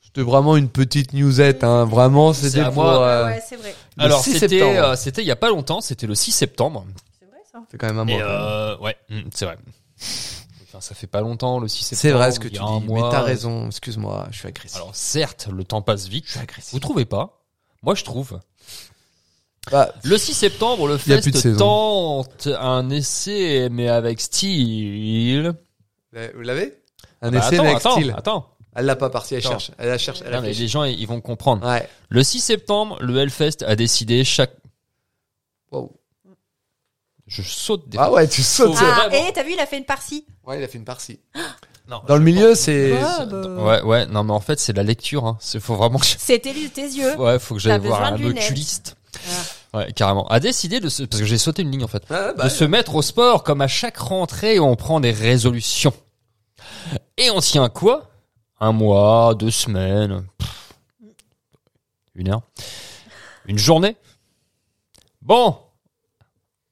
C'était vraiment une petite newsette, hein. Vraiment, c'était à pour. moi. euh, Ouais, c'est vrai. le Alors, 6 c'était septembre. euh, c'était il y a pas longtemps, c'était le 6 septembre. C'est vrai ça. C'est quand même un Et mois. euh, ouais, mm, c'est vrai. Enfin, ça fait pas longtemps, le 6 septembre. C'est vrai ce que il y tu a un dis, mais mois. euh, t'as raison. Excuse-moi, je suis agressif. Alors certes, le temps passe je suis vite. agressif. Vous trouvez pas Moi je trouve. Bah, Le 6 septembre, le Il y a plus de Fest saison. tente un essai mais avec style. vous l'avez Un Bah, essai, attends, mais avec attends, style. attends. Elle l'a pas parti, elle Attends. cherche. Elle la cherche, elle Non, mais réfléchit. les gens ils vont comprendre. Ouais. Le 6 septembre, le Hellfest a décidé chaque Wow. je saute des Ah ouais, tu sautes. C'est Ah, vraiment- et t'as vu, il a fait une partie. Ouais, il a fait une partie. Non, Dans le je milieu, pense- c'est. Bob. Ouais ouais, non mais en fait, c'est la lecture hein. C'est faut vraiment que je- C'était lui de tes yeux. Ouais, faut que j'aille T'as voir besoin un de lunettes. oculiste. Ouais, carrément. A décidé de se parce que j'ai sauté une ligne en fait. Ah, bah, de se mettre au sport comme à chaque rentrée on prend des résolutions. Et on tient quoi Un mois, deux semaines, pff, une heure, une journée. Bon,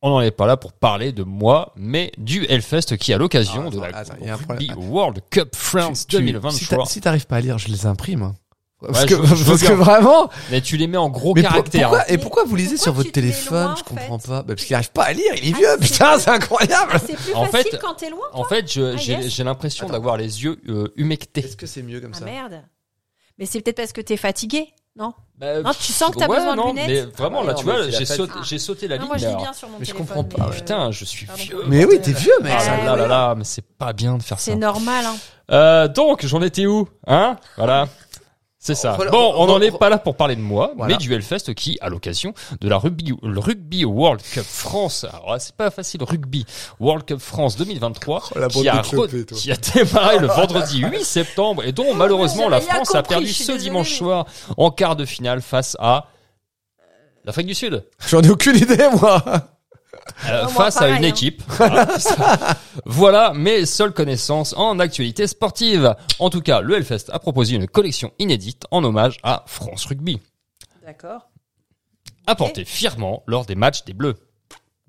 on n'en est pas là pour parler de moi, mais du Hellfest qui, à l'occasion Ah, de la attends, attends, il y a un Rugby problème. World Cup France tu- tu- Si 2023, t'a- si t'arrives pas à lire, je les imprime. hein. Parce, Ouais, que, je- [LAUGHS] je veux parce que bien. hein. vraiment, mais tu les mets en gros Mais pour- caractères. pourquoi- et Mais pourquoi vous lisez pourquoi sur votre tu te mets téléphone loin, Je en comprends fait pas. Bah, parce qu'il arrive pas à lire, il est Ah, vieux, c'est putain, vrai. c'est incroyable. C'est plus En facile fait- quand t'es loin. En fait, je- Ah, j'ai yes. j'ai l'impression Attends. d'avoir les yeux euh, humectés. que c'est mieux comme Ah merde. Mais c'est peut-être parce que t'es fatigué, non Bah, Non, tu sens que t'as ouais, besoin non, de lunettes. Mais vraiment, Ah, là, non, tu mais vois, c'est la j'ai fête. sauté, j'ai sauté la Non, ligne. Moi, je mais lis alors- bien sur mon mais je téléphone. comprends pas, mais, euh, Putain, je suis pardon. vieux. Mais oui, t'es vieux, mec. Ah Euh, là là oui. là, mais c'est pas bien de faire ça. C'est normal. Hein. Euh, donc, j'en étais où Hein Voilà. C'est ça. Voilà, Bon, on on- n'en est on- pas là pour parler de moi, Voilà. mais du Hellfest qui, à l'occasion de la rugby, le rugby World Cup France, alors là, c'est pas facile, rugby World Cup France 2023, Oh, la qui, bande a de clopés, re- toi. qui a démarré le vendredi 8 septembre et dont malheureusement j'avais la rien France a compris, perdu je suis ce désolée, dimanche mais- soir en quart de finale face à l'Afrique du Sud. J'en ai aucune idée, moi. Euh, Au moins face à pareil, une hein. [LAUGHS] équipe. Voilà, c'est ça. Voilà mes seules connaissances en actualité sportive. En tout cas, le Hellfest a proposé une collection inédite en hommage à France Rugby, D'accord. apportée fièrement lors des matchs des Bleus.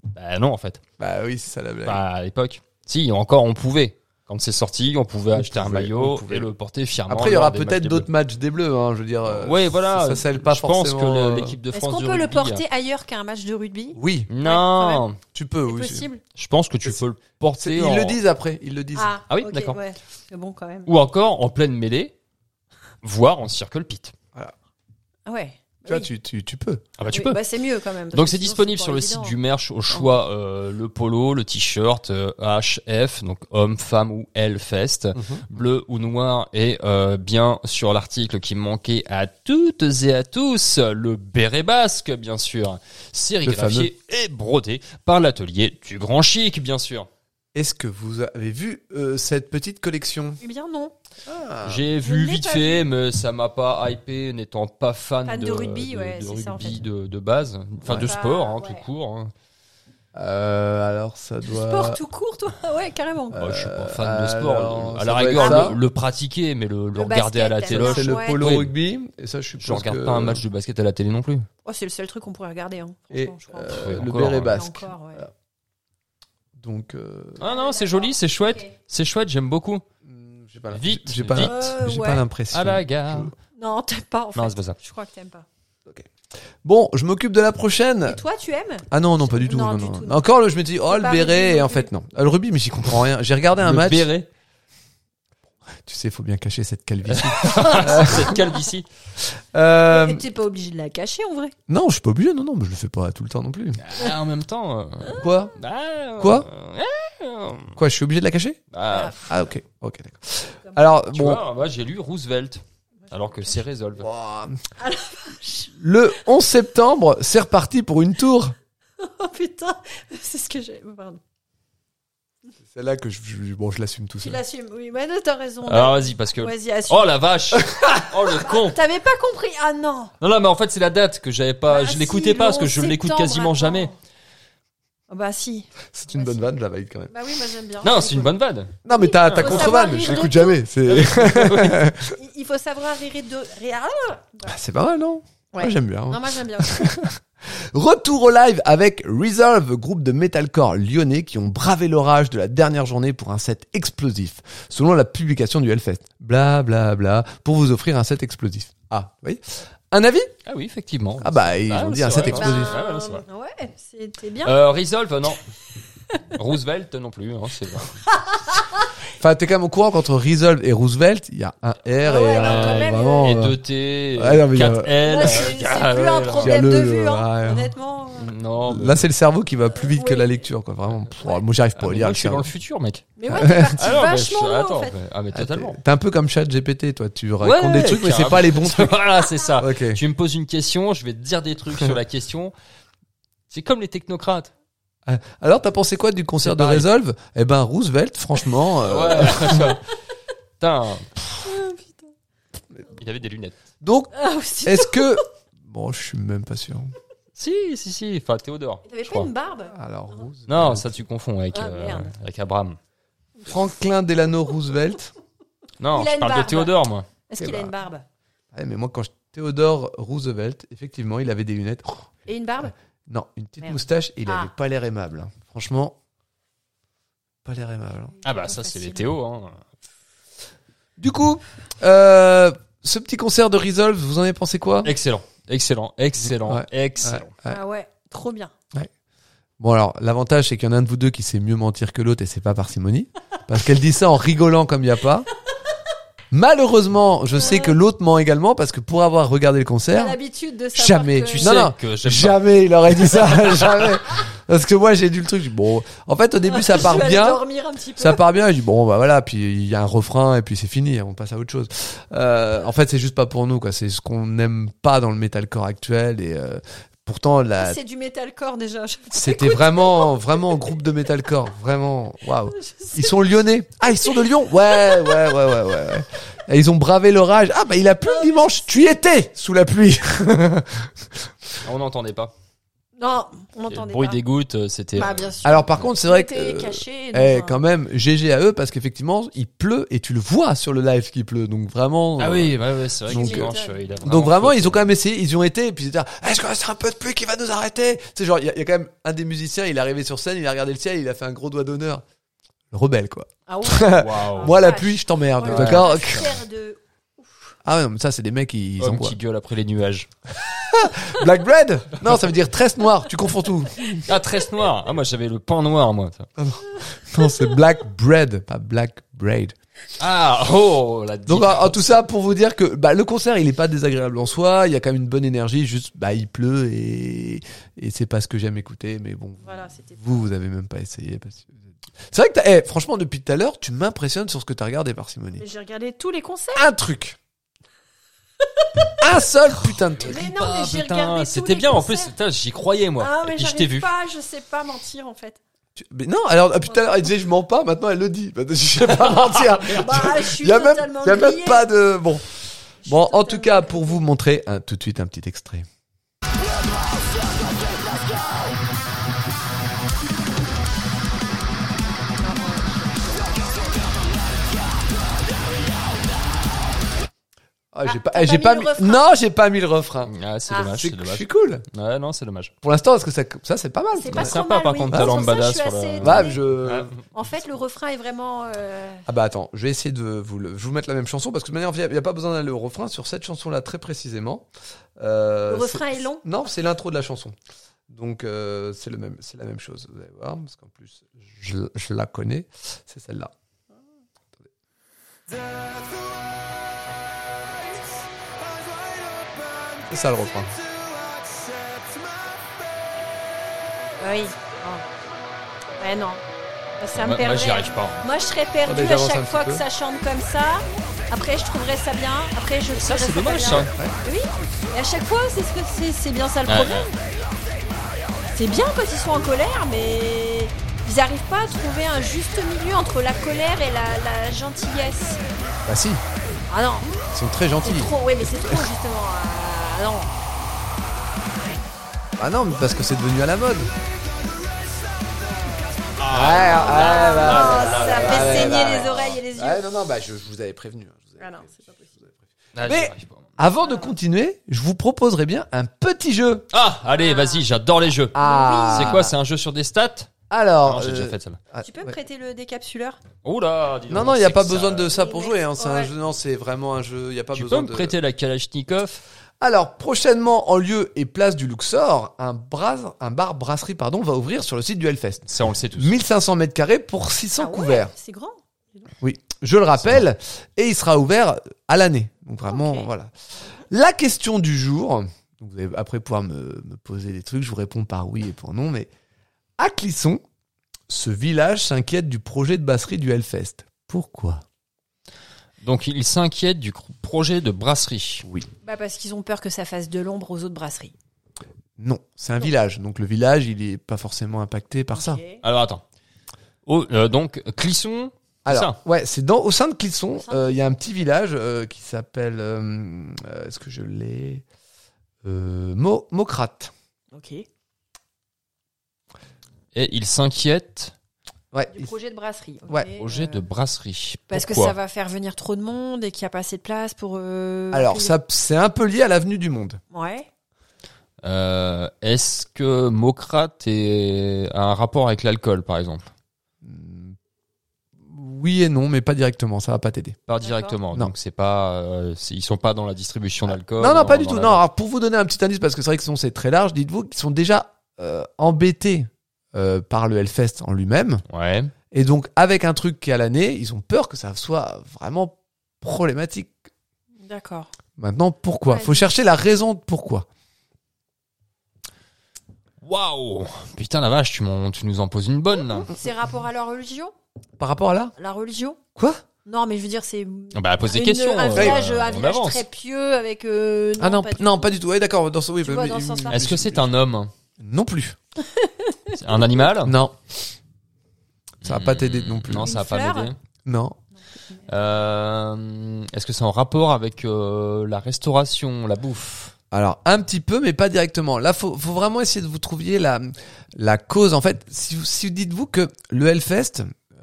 Bah non, en fait, Bah oui, c'est ça la blague. pas à l'époque. Si, encore on pouvait. Quand c'est sorti, on pouvait On acheter un pouvait, on maillot pouvait. et le porter fièrement. Après, il y lors aura des peut-être matchs d'autres matchs des Bleus. Hein, je veux dire, des euh, Bleus. Ouais, voilà. ça, ça scelle pas je pense forcément, que euh, le- l'équipe de Est-ce France qu'on du peut le rugby- hein. porter ailleurs qu'un match de rugby Oui, Non, tu peux. C'est Oui, possible je pense que tu C'est- peux le C'est- porter. en- Ils le disent après. Ils le disent. Ah oui, ok, d'accord. ouais. C'est bon quand même. Ou encore en pleine mêlée, voire en circle pit. Ah ouais. tu vois, Oui. tu, tu, tu peux. Ah bah tu Oui, peux. bah, c'est mieux quand même. parce Donc que c'est sinon, disponible pas sur le site évident. Ah. du merch au choix euh, le polo, le t-shirt euh, HF donc homme, femme ou L fest, bleu ou noir et euh, bien sur l'article qui manquait à toutes et à tous le béret basque bien sûr, sérigraphié et brodé par l'atelier du grand chic bien sûr. Est-ce que vous avez vu euh, cette petite collection Eh bien non. Ah. J'ai vu l'ai vite pas fait mais ça m'a pas hypé n'étant pas fan, euh, Fan de rugby, de, ouais, de c'est ça, en rugby fait. de, de base, enfin Ouais. de sport hein, Bah, tout ouais. court. hein. Euh, Alors, ça doit. Sport tout court, toi [LAUGHS] Ouais, carrément. Euh, Moi, je suis pas fan Euh, de sport. alors, à ça la doit être rigueur, ça. le, le pratiquer, mais le, le Le regarder à la basket, télé, alors. C'est le Ouais. polo Oui. rugby. Et ça, je suppose je regarde que- pas un match de basket à la télé non plus. Oh, c'est le seul truc qu'on pourrait regarder. Hein, Et franchement, je crois. euh, Oui, le encore, béret hein. basque. Encore, ouais. Voilà. Donc, euh, Ah non, c'est joli, c'est chouette, Ok. c'est chouette, j'aime beaucoup. j'ai pas l'im- Vite, j'ai pas, vite. Ah, Euh, j'ai ouais. pas l'impression. À la gare. Non, t'aimes pas en fait. Non, c'est pas ça. Je crois que t'aimes pas. Bon, je m'occupe de la prochaine. Et toi, tu aimes Ah non, non, pas du tout. Non, non, du non. tout, non. Encore, le- je me dis, oh, C'est le pas béret, rugby et non en plus. fait, non. Ah, Le rugby, mais j'y comprends rien. J'ai regardé un le match. béret, Tu sais, faut bien cacher cette [LAUGHS] calvitie. Ah. cette [LAUGHS] calvitie. Euh, Mais T'es pas obligé de la cacher en vrai. [LAUGHS] non, je suis pas obligé, non, non, mais je le fais pas tout le temps non plus. Ah, en même temps. euh, Quoi ah, euh, Quoi euh, Quoi, je suis obligé de la cacher ah, Ah, ok, ok, d'accord. Alors, Tu bon. vois, moi j'ai lu Roosevelt, alors que c'est Resolve. Ouah. Ah Le 11 septembre, c'est reparti pour une tour. Oh putain, [LAUGHS] c'est ce que j'ai. Pardon. C'est celle-là que je, je- bon, je l'assume tout Euh. Tu seul. l'assumes. Oui, mais non, t'as raison. Alors vas-y, parce que. Vas-y, assume. Oh la [LAUGHS] vache Ah. Oh le con T'avais pas compris Ah non. Non, non, mais en fait, c'est la date que j'avais pas. Ah, je si, l'écoutais pas, parce que le je 11 l'écoute septembre, quasiment attends. jamais. Ah Bah si. C'est une bonne vanne, je la valide quand même. Bah oui, moi j'aime bien. Non, c'est une bonne vanne. Non, mais t'as, t'as Faut contre-vanne, je savoir lire l'écoute de jamais. [LAUGHS] C'est, Il- Il faut savoir rire de. rire- ah, Ah, c'est pas mal, non Ouais. Moi, j'aime bien. hein. Non, moi j'aime bien. Retour au live avec Resolve, groupe de metalcore lyonnais qui ont bravé l'orage de la dernière journée pour un set explosif, selon la publication du Hellfest. Bla bla bla, pour vous offrir un set explosif. Ah, oui. Un avis Ah oui, effectivement. Ah bah, ils Ah, ont dit c'est un set vrai, explosif. ouais, ouais, non, c'est vrai. Ben, ouais, c'était bien. Euh, Resolve, [LAUGHS] non. Roosevelt, non plus. hein, c'est vrai. Enfin, t'es quand même au courant qu'entre Resolve et Roosevelt, il y a un R ouais, et non, un... quand même, vraiment, Et euh, 2T, Ouais, non, mais euh, il y a- 4L. Là, c'est c'est plus Ah, ouais, un là. problème le- de vue, hein. ouais. Honnêtement. euh. Non, mais- Là, c'est le cerveau qui va plus vite que Oui. la lecture, quoi. Vraiment. Pff, moi, j'arrive Ah, pas à mais lire. moi, le je suis dans cerveau. le futur, mec. Ah, Mais ouais, t'es parti Alors, vachement loin attends, en fait. mais- ah, mais Ah, totalement. T'es t'es un peu comme Chat GPT, toi. Tu racontes Ouais, des trucs, mais c'est carrément. pas les [LAUGHS] bons trucs. voilà, c'est ça. Ok. Tu me poses une question, je vais te dire [LAUGHS] des trucs sur la question. C'est comme les technocrates. Alors, t'as pensé quoi du concert C'est de pareil. Resolve Eh ben, Roosevelt, franchement. euh, [LAUGHS] Ouais. Ah, Putain. Il avait des lunettes. Donc, Ah, aussi. est-ce que. Bon, je suis même pas sûr. Si, si, si. Enfin, Théodore. T'avais je pas crois. une barbe Alors, Roosevelt. Non, ça tu confonds avec, Ah, euh, merde. avec Abraham. Franklin Delano Roosevelt. Non, Il a je une parle de barbe. Théodore, moi. Est-ce Eh qu'il bah. a une barbe Ouais, mais moi, quand je. Théodore Roosevelt, effectivement, il avait des lunettes. Oh, Et une barbe non, une petite Merde. moustache et il Ah. avait pas l'air aimable. hein. Franchement, pas l'air aimable. hein. Ah bah ça c'est les Théo. Hein. Du coup, euh, ce petit concert de Resolve, vous en avez pensé quoi Excellent, excellent, excellent, Ouais, excellent. Ouais. Ah ouais, trop bien. Bon alors, l'avantage c'est qu'il y en a un de vous deux qui sait mieux mentir que l'autre et c'est pas parcimonie. Parce qu'elle dit ça en rigolant comme il y a pas. Malheureusement, je sais que l'autre ment également parce que pour avoir regardé le T'as concert, l'habitude de savoir Jamais, que- tu Tu sais Non, non, que j'aime pas. jamais il aurait dit ça, [LAUGHS] jamais. Parce que moi j'ai dû le truc, je dis, bon, en fait au début ça [LAUGHS] Je part vais aller bien, dormir un petit peu. ça part bien, je dis bon bah voilà, puis il y a un refrain et puis c'est fini, on passe à autre chose. Euh, en fait c'est juste pas pour nous quoi, c'est ce qu'on n'aime pas dans le metalcore actuel et euh, pourtant la, Ah, C'est du metalcore déjà. Je, C'était vraiment, vraiment un groupe de metalcore. Vraiment, waouh. je sais. Ils sont lyonnais. Ah, ils sont de Lyon. Ouais, ouais, ouais, ouais, ouais. ouais. Et ils ont bravé l'orage. Ah, bah, il a plu le dimanche. Tu y étais sous la pluie. On n'entendait pas. Non, on Le n'entendait bruit pas. des gouttes, euh, c'était. Bah, bien sûr. Alors, par contre, c'est vrai que. T'es euh, caché. hein. dans Eh, un- quand même, GG à eux parce qu'effectivement, il pleut et tu le vois sur le live qu'il pleut. Donc vraiment. ah euh, oui, ouais, ouais, c'est vrai. Donc, que dimanche, euh, euh, il a Donc vraiment, fait- ils ont quand même essayé, ils y ont été, et puis ils étaient là, est-ce que c'est un peu de pluie qui va nous arrêter C'est genre, il y, a- il y a quand même un des musiciens, il est arrivé sur scène, il a regardé le ciel, il a fait un gros doigt d'honneur. le rebelle, quoi. Ah ouais Waouh. Moi, la vache. pluie, je t'emmerde, Oh là d'accord là, serre de- Ah ouais, non, mais ça, c'est des mecs, ils Homme envoient. qui gueule après les nuages. Black bread Non, ça veut dire tresse noire, tu confonds tout. Ah, tresse noire. Ah, moi, j'avais le pain noir, moi. ça. Non, c'est black bread, pas black braid. Ah, oh, la Donc, ah, diff. en- en tout ça, pour vous dire que bah, le concert, il est pas désagréable en soi, il y a quand même une bonne énergie, juste, bah, il pleut et, et c'est pas ce que j'aime écouter, mais bon, Voilà, c'était. vous, vous avez même pas essayé. parce que- C'est vrai que, t'as- eh, franchement, depuis tout à l'heure, tu m'impressionnes sur ce que t'as regardé, Parcimonie. Mais J'ai regardé tous les concerts. Un truc Un seul putain de truc Mais non, Ah, mais j'ai putain, regardé tous C'était les bien, en plus, concerts. putain, j'y croyais, moi. Ah, Et mais puis, je t'ai vu. j'arrive pas, je sais pas mentir en fait. Tu- Mais non, alors depuis tout à l'heure, elle disait je mens pas, maintenant elle le dit. Bah, Je sais [LAUGHS] pas mentir. [LAUGHS] Bah, je suis Il y a même, totalement y a même grillée. pas de bon. Je Bon, suis en tout totalement cas, grillée. pour vous montrer un- tout de suite un petit extrait. Ah, j'ai pas, eh, j'ai pas pas mis mis, le refrain. non, j'ai pas mis le refrain. Ah, c'est Ah. dommage, C'est c'est je dommage. suis cool. Ouais, non, c'est dommage. Pour l'instant, parce que ça, ça c'est pas mal. C'est Ouais. pas C'est sympa, trop par mal, contre, oui. ta Sur ça, lambada je suis sur la- assez étonnée. Ouais, Bah, je. Ah. En fait, le refrain est vraiment. euh, Ah bah attends, je vais essayer de vous, le- je vous mettre la même chanson parce que de manière, il n'y a pas besoin d'aller au refrain sur cette chanson-là très précisément. Euh, Le refrain c'est- est long Non, c'est l'intro de la chanson. Donc euh, c'est le même, c'est la même chose. Vous allez voir parce qu'en plus je, je la connais, c'est celle-là. C'est ça le refrain. Oui. Oh. Ouais, non. Bah, ça Moi, me moi, perdrait. j'y arrive pas. Moi, je serais Attendez, perdue à j'avance un chaque petit fois peu. que ça chante comme ça. Après, je trouverais ça bien. Après, je Ça, trouverais c'est pas dommage, ça. bien. Oui. Et à chaque fois, c'est ce que c'est. C'est bien ça le Ouais, problème. C'est bien quand ils sont en colère, mais ils n'arrivent pas à trouver un juste milieu entre la colère et la, la gentillesse. Bah si, Ah non, ils sont très gentils. c'est trop. Oui, mais c'est trop justement. Ah non. Ah non, mais parce que c'est devenu à la mode. Ah, ouais, ouais, ouais, ouais, Ah, ouais, ça ouais, fait ouais, saigner ouais, les ouais. oreilles et les yeux. Ouais, non, non, bah je, je vous avais prévenu. hein, je vous avais Ah non, prévenu, c'est pas je vous avais prévenu. Ah, j'y Mais- arrive pas. Avant de continuer, je vous proposerai bien un petit jeu. Ah, allez, vas-y, j'adore les jeux. Ah, C'est quoi, c'est un jeu sur des stats Alors, Non, j'ai déjà euh, fait celle-là. ah, Tu peux me ouais. prêter le décapsuleur Oula, dis Non, donc, non, il n'y a c'est pas que besoin ça- de ça pour Les jouer. hein, mecs, C'est un ouais. jeu, non, c'est vraiment un jeu. Il y a pas Tu peux besoin me de. prêter la Kalachnikov Alors, prochainement, en lieu et place du Luxor, un, bras, un bar brasserie pardon va ouvrir sur le site du Hellfest. Ça, on le sait tous. 1500 mètres carrés pour 600 Ah ouais, couverts. C'est grand. Je le rappelle, et il sera ouvert à l'année. Donc vraiment, Ok. voilà. La question du jour, donc vous allez après pouvoir me, me poser des trucs, je vous réponds par oui et par non, mais à Clisson, ce village s'inquiète du projet de brasserie du Hellfest. Pourquoi Donc, il s'inquiète du cro- projet de brasserie. Bah parce qu'ils ont peur que ça fasse de l'ombre aux autres brasseries. Non, c'est un village, donc le village, il est pas forcément impacté par ça. Alors, attends. Oh, euh, donc, Clisson. C'est Alors, ça. ouais, c'est dans au sein de Clisson, Au sein euh, il y a un petit village euh, qui s'appelle, euh, euh, est-ce que je l'ai, euh, Mo- Mocrate. Ok. Et il s'inquiète Ouais, Du projet de brasserie. ok. Ouais, projet de brasserie. euh, Parce que Pourquoi ça va faire venir trop de monde et qu'il n'y a pas assez de place pour. euh, Alors, accueillir- ça, c'est un peu lié à l'avenue du monde. Ouais. Euh, Est-ce que Mocrate est- a un rapport avec l'alcool, par exemple Hmm. Oui et non, mais pas directement, ça va pas t'aider. Pas D'accord. directement. Non. Ah. Donc c'est pas, euh, c'est- ils sont pas dans la distribution d'alcool. Euh, non, non, pas dans- du dans tout. la- Non, alors pour vous donner un petit indice, parce que c'est vrai que sinon c'est très large, dites-vous qu'ils sont déjà euh, embêtés euh, par le Hellfest en lui-même. Ouais. Et donc, avec un truc qui est à l'année, ils ont peur que ça soit vraiment problématique. D'accord. Maintenant, pourquoi Ouais. Faut chercher la raison de pourquoi. Waouh. Putain la vache, tu, m'en- tu nous en poses une bonne là. C'est rapport à la religion Par rapport à là La religion Quoi Non, mais je veux dire, c'est. Ah Bah pose des une- questions. euh, Un village, un on village avance. très pieux avec. euh, non, Ah non, pas p- du- non, pas du tout. Ouais, d'accord. Dans ce... oui, bah, Tu mais- vois, dans ce sens-là. Est-ce que c'est un homme Non plus. C'est Un animal Hmm. Non. Ça va pas t'aider non plus. Non, ça va Une pas fleur m'aider. Non. Euh, Est-ce que c'est en rapport avec euh, la restauration, la bouffe Alors un petit peu, mais pas directement. Là, faut, faut vraiment essayer de vous trouver la la cause. En fait, si vous, si vous dites-vous que le Hellfest,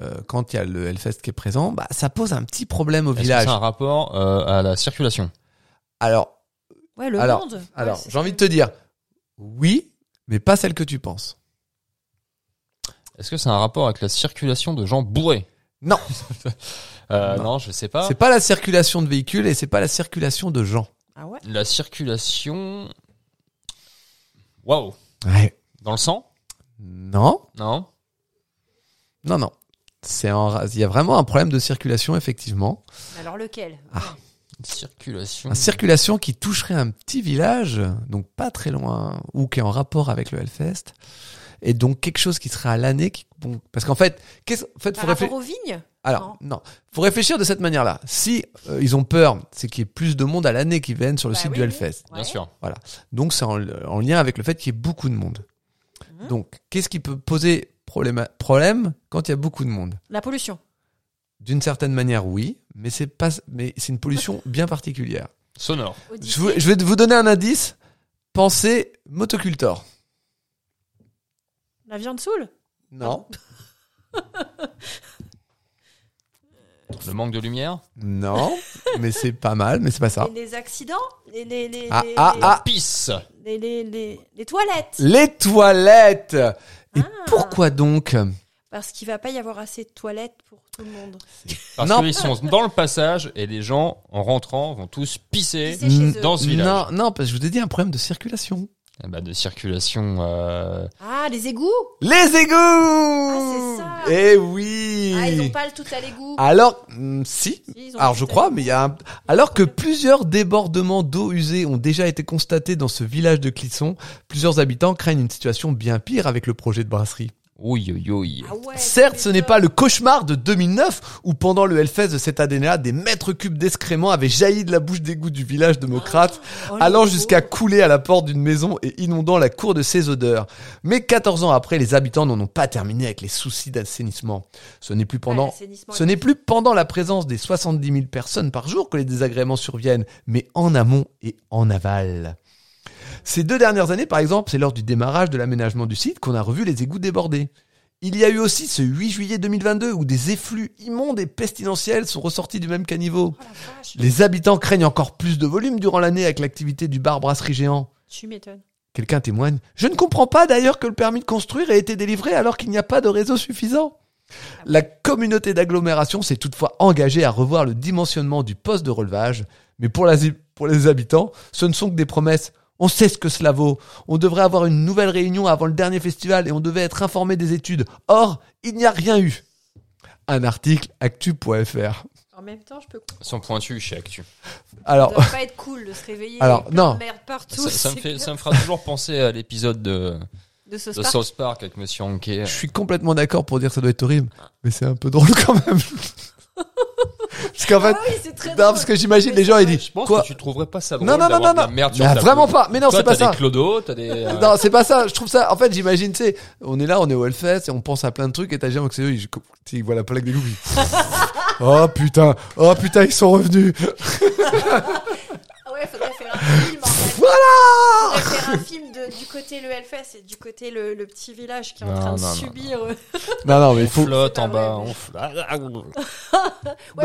euh, quand il y a le Hellfest qui est présent, bah ça pose un petit problème au Est-ce que c'est village. un rapport euh, à la circulation Alors, Ouais, le Alors- monde. alors, j'ai envie de te dire, oui, mais pas celle que tu penses. Est-ce que c'est un rapport avec la circulation de gens bourrés Non. [LAUGHS] Euh, Non. non. je sais pas. C'est pas la circulation de véhicules et c'est pas la circulation de gens. Ah ouais La circulation. Waouh. Ouais. Dans le sang Non, Non. non, non. C'est en ra- il y a vraiment un problème de circulation effectivement. Alors lequel Ah. Circulation. Une circulation qui toucherait un petit village, donc pas très loin, ou qui est en rapport avec le Hellfest, et donc quelque chose qui serait à l'année. Qui... bon, parce qu'en fait, qu'est-ce en fait, Par faut rapport réfléchir. aux vignes Alors, non. Faut réfléchir de cette manière-là. Si euh, ils ont peur, c'est qu'il y ait plus de monde à l'année qui viennent sur le Bah site oui, du oui. Hellfest. Bien sûr. Donc, c'est en, en lien avec le fait qu'il y ait beaucoup de monde. Mhm. Donc, qu'est-ce qui peut poser problème, problème quand il y a beaucoup de monde La pollution. D'une certaine manière, oui, mais c'est pas, mais c'est une pollution bien particulière. Sonore. Je, vous- je vais vous donner un indice. Pensez motocultor. La viande saoule Non. Le manque de lumière. Non, mais c'est pas mal, mais c'est pas ça. Et les accidents Et les, les, Ah, les, ah, les- ah. Pisse. les- les- les- les toilettes Les toilettes. Et Ah. pourquoi donc Parce qu'il va pas y avoir assez de toilettes pour tout le monde. Parce Non. qu'ils sont dans le passage et les gens, en rentrant, vont tous pisser Pisser chez eux. mm, dans ce village. Non, non, parce que je vous ai dit un problème de circulation. Eh ben, de circulation. euh, Ah, les égouts Les égouts Ah, c'est ça. Eh oui Ah, ils ont pas le tout à l'égout. Alors, hmm, si. Si, ils ont Alors le je tout à crois, l'égout. mais il y a un... Alors que plusieurs débordements d'eau usée ont déjà été constatés dans ce village de Clisson, plusieurs habitants craignent une situation bien pire avec le projet de brasserie. Oui, oui, oui. Ah ouais, Certes, ce c'est n'est ça. pas le cauchemar de 2009 où pendant le Hellfest de cette année-là, des mètres cubes d'excréments avaient jailli de la bouche d'égout du village démocrate, Oh, allant les jusqu'à pauvres. couler à la porte d'une maison et inondant la cour de ses odeurs. Mais 14 ans après, les habitants n'en ont pas terminé avec les soucis d'assainissement. Ce n'est plus Ouais, pendant Ah, l'assainissement ce est- n'est plus pendant la présence des 70 000 personnes par jour que les désagréments surviennent, mais en amont et en aval. Ces deux dernières années, par exemple, c'est lors du démarrage de l'aménagement du site qu'on a revu les égouts débordés. Il y a eu aussi ce 8 juillet 2022 où des effluents immondes et pestilentiels sont ressortis du même caniveau. Oh la vache, Les habitants craignent encore plus de volume durant l'année avec l'activité du bar brasserie géant. Tu m'étonnes. Quelqu'un témoigne. Je ne comprends pas d'ailleurs que le permis de construire ait été délivré alors qu'il n'y a pas de réseau suffisant. La communauté d'agglomération s'est toutefois engagée à revoir le dimensionnement du poste de relevage, mais pour, la- pour les habitants, ce ne sont que des promesses. On sait ce que cela vaut. On devrait avoir une nouvelle réunion avant le dernier festival et on devait être informé des études. Or, il n'y a rien eu. Un article actu.fr. En même temps, je peux Ils sont pointus chez Actu. Alors, Ça doit pas être cool de se réveiller. Alors, avec plein non. de Merde partout. Ça, ça me c'est fait, clair. ça me fera toujours penser à l'épisode de, De ce de spa. South Park avec Monsieur Anquet. Je suis complètement d'accord pour dire que ça doit être horrible, mais c'est un peu drôle quand même. parce qu'en fait, Ah oui, c'est très non, drôle. parce que j'imagine les gens ils disent Je pense quoi que tu trouverais pas ça drôle Non non non d'avoir non de la non. merde sur Bah, ta vraiment peau. pas. Mais non, Toi, c'est pas t'as ça. des clodos, t'as des... euh, Non, c'est pas ça. Je trouve ça. En fait, j'imagine, tu sais, on est là, on est au Hellfest et on pense à plein de trucs et t'as jamais que c'est eux. Ils, ils voient la plaque des loups. ils- [LAUGHS] oh putain, oh putain, ils sont revenus. Ah ouais, faudrait faire un film. En fait. Voilà. Faudrait faire un film de- du côté le Hellfest et du côté le, le petit village qui est en Non, train de non, non, subir. euh. Non non, mais On il faut. flotte C'est en pas bas, vrai, mais- on flotte. Ah, Ouais,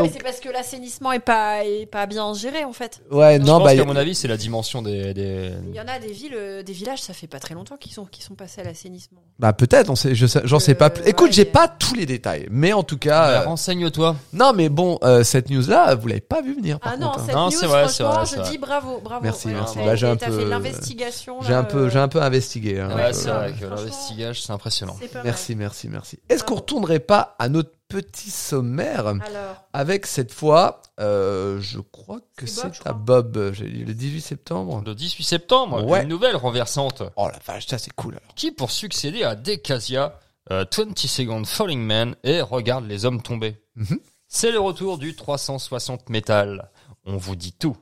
Donc- mais c'est parce que l'assainissement est pas, est pas bien géré en fait. Ouais, je non pense bah. qu'à mon avis, c'est la dimension des... des- Il y en a des villes, euh, des villages, ça fait pas très longtemps qu'ils sont, qu'ils sont passés à l'assainissement. Bah peut-être, on sait, je sais- j'en sais pas plus. Euh, Écoute, ouais, j'ai mais- pas tous les détails, mais en tout Bah, cas, euh, Renseigne-toi. non mais bon, euh, cette news là, vous l'avez pas vu venir. Par Ah non, contre, hein. cette Non, news, c'est vrai, c'est franchement, vrai, c'est je vrai. dis bravo, bravo. Merci, Voilà, merci. t'as- Bah, j'ai un t'as peu- fait de l'investigation. J'ai là, un peu, euh, j'ai un peu investigué. hein. Ouais, Euh, c'est euh, vrai que franchement- l'investigage, c'est impressionnant. c'est pas mal. Merci, merci, merci. Est-ce qu'on retournerait pas à notre petit sommaire Alors, avec cette fois, euh, je crois que C'est Bob, c'est je à Bob, euh, j'ai dit le 18 septembre. Le 18 septembre, Ouais. une nouvelle renversante Oh la vache, ça c'est cool alors. qui, pour succéder à Decasia, euh, 20 Second Falling Man et Regarde les hommes tombés. Mhm. C'est le retour du 360 Metal. On vous dit tout.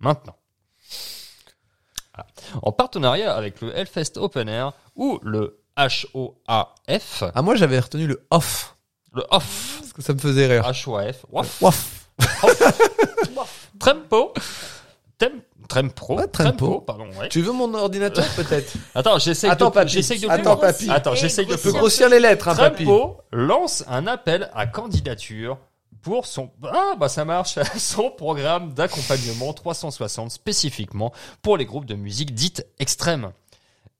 Maintenant. Ah. En partenariat avec le Hellfest Open Air ou le HOAF, Ah moi j'avais retenu le off le OFF, parce que ça me faisait rire. HOAF, WAF, Ouf. Trempo, Tem- Trempro, Ah. Ouais, Trempo. pardon, ouais. Tu veux mon ordinateur peut-être Attends, j'essaye de, Attends, papy. j'essaye de Attends, plus- papy. Attends, j'essaye de Tu peux plus- grossir les lettres, hein, papy. Trumpo lance un appel à candidature pour son ah bah ça marche [LAUGHS] son programme d'accompagnement 360 spécifiquement pour les groupes de musique dites extrêmes.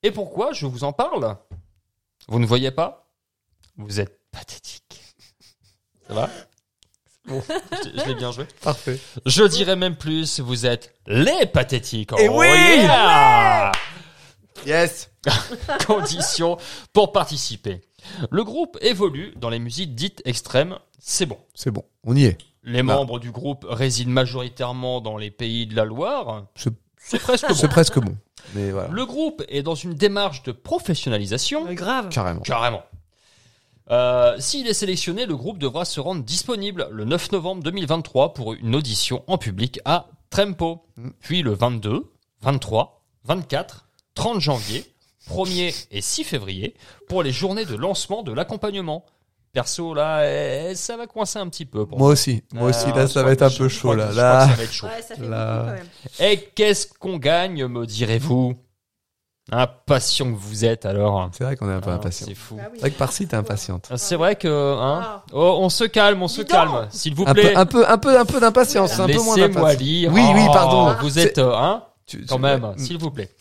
Et pourquoi je vous en parle Vous ne voyez pas Vous êtes pathétique. [LAUGHS] Ça va Bon, je je l'ai bien joué. Parfait. Je dirais même plus, vous êtes les pathétiques. Eh Oh, oui yeah Yes. [LAUGHS] conditions pour participer. Le groupe évolue dans les musiques dites extrêmes, c'est bon. C'est bon. On y est. Les Bah. membres du groupe résident majoritairement dans les pays de la Loire. C'est- C'est presque C'est bon. presque bon. Mais voilà. Le groupe est dans une démarche de professionnalisation. grave. Carrément. Carrément. Euh, S'il est sélectionné, le groupe devra se rendre disponible le 9 novembre 2023 pour une audition en public à Trempo. Mm. Puis le 22, 23, 24, 30 janvier, 1er et 6 février pour les journées de lancement de l'accompagnement. Perso, là, eh, ça va coincer un petit peu. pour Moi aussi. Moi aussi. Ah, Là, je ça crois va être que- un je peu crois chaud que- là. je crois que Là. ça va être chaud. Ouais, ça fait Là. beaucoup quand même. Et qu'est-ce qu'on gagne, me direz-vous Impatient que vous êtes alors. C'est vrai qu'on est un peu Ah, impatient. C'est fou. Bah Ah oui. C'est vrai que par-ci t'es impatiente. Ah, C'est vrai que hein, Ah. oh, on se calme, on se Dis donc. calme, s'il vous Un plaît. peu, un peu, un peu, un peu d'impatience, ah, un peu moins Laissez-moi d'impatience. lire. Oui, oui, Oh, pardon. Vous C'est- êtes euh, hein, Tu- quand tu- même, s'il vous plaît.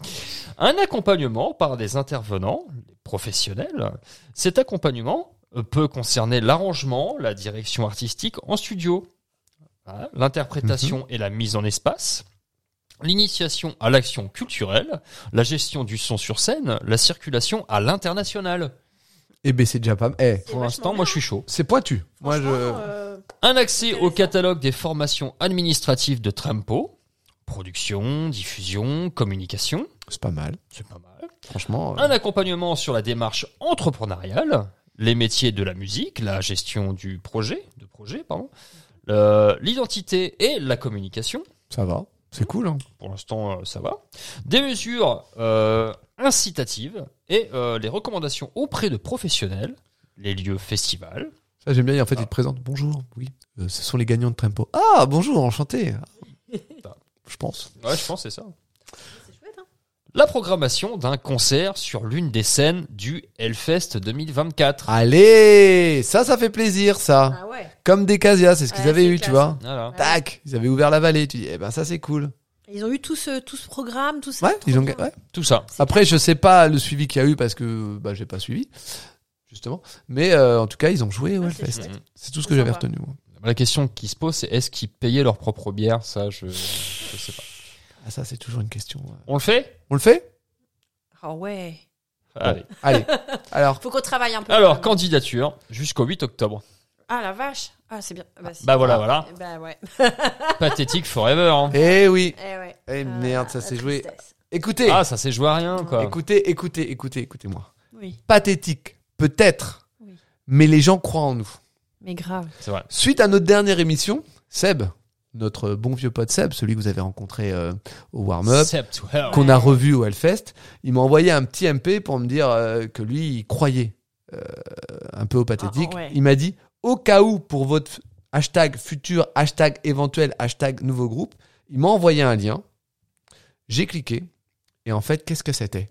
Un accompagnement par des intervenants des professionnels. Cet accompagnement euh, peut concerner l'arrangement, la direction artistique en studio, hein, l'interprétation Mhm. et la mise en espace, l'initiation à l'action culturelle, la gestion du son sur scène, la circulation à l'international. Eh ben c'est déjà pas. Eh, Pour l'instant, vachement moi, je suis chaud. c'est pointu. Moi je. Franchement, euh, Un accès au Intéressant. catalogue des formations administratives de Trampo. Production, diffusion, communication. C'est pas mal. C'est pas mal. Franchement. euh, Un accompagnement sur la démarche entrepreneuriale, les métiers de la musique, la gestion du projet, de projet, pardon, euh, l'identité et la communication. Ça va. C'est cool. Hein. Pour l'instant, euh, ça va. Des mesures euh, incitatives et euh, les recommandations auprès de professionnels, les lieux festivals, Ça j'aime bien. En fait, ils te présentent. Bonjour. Oui. euh, ce sont les gagnants de Trempo. Ah bonjour, enchanté. Je pense. Ouais, je pense que c'est ça. chouette, hein. La programmation d'un concert sur l'une des scènes du Hellfest 2024. Allez, ça, ça fait plaisir, ça. Ah ouais. Comme des casias, c'est ce qu'ils Ouais, avaient c'est eu, tu classe. vois. Voilà. Tac, ils avaient ouvert la vallée. Tu dis, eh ben ça c'est cool. Ils ont eu tout ce, tout ce programme, tout ça. Ouais, trop ils ont. bien. ouais. Tout ça. Après, je sais pas le suivi qu'il y a eu parce que bah j'ai pas suivi, justement. Mais euh, en tout cas, ils ont joué au Ah, c'est Hellfest. chouette. C'est tout ce C'est que j'avais sympa. retenu. moi. Mm, La question qui se pose, c'est est-ce qu'ils payaient leur propre bière Ça, je, je sais pas. Ah ça, c'est toujours une question. ouais. On le fait On le fait Ah ouais. Allez. [LAUGHS] Allez. Alors, Faut qu'on travaille un peu. Alors, quand même. candidature jusqu'au 8 octobre. Ah la vache. Ah c'est bien. Ah, Bah, si. Bah voilà, voilà. Eh Bah ouais. [LAUGHS] Ah. Pathétique forever. hein. eh oui. Eh ouais. Eh Ah, merde, ça la s'est joué. tristesse. Écoutez, Ah, ça s'est joué à rien, quoi. écoutez, écoutez, écoutez, écoutez-moi. Oui. Pathétique, peut-être, Oui. mais les gens croient en nous. Mais grave. C'est vrai. Suite à notre dernière émission, Seb, notre bon vieux pote Seb, celui que vous avez rencontré euh, au warm-up, Sept to hell. qu'on a revu au Hellfest, il m'a envoyé un petit MP pour me dire euh, que lui, il croyait euh, un peu au pathétique. Ah, ah, ouais. Il m'a dit, au cas où, pour votre hashtag futur, hashtag éventuel, hashtag nouveau groupe, il m'a envoyé un lien. J'ai cliqué. Et en fait, qu'est-ce que c'était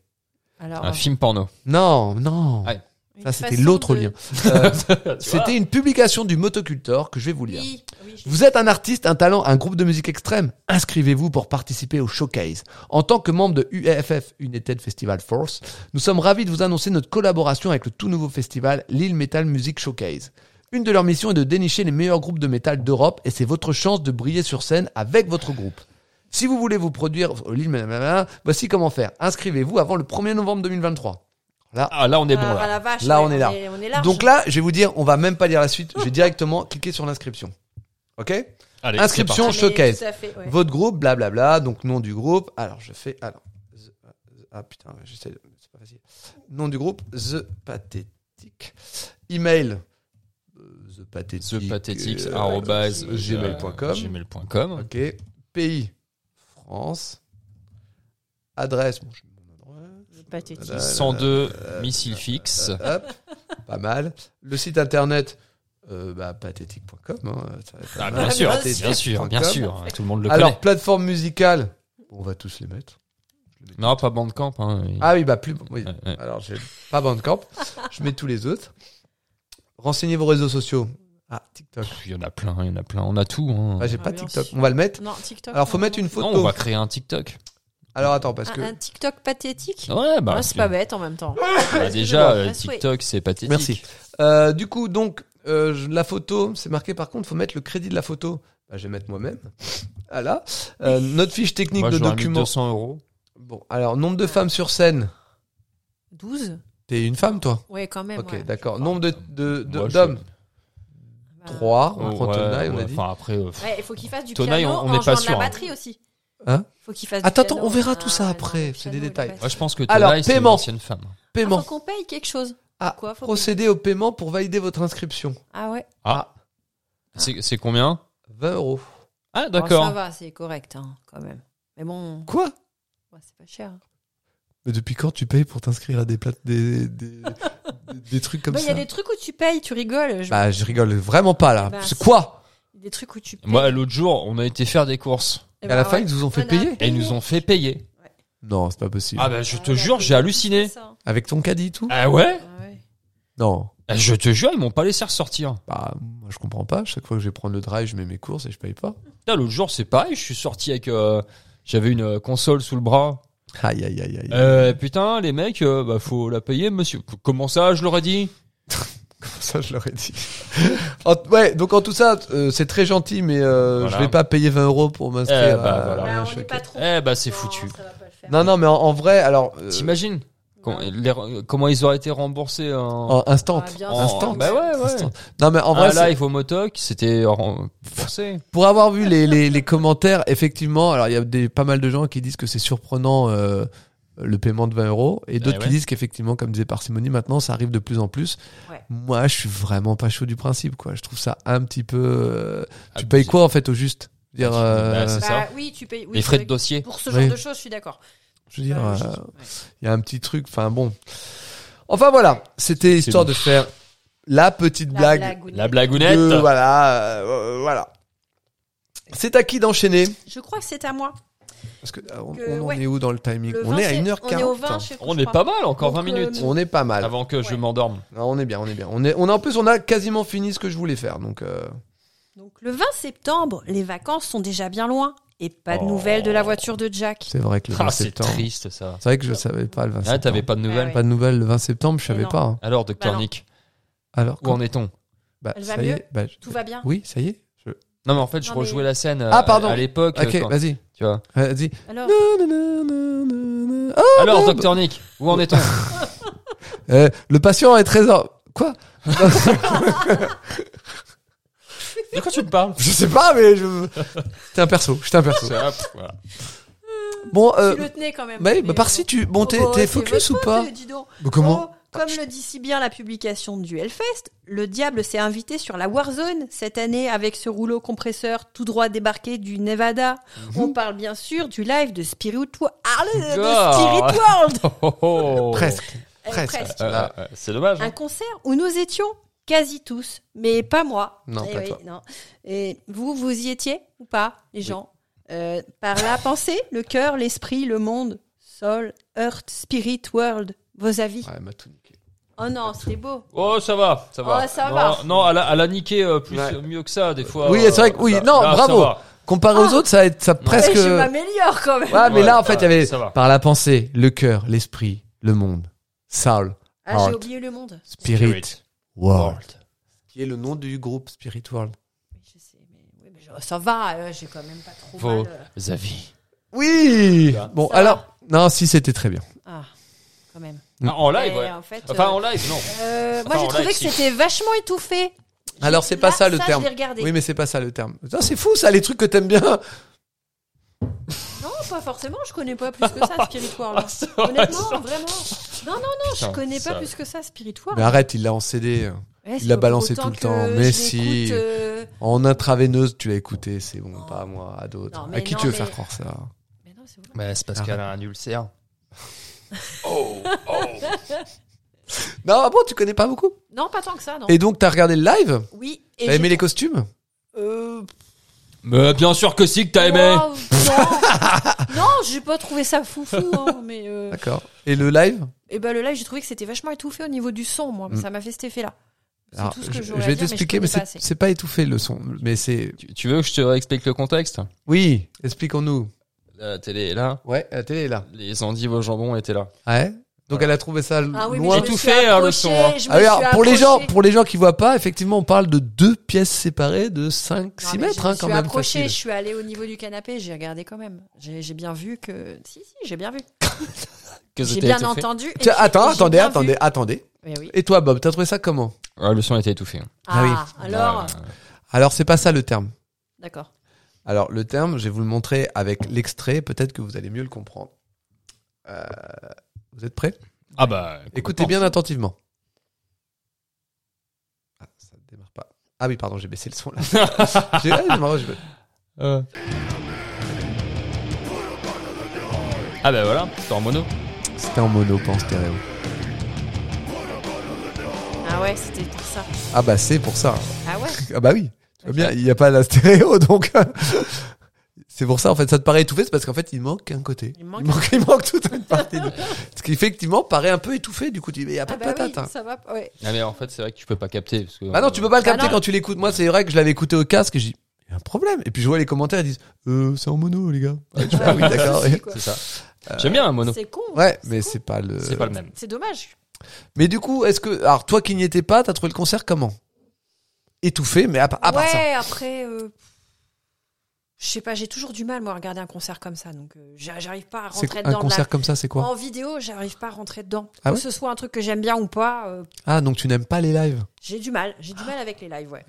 Alors. Un [LAUGHS] film porno. Non, non. Ah, une Ça, c'était façon l'autre de- lien. [LAUGHS] Euh, Tu vois c'était une publication du Motocultor que je vais vous lire. Oui. oui, je- Vous êtes un artiste, un talent, un groupe de musique extrême Inscrivez-vous pour participer au Showcase. En tant que membre de UFF, United Festival Force, nous sommes ravis de vous annoncer notre collaboration avec le tout nouveau festival, l'île Metal Music Showcase. Une de leurs missions est de dénicher les meilleurs groupes de métal d'Europe et c'est votre chance de briller sur scène avec votre groupe. Si vous voulez vous produire au Lille, blablabla, voici comment faire. Inscrivez-vous avant le 1er novembre 2023. Là, Ah, là, on est bon, Ah, là. la vache. Là, ouais, on est là. On est large. donc là, je vais vous dire, on va même pas lire la suite, je vais directement cliquer sur l'inscription. Ok Allez, Ah, Inscription. on mais showcase. tout à fait, ouais. Votre groupe, blablabla, donc nom du groupe. Alors, je fais. Alors, The- ah putain, j'essaie de. C'est pas facile. Nom du groupe, The Pathétique. Email, euh, The Pathétique. euh, gmail.com. Gmail.com. Ok. Pays, France. Adresse, bon, je mets mon adresse. Pathétique. Euh, 102 missiles fixes. Hop, pas mal. Le site internet, euh, bah, pathétique.com. hein, ça va être pas Ah, mal. bien sûr, Bien bien sûr, bien sûr. Tout le monde le Alors, connaît. plateforme musicale, on va tous les mettre. Non, pas Bandcamp. Hein. euh, Il- Ah oui, bah plus. oui. Ouais, ouais. Alors, j'ai pas Bandcamp. je mets tous les autres. Renseignez vos réseaux sociaux. Ah, TikTok. Pff, Il y en a plein, il y en a plein. On a tout. hein. Ah, j'ai pas Ah, bien TikTok. sûr. On va le mettre. Non, TikTok. Alors, faut non, mettre non. une Non, on photo. va créer un TikTok. Alors, attends, parce Ah, Un- que. Un TikTok pathétique. Ouais, bah, Ah, c'est pas bête en même temps. bah, déjà, euh, Excusez-moi. TikTok, c'est pathétique. Merci. Euh, du coup, donc, euh, je- la photo, c'est marqué par contre, faut mettre le crédit de la photo. Bah, je vais mettre moi-même. Ah là. Euh, notre fiche technique Moi, de j'aurais mis document. 200 euros. Bon, alors, nombre de femmes sur scène. 12 T'es une femme, toi Ouais, quand même. Ok, ouais. d'accord. Nombre de- de- Moi, de- je- d'hommes. Bah, Trois. Ouais, On prend ouais, Tonai, on a ouais. dit. Enfin, après, euh, pff, Ouais, il faut qu'il fasse du Tonaille, piano on- on en n'est pas jouant de la sûr, hein. batterie aussi. Hein faut qu'il fasse du Attends, attends, piano. on verra Ah, tout ça ouais, non, après, le c'est des piano, il est détails. pas moi, je pense que Alors, Tonaï, c'est une paiement. ancienne femme. Ah, Paiement. faut qu'on paye quelque chose. Ah, Quoi, faut Procéder au paiement pour valider votre inscription. payer. Ah ouais. Ah. C'est c'est combien 20 euros. Ah, Bon, d'accord. ça va, c'est correct hein, quand même. Mais bon, Quoi ouais, c'est pas cher. Mais depuis quand tu payes pour t'inscrire à des plate des, [LAUGHS] des, des- des trucs comme Mais Bah, il y ça a des trucs où tu payes, tu rigoles. je- Bah, je rigole vraiment pas là. Eh ben, c'est quoi Des trucs où tu payes. Moi, l'autre jour, on a été faire des courses Eh Et ben à la fin, ouais. ils nous ont fait On a un payer peu- et ils nous ont fait payer. Non, c'est pas possible. Ah, bah, je te Ouais, jure, la j'ai halluciné. c'est ça. Avec ton caddie et tout Ah ouais Ah ouais. Non. Ah, Je te jure, ils m'ont pas laissé ressortir. Bah, moi, je comprends pas. Chaque fois que je vais prendre le drive, je mets mes courses et je paye pas. Putain, l'autre jour, c'est pareil, je suis sorti avec. euh, J'avais une euh, console sous le bras. Aïe, aïe, aïe, aïe. Euh, putain, les mecs, euh, bah, faut la payer, monsieur. Comment ça, je leur ai dit [LAUGHS] Ça, je l'aurais dit. [LAUGHS] En- ouais, donc en tout ça, euh, c'est très gentil, mais euh, Voilà. je vais pas payer 20 euros pour m'inscrire. Eh bah, à- voilà. à Bah, un on est chèque. pas trop. Eh bah, c'est Non, foutu. Euh, ça va pas le faire. Non, non, mais en, en vrai, alors. euh, T'imagines Com- Ouais. les re- euh, Comment ils auraient été remboursés en, en instant. Ah, bien en- instant. Bah ouais, ouais. Ah, Instant. Non, mais en vrai, un c'est- live au motoc, c'était remboursé. pour avoir vu les, les, les commentaires, effectivement, alors il y a des, pas mal de gens qui disent que c'est surprenant euh, le paiement de 20 euros et d'autres Eh ouais. qui disent qu'effectivement, comme disait Parcimonie, maintenant ça arrive de plus en plus. Ouais. Moi, je suis vraiment pas chaud du principe, quoi. Je trouve ça un petit peu. euh, tu Ah, payes bah, quoi en fait au juste Dire, Bah, euh, c'est- Bah, oui, tu payes. oui, Les c'est frais de vrai dossier. que Pour ce Oui. genre de choses, je suis d'accord. je veux dire, Bah, euh, logique. Ouais. il y a un petit truc. Enfin bon. Enfin voilà, c'était histoire bon. de faire la petite La blague. blagounette. La blagounette. de- voilà, euh, voilà. C'est à qui d'enchaîner Je crois que c'est à moi. Parce que, euh, on, Que, on en ouais. est où dans le timing Le On est à 20, 1h40. On est au 20, je sais On je est crois. pas mal, encore Donc, 20 minutes. euh, On est pas mal. Avant que je Ouais. m'endorme. Ah, On est bien, on est bien. On est, on a, en plus, on a quasiment fini ce que je voulais faire. Donc, euh, Donc le 20 septembre, les vacances sont déjà bien loin. Et pas de Oh. nouvelles de la voiture de Jack. c'est vrai que le 20 Ah, c'est septembre. triste ça. C'est vrai que je savais pas le 20 Ah, t'avais septembre. pas de nouvelles ouais. Pas de nouvelles le 20 septembre, je Mais savais non. pas. hein. Alors, docteur Bah non. Nick, Alors, où en est-on bah, Elle va ça y mieux est. bah, je- Tout va bien. Oui, ça y est. je- Non, mais en fait, je Non, mais- rejouais la scène euh, Ah, pardon. à l'époque. euh, Ok, quand- vas-y. tu vois. Vas-y. Alors, Nananana. Ah, Alors, merde. docteur Nick, où en [LAUGHS] est-on euh, le patient est très. en- Quoi De quoi tu me parles Je sais pas, mais je. [LAUGHS] J'étais un perso. J'étais un perso. Bon, euh. tu le tenais quand même. Bah, oui, Mais bah, par bon. si tu. Bon, t'es Oh, t'es c'est focus votre ou pas faute, dis donc. Bah, Comment Oh, comme le dit si bien la publication du Hellfest, le diable s'est invité sur la Warzone cette année avec ce rouleau compresseur tout droit débarqué du Nevada. Mhm. On parle bien sûr du live de Spirit World. God. Spirit World Presque. Euh, Presque. presque. Oh, Euh, euh, c'est dommage. hein. Un concert où nous étions quasi tous, mais pas moi. Non, Eh pas oui, toi. non. Et vous, vous y étiez ou pas, les gens Euh, Par la pensée, le cœur, l'esprit, le monde, soul, earth, spirit, world. Vos avis Ouais, elle m'a tout niqué. Oh non, c'était beau. Oh, ça va, ça va. Oh, ça non, va. non, elle a, elle a niqué euh, plus Ouais. euh, mieux que ça des fois. Oui, euh, c'est vrai que- oui, là- non, là, ça bravo. va. Comparé aux autres, ça va être ça presque. Mais Ah. je m'améliore quand même. Ouais, mais Ouais, là, en fait, ouais, il y avait ça va. par la pensée, le cœur, l'esprit, le monde, Soul, Ah, Art. j'ai oublié le monde. Spirit, World. World. Qui est le nom du groupe Spirit World. Oui, je sais, mais, oui, mais je- ça va, euh, j'ai quand même pas trop Vos mal. euh. avis. Oui Bon, Ça alors, non, si, c'était très bien. Ah, quand même. Ah, en live, Mais ouais. en fait, Enfin, euh, en live, non. euh, moi Enfin, j'ai en trouvé live, que si. c'était vachement étouffé. Alors, c'est pas Là, ça le ça, terme. Je l'ai regardé. Oui, mais c'est pas ça le terme. Putain, c'est fou, ça, les trucs que t'aimes bien. [LAUGHS] Non, pas forcément, je connais pas plus que ça Spirit [LAUGHS] World. Ah, ça va, ça- Honnêtement, vraiment. Non, non, non, Putain, je connais pas ça- plus que ça Spirit Mais World. arrête, il l'a en CD. Ouais, l'a c'est pas Bah, balancé autant tout le que temps, je mais l'écoute, si. euh, En intraveineuse, tu l'as écouté, c'est bon, pas à moi, à Non, d'autres. mais À qui non, tu veux mais- faire croire ça Mais non, c'est vrai. Mais Bah, c'est parce Arrête. qu'elle a un ulcère. Non, ah bon, tu connais pas beaucoup. Non, pas tant que ça, non. Et donc, t'as regardé le live Oui. et T'as aimé j'ai- les costumes Euh, Mais bien sûr que si que t'as aimé. Wow, Oh, non. non, j'ai pas trouvé ça foufou, [LAUGHS] hein, mais. euh, D'accord. Et le live Et ben le live, j'ai trouvé que c'était vachement étouffé au niveau du son, moi. mais Mm. Ça m'a fait cet effet-là. C'est Alors, tout ce que je- j'aurais je à vais dire, mais je t'expliquer, mais, connais pas c'est- assez. c'est pas étouffé le son. Mais c'est. Tu, tu veux que je te explique le contexte Oui, expliquons-nous. La télé est là, Ouais, la télé est là. les endives au jambon étaient là. Ouais. Donc elle a trouvé ça Ah oui, mais loin. je me tout suis fait, hein, le approchée, son, hein. je me Ah oui, alors, suis pour les gens, approchée. pour les gens qui voient pas, effectivement, on parle de deux pièces séparées de 5, Non, 6 mais mètres, je hein, me quand suis même. approchée, facile. je suis allée au niveau du canapé, j'ai regardé quand même. J'ai j'ai bien vu que. Si, si, j'ai bien vu. Que J'ai c'était bien étouffé. entendu. et Tiens, j'ai- attends, j'ai attendez, bien vu. attendez, attendez. Mais oui. Et toi, Bob, t'as trouvé ça comment Ouais, le son était étouffé. hein. Ah oui. Ah, alors, Ouais, ouais, ouais. Alors, c'est pas ça le terme. d'accord. Alors, le terme, je vais vous le montrer avec l'extrait. Peut-être que vous allez mieux le comprendre. Euh, vous êtes prêts Ah bah. Écoutez bien attentivement. Ah, ça ne démarre pas. Ah oui, pardon, j'ai baissé le [LAUGHS] son là. J'ai- ah, je m'en- je- Euh. Ah bah voilà, c'était en mono. C'était en mono, pas en stéréo. Ah ouais, c'était pour ça. Ah bah, c'est pour ça. Ah ouais. Ah bah oui. Tu vois bien, il n'y a pas la stéréo, donc [LAUGHS] c'est pour ça en fait. Ça te paraît étouffé, c'est parce qu'en fait il manque un côté. Il manque- il manque, il manque toute une partie. de- Ce qui effectivement paraît un peu étouffé du coup. Tu dis, mais il n'y a pas de Ah bah patate. hein. oui, ça va. pas- Ouais. Ah mais en fait, c'est vrai que tu peux pas capter. Parce que, Bah non, tu peux pas le Bah capter non. quand tu l'écoutes. Moi, c'est vrai que je l'avais écouté au casque et j'ai dit, il y a un problème. Et puis je vois les commentaires, ils disent, euh, c'est en mono, les gars. Ouais, je fais, ah oui, d'accord. C'est quoi. C'est ça. J'aime bien un mono. C'est con. Ouais, mais c'est pas le. C'est pas le même. C'est dommage. Mais du coup, est-ce que. Alors, toi qui n'y étais pas, t'as trouvé le concert comment Étouffé, mais à, pa- à part ça. ouais, après, euh, je sais pas, j'ai toujours du mal moi à regarder un concert comme ça, donc euh, j'a- j'arrive pas à C'est rentrer un dedans. de la- Oh. concert comme ça, c'est quoi En vidéo, j'arrive pas à rentrer dedans. Ah que ouais ce soit un truc que j'aime bien ou pas, euh, Ah, donc tu n'aimes pas les lives j'ai du mal. J'ai du mal avec les lives, ouais.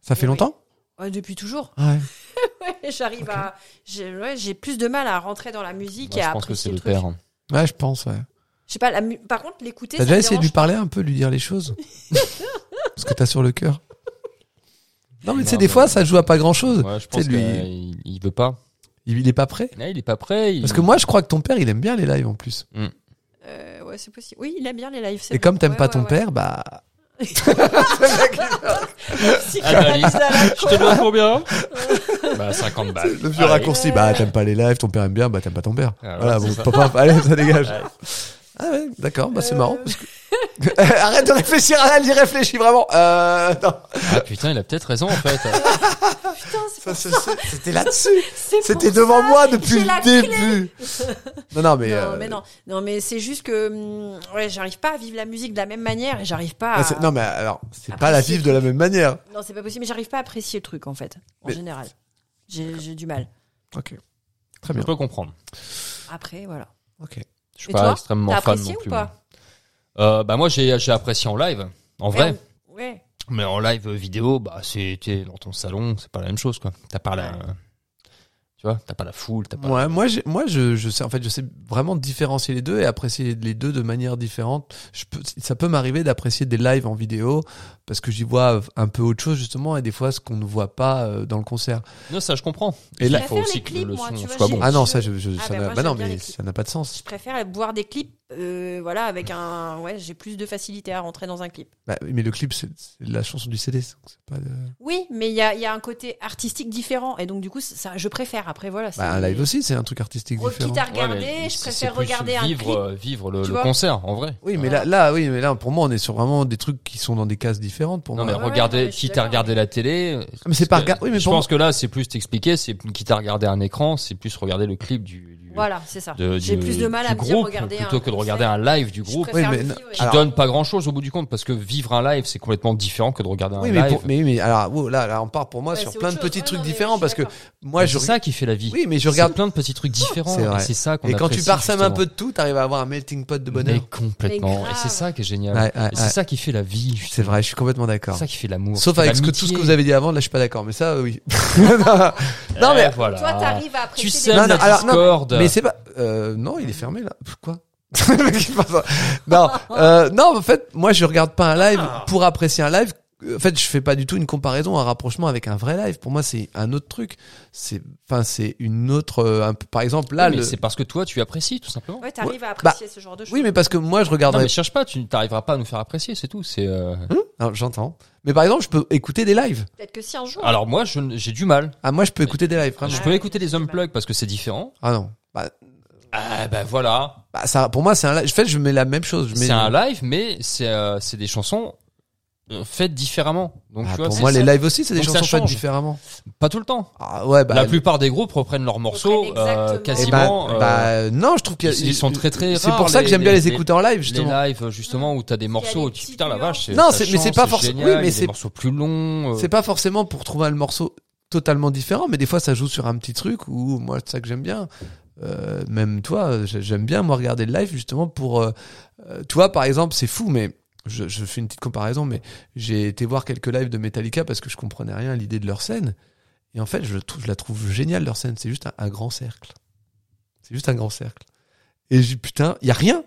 Ça fait Oui. longtemps Ouais, Ah. depuis toujours. Ah Ouais. Ouais, [LAUGHS] j'arrive à, j'ai ouais, j'ai plus de mal à rentrer dans la musique Bah, Moi, et à je pense que c'est apprécier le truc. père. Ouais, je pense, ouais. Je sais pas. la mu- Par contre, l'écouter, T'as ça déjà me essayé de lui dérange. parler un peu, lui dire les [LAUGHS] choses Ce que t'as sur le cœur. Non, mais tu sais, Non, des mais- fois, ça joue à pas grand chose. Ouais, je Tu pense sais, lui- qu'il il veut pas. Il est pas prêt. Là, il est pas prêt. il- Parce que [LAUGHS] moi, je crois que ton père, il aime bien les lives en plus. Euh, ouais, c'est possible. Oui, il aime bien les lives. c'est Et vrai. comme t'aimes Ouais, pas ouais, ton ouais. père, bah. [LAUGHS] [LAUGHS] Psychanalyse à la con. te donne combien Bah 50 balles. Le vieux raccourci, bah t'aimes pas les lives, ton père aime bien, bah t'aimes pas ton père. Ah, voilà, ouais, bon, c'est ça. papa, allez, ça dégage. Ah ouais, d'accord, bah c'est marrant. parce que- [LAUGHS] Arrête de réfléchir, elle y réfléchit vraiment. Euh, non. Ah putain, il a peut-être raison en fait. Putain, c'est Ça, pour- c'est- c'est- C'était là-dessus. c'est [LAUGHS] pour C'était devant moi depuis j'ai la le clé. début. Non, non, mais. non, euh, mais non, non, mais c'est juste que hum, ouais, j'arrive pas à vivre la musique de la même manière et j'arrive pas. ouais, À... bah, Ah, c'est- Non, mais alors, c'est Après, pas la c'est- vivre de la même manière. Non, c'est pas possible, mais j'arrive pas à apprécier le truc en fait, en Mais- général. J'ai j'ai du mal. Ok. Très Je bien. peux comprendre. Après, voilà. Ok. Je Et suis pas toi, extrêmement T'as fan apprécié non ou plus. pas Euh, bah moi j'ai j'ai apprécié en live, en vrai. Ouais, on- Ouais. Mais en live vidéo, bah c'était dans ton salon, c'est pas la même chose quoi. T'as pas la, tu vois, t'as pas la foule, t'as pas. Ouais, moi, j'ai- moi je, je sais, en fait, je sais vraiment différencier les deux et apprécier les deux de manière différente. Je peux, ça peut m'arriver d'apprécier des lives en vidéo parce que j'y vois un peu autre chose, justement, et des fois ce qu'on ne voit pas euh, dans le concert. Non, ça je comprends. Et Je là- il faut préfère aussi les que clips, le moi, son tu vois, soit bon. j'ai- Ah non, ça, je, je- Ah ça bah, n'a- moi, bah non, j'aime bien mais les clips. ça n'a pas de sens. Je préfère voir des clips, euh, voilà, avec un. Ouais, j'ai plus de facilité à rentrer dans un clip. Bah, mais le clip, c'est c'est la chanson du CD. donc c'est pas de- Oui, mais il y a, il y a un côté artistique différent et donc du coup, ça, je préfère. Après, voilà. c'est- Bah, un live aussi, c'est un truc artistique Oh, différent. Quitte à Ouais, mais regarder, je c'est- préfère c'est plus regarder un vivre, clip. euh, vivre le, tu le vois. concert en vrai. Oui, mais là, là, oui, mais là, pour moi, on est sur vraiment des trucs qui sont dans des cases différentes pour Non mais moi. ouais, regardez, non, mais je suis si t'as d'accord. regardé la télé, Ah, mais c'est parce pas que regard- oui, mais je pour pense que là c'est plus t'expliquer, c'est quitte à regarder un écran, c'est plus regarder le clip du, du- Voilà, c'est ça. de- J'ai du- plus de mal à du me dire groupe, regarder plutôt un que de concert. regarder un live du Je groupe préfère Oui, le mais- vivre, qui ouais. alors- donne pas grand chose au bout du compte parce que vivre un live c'est complètement différent que de regarder Oui, un mais, live. pour- mais, mais alors, wow, là, là, on part pour moi Ouais, sur c'est plein de autre petits chose. Ouais, trucs non, mais différents je parce suis que d'accord. moi, je, Bah, c'est ça qui fait la vie. oui, mais je C'est regarde plein de petits trucs différents. C'est et vrai. C'est ça qu'on Et quand tu apprécie, parsèmes un justement. peu de tout, t'arrives à avoir un melting pot de bonheur. Mais complètement. Mais Et c'est grave. ça qui est génial. Ouais, ouais, Et C'est ouais. ça qui fait la vie. justement. C'est vrai, je suis complètement C'est d'accord. ça qui fait l'amour. Sauf avec ce que, tout ce que vous avez dit avant, là, je suis pas d'accord. Mais ça, euh, [LAUGHS] oui. [LAUGHS] Euh, non, mais, Eh, voilà. Toi, t'arrives bah, à apprécier. tu des sais Non, la non, alors, non, discorde. mais c'est pas. euh, non, il est fermé là. Pff, Quoi [LAUGHS] Le mec, il pense ça. Non, euh, non. En fait, moi, je regarde pas un live pour apprécier un live. En fait, je fais pas du tout une comparaison, un rapprochement avec un vrai live. Pour moi, c'est un autre truc. C'est, enfin, c'est une autre. euh, un peu- par exemple, là, Oui, mais le- c'est parce que toi tu apprécies tout simplement. Ouais, t'arrives à Bah, apprécier ce genre de choses. Oui, mais Mmh. parce que moi, je Non, regarderais mais cherche pas, tu n'arriveras pas à nous faire apprécier, c'est tout. C'est euh, Non, j'entends. Mais par exemple, je peux écouter des lives. Peut-être que si un jour. alors moi je ne- j'ai du mal. Ah, moi, je peux écouter des lives, vraiment. Je peux Ouais, écouter les j'ai du mal. unplugs parce que c'est différent. Ah non. Bah, Ah bah voilà, bah, ça, pour moi, c'est un live. En fait, je mets la même chose. Je mets c'est un live mais c'est euh, c'est des chansons euh, faites différemment. Donc, Ah, tu vois, pour c'est moi, ça. les lives aussi, c'est des Donc ça chansons faites change. différemment. Pas tout le temps. Ah ouais, bah. la plupart des groupes reprennent leurs morceaux Reprennent euh, exactement. eh quasiment. ben, euh, bah, non, je trouve que ils- ils sont très, très C'est rares, pour ça que les- j'aime bien les- les écouter en live justement. Les lives, justement, où t'as des hein. morceaux, où tu- petites putain la vache. nuances. Non, ça c'est- mais c'est change, pas forcément- génial, oui, mais il y a c'est- des morceaux plus longs. euh, C'est pas forcément pour trouver un morceau totalement différent, mais des fois ça joue sur un petit truc où moi c'est ça que j'aime bien. Euh, même toi, j'ai- j'aime bien moi regarder le live justement pour. euh, euh, tu vois, par exemple, c'est fou, mais je, je fais une petite comparaison, mais j'ai été voir quelques lives de Metallica parce que je comprenais rien à l'idée de leur scène. Et en fait, je, le trou- je la trouve géniale leur scène. C'est juste un, un grand cercle. C'est juste un grand cercle. Et j'ai putain, il y a rien.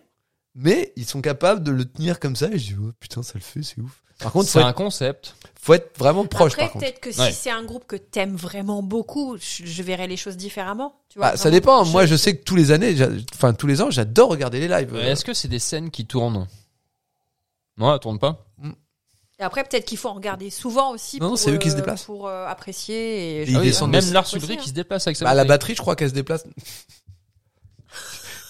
Mais ils sont capables de le tenir comme ça. Et je dis oh, putain, ça le fait, c'est ouf. Par contre, faut C'est être, un concept. faut être vraiment proche. par Après, contre. peut-être que si Ouais. c'est un groupe que t'aimes vraiment beaucoup, je, je verrai les choses différemment. Tu vois, Bah, ça vraiment. dépend. Moi, je sais que tous les années, j'a- enfin tous les ans, j'adore regarder les lives. Est-ce que c'est des scènes qui tournent Non, elles tournent pas. Et après, peut-être qu'il faut en regarder souvent aussi. Non, pour, c'est eux qui se euh, déplacent. Pour euh, apprécier. Et Ils Ah oui, descendent même aussi. Lars Ulrich qui se déplace avec sa Bah, la batterie. batterie, je crois qu'elle se déplace. [LAUGHS]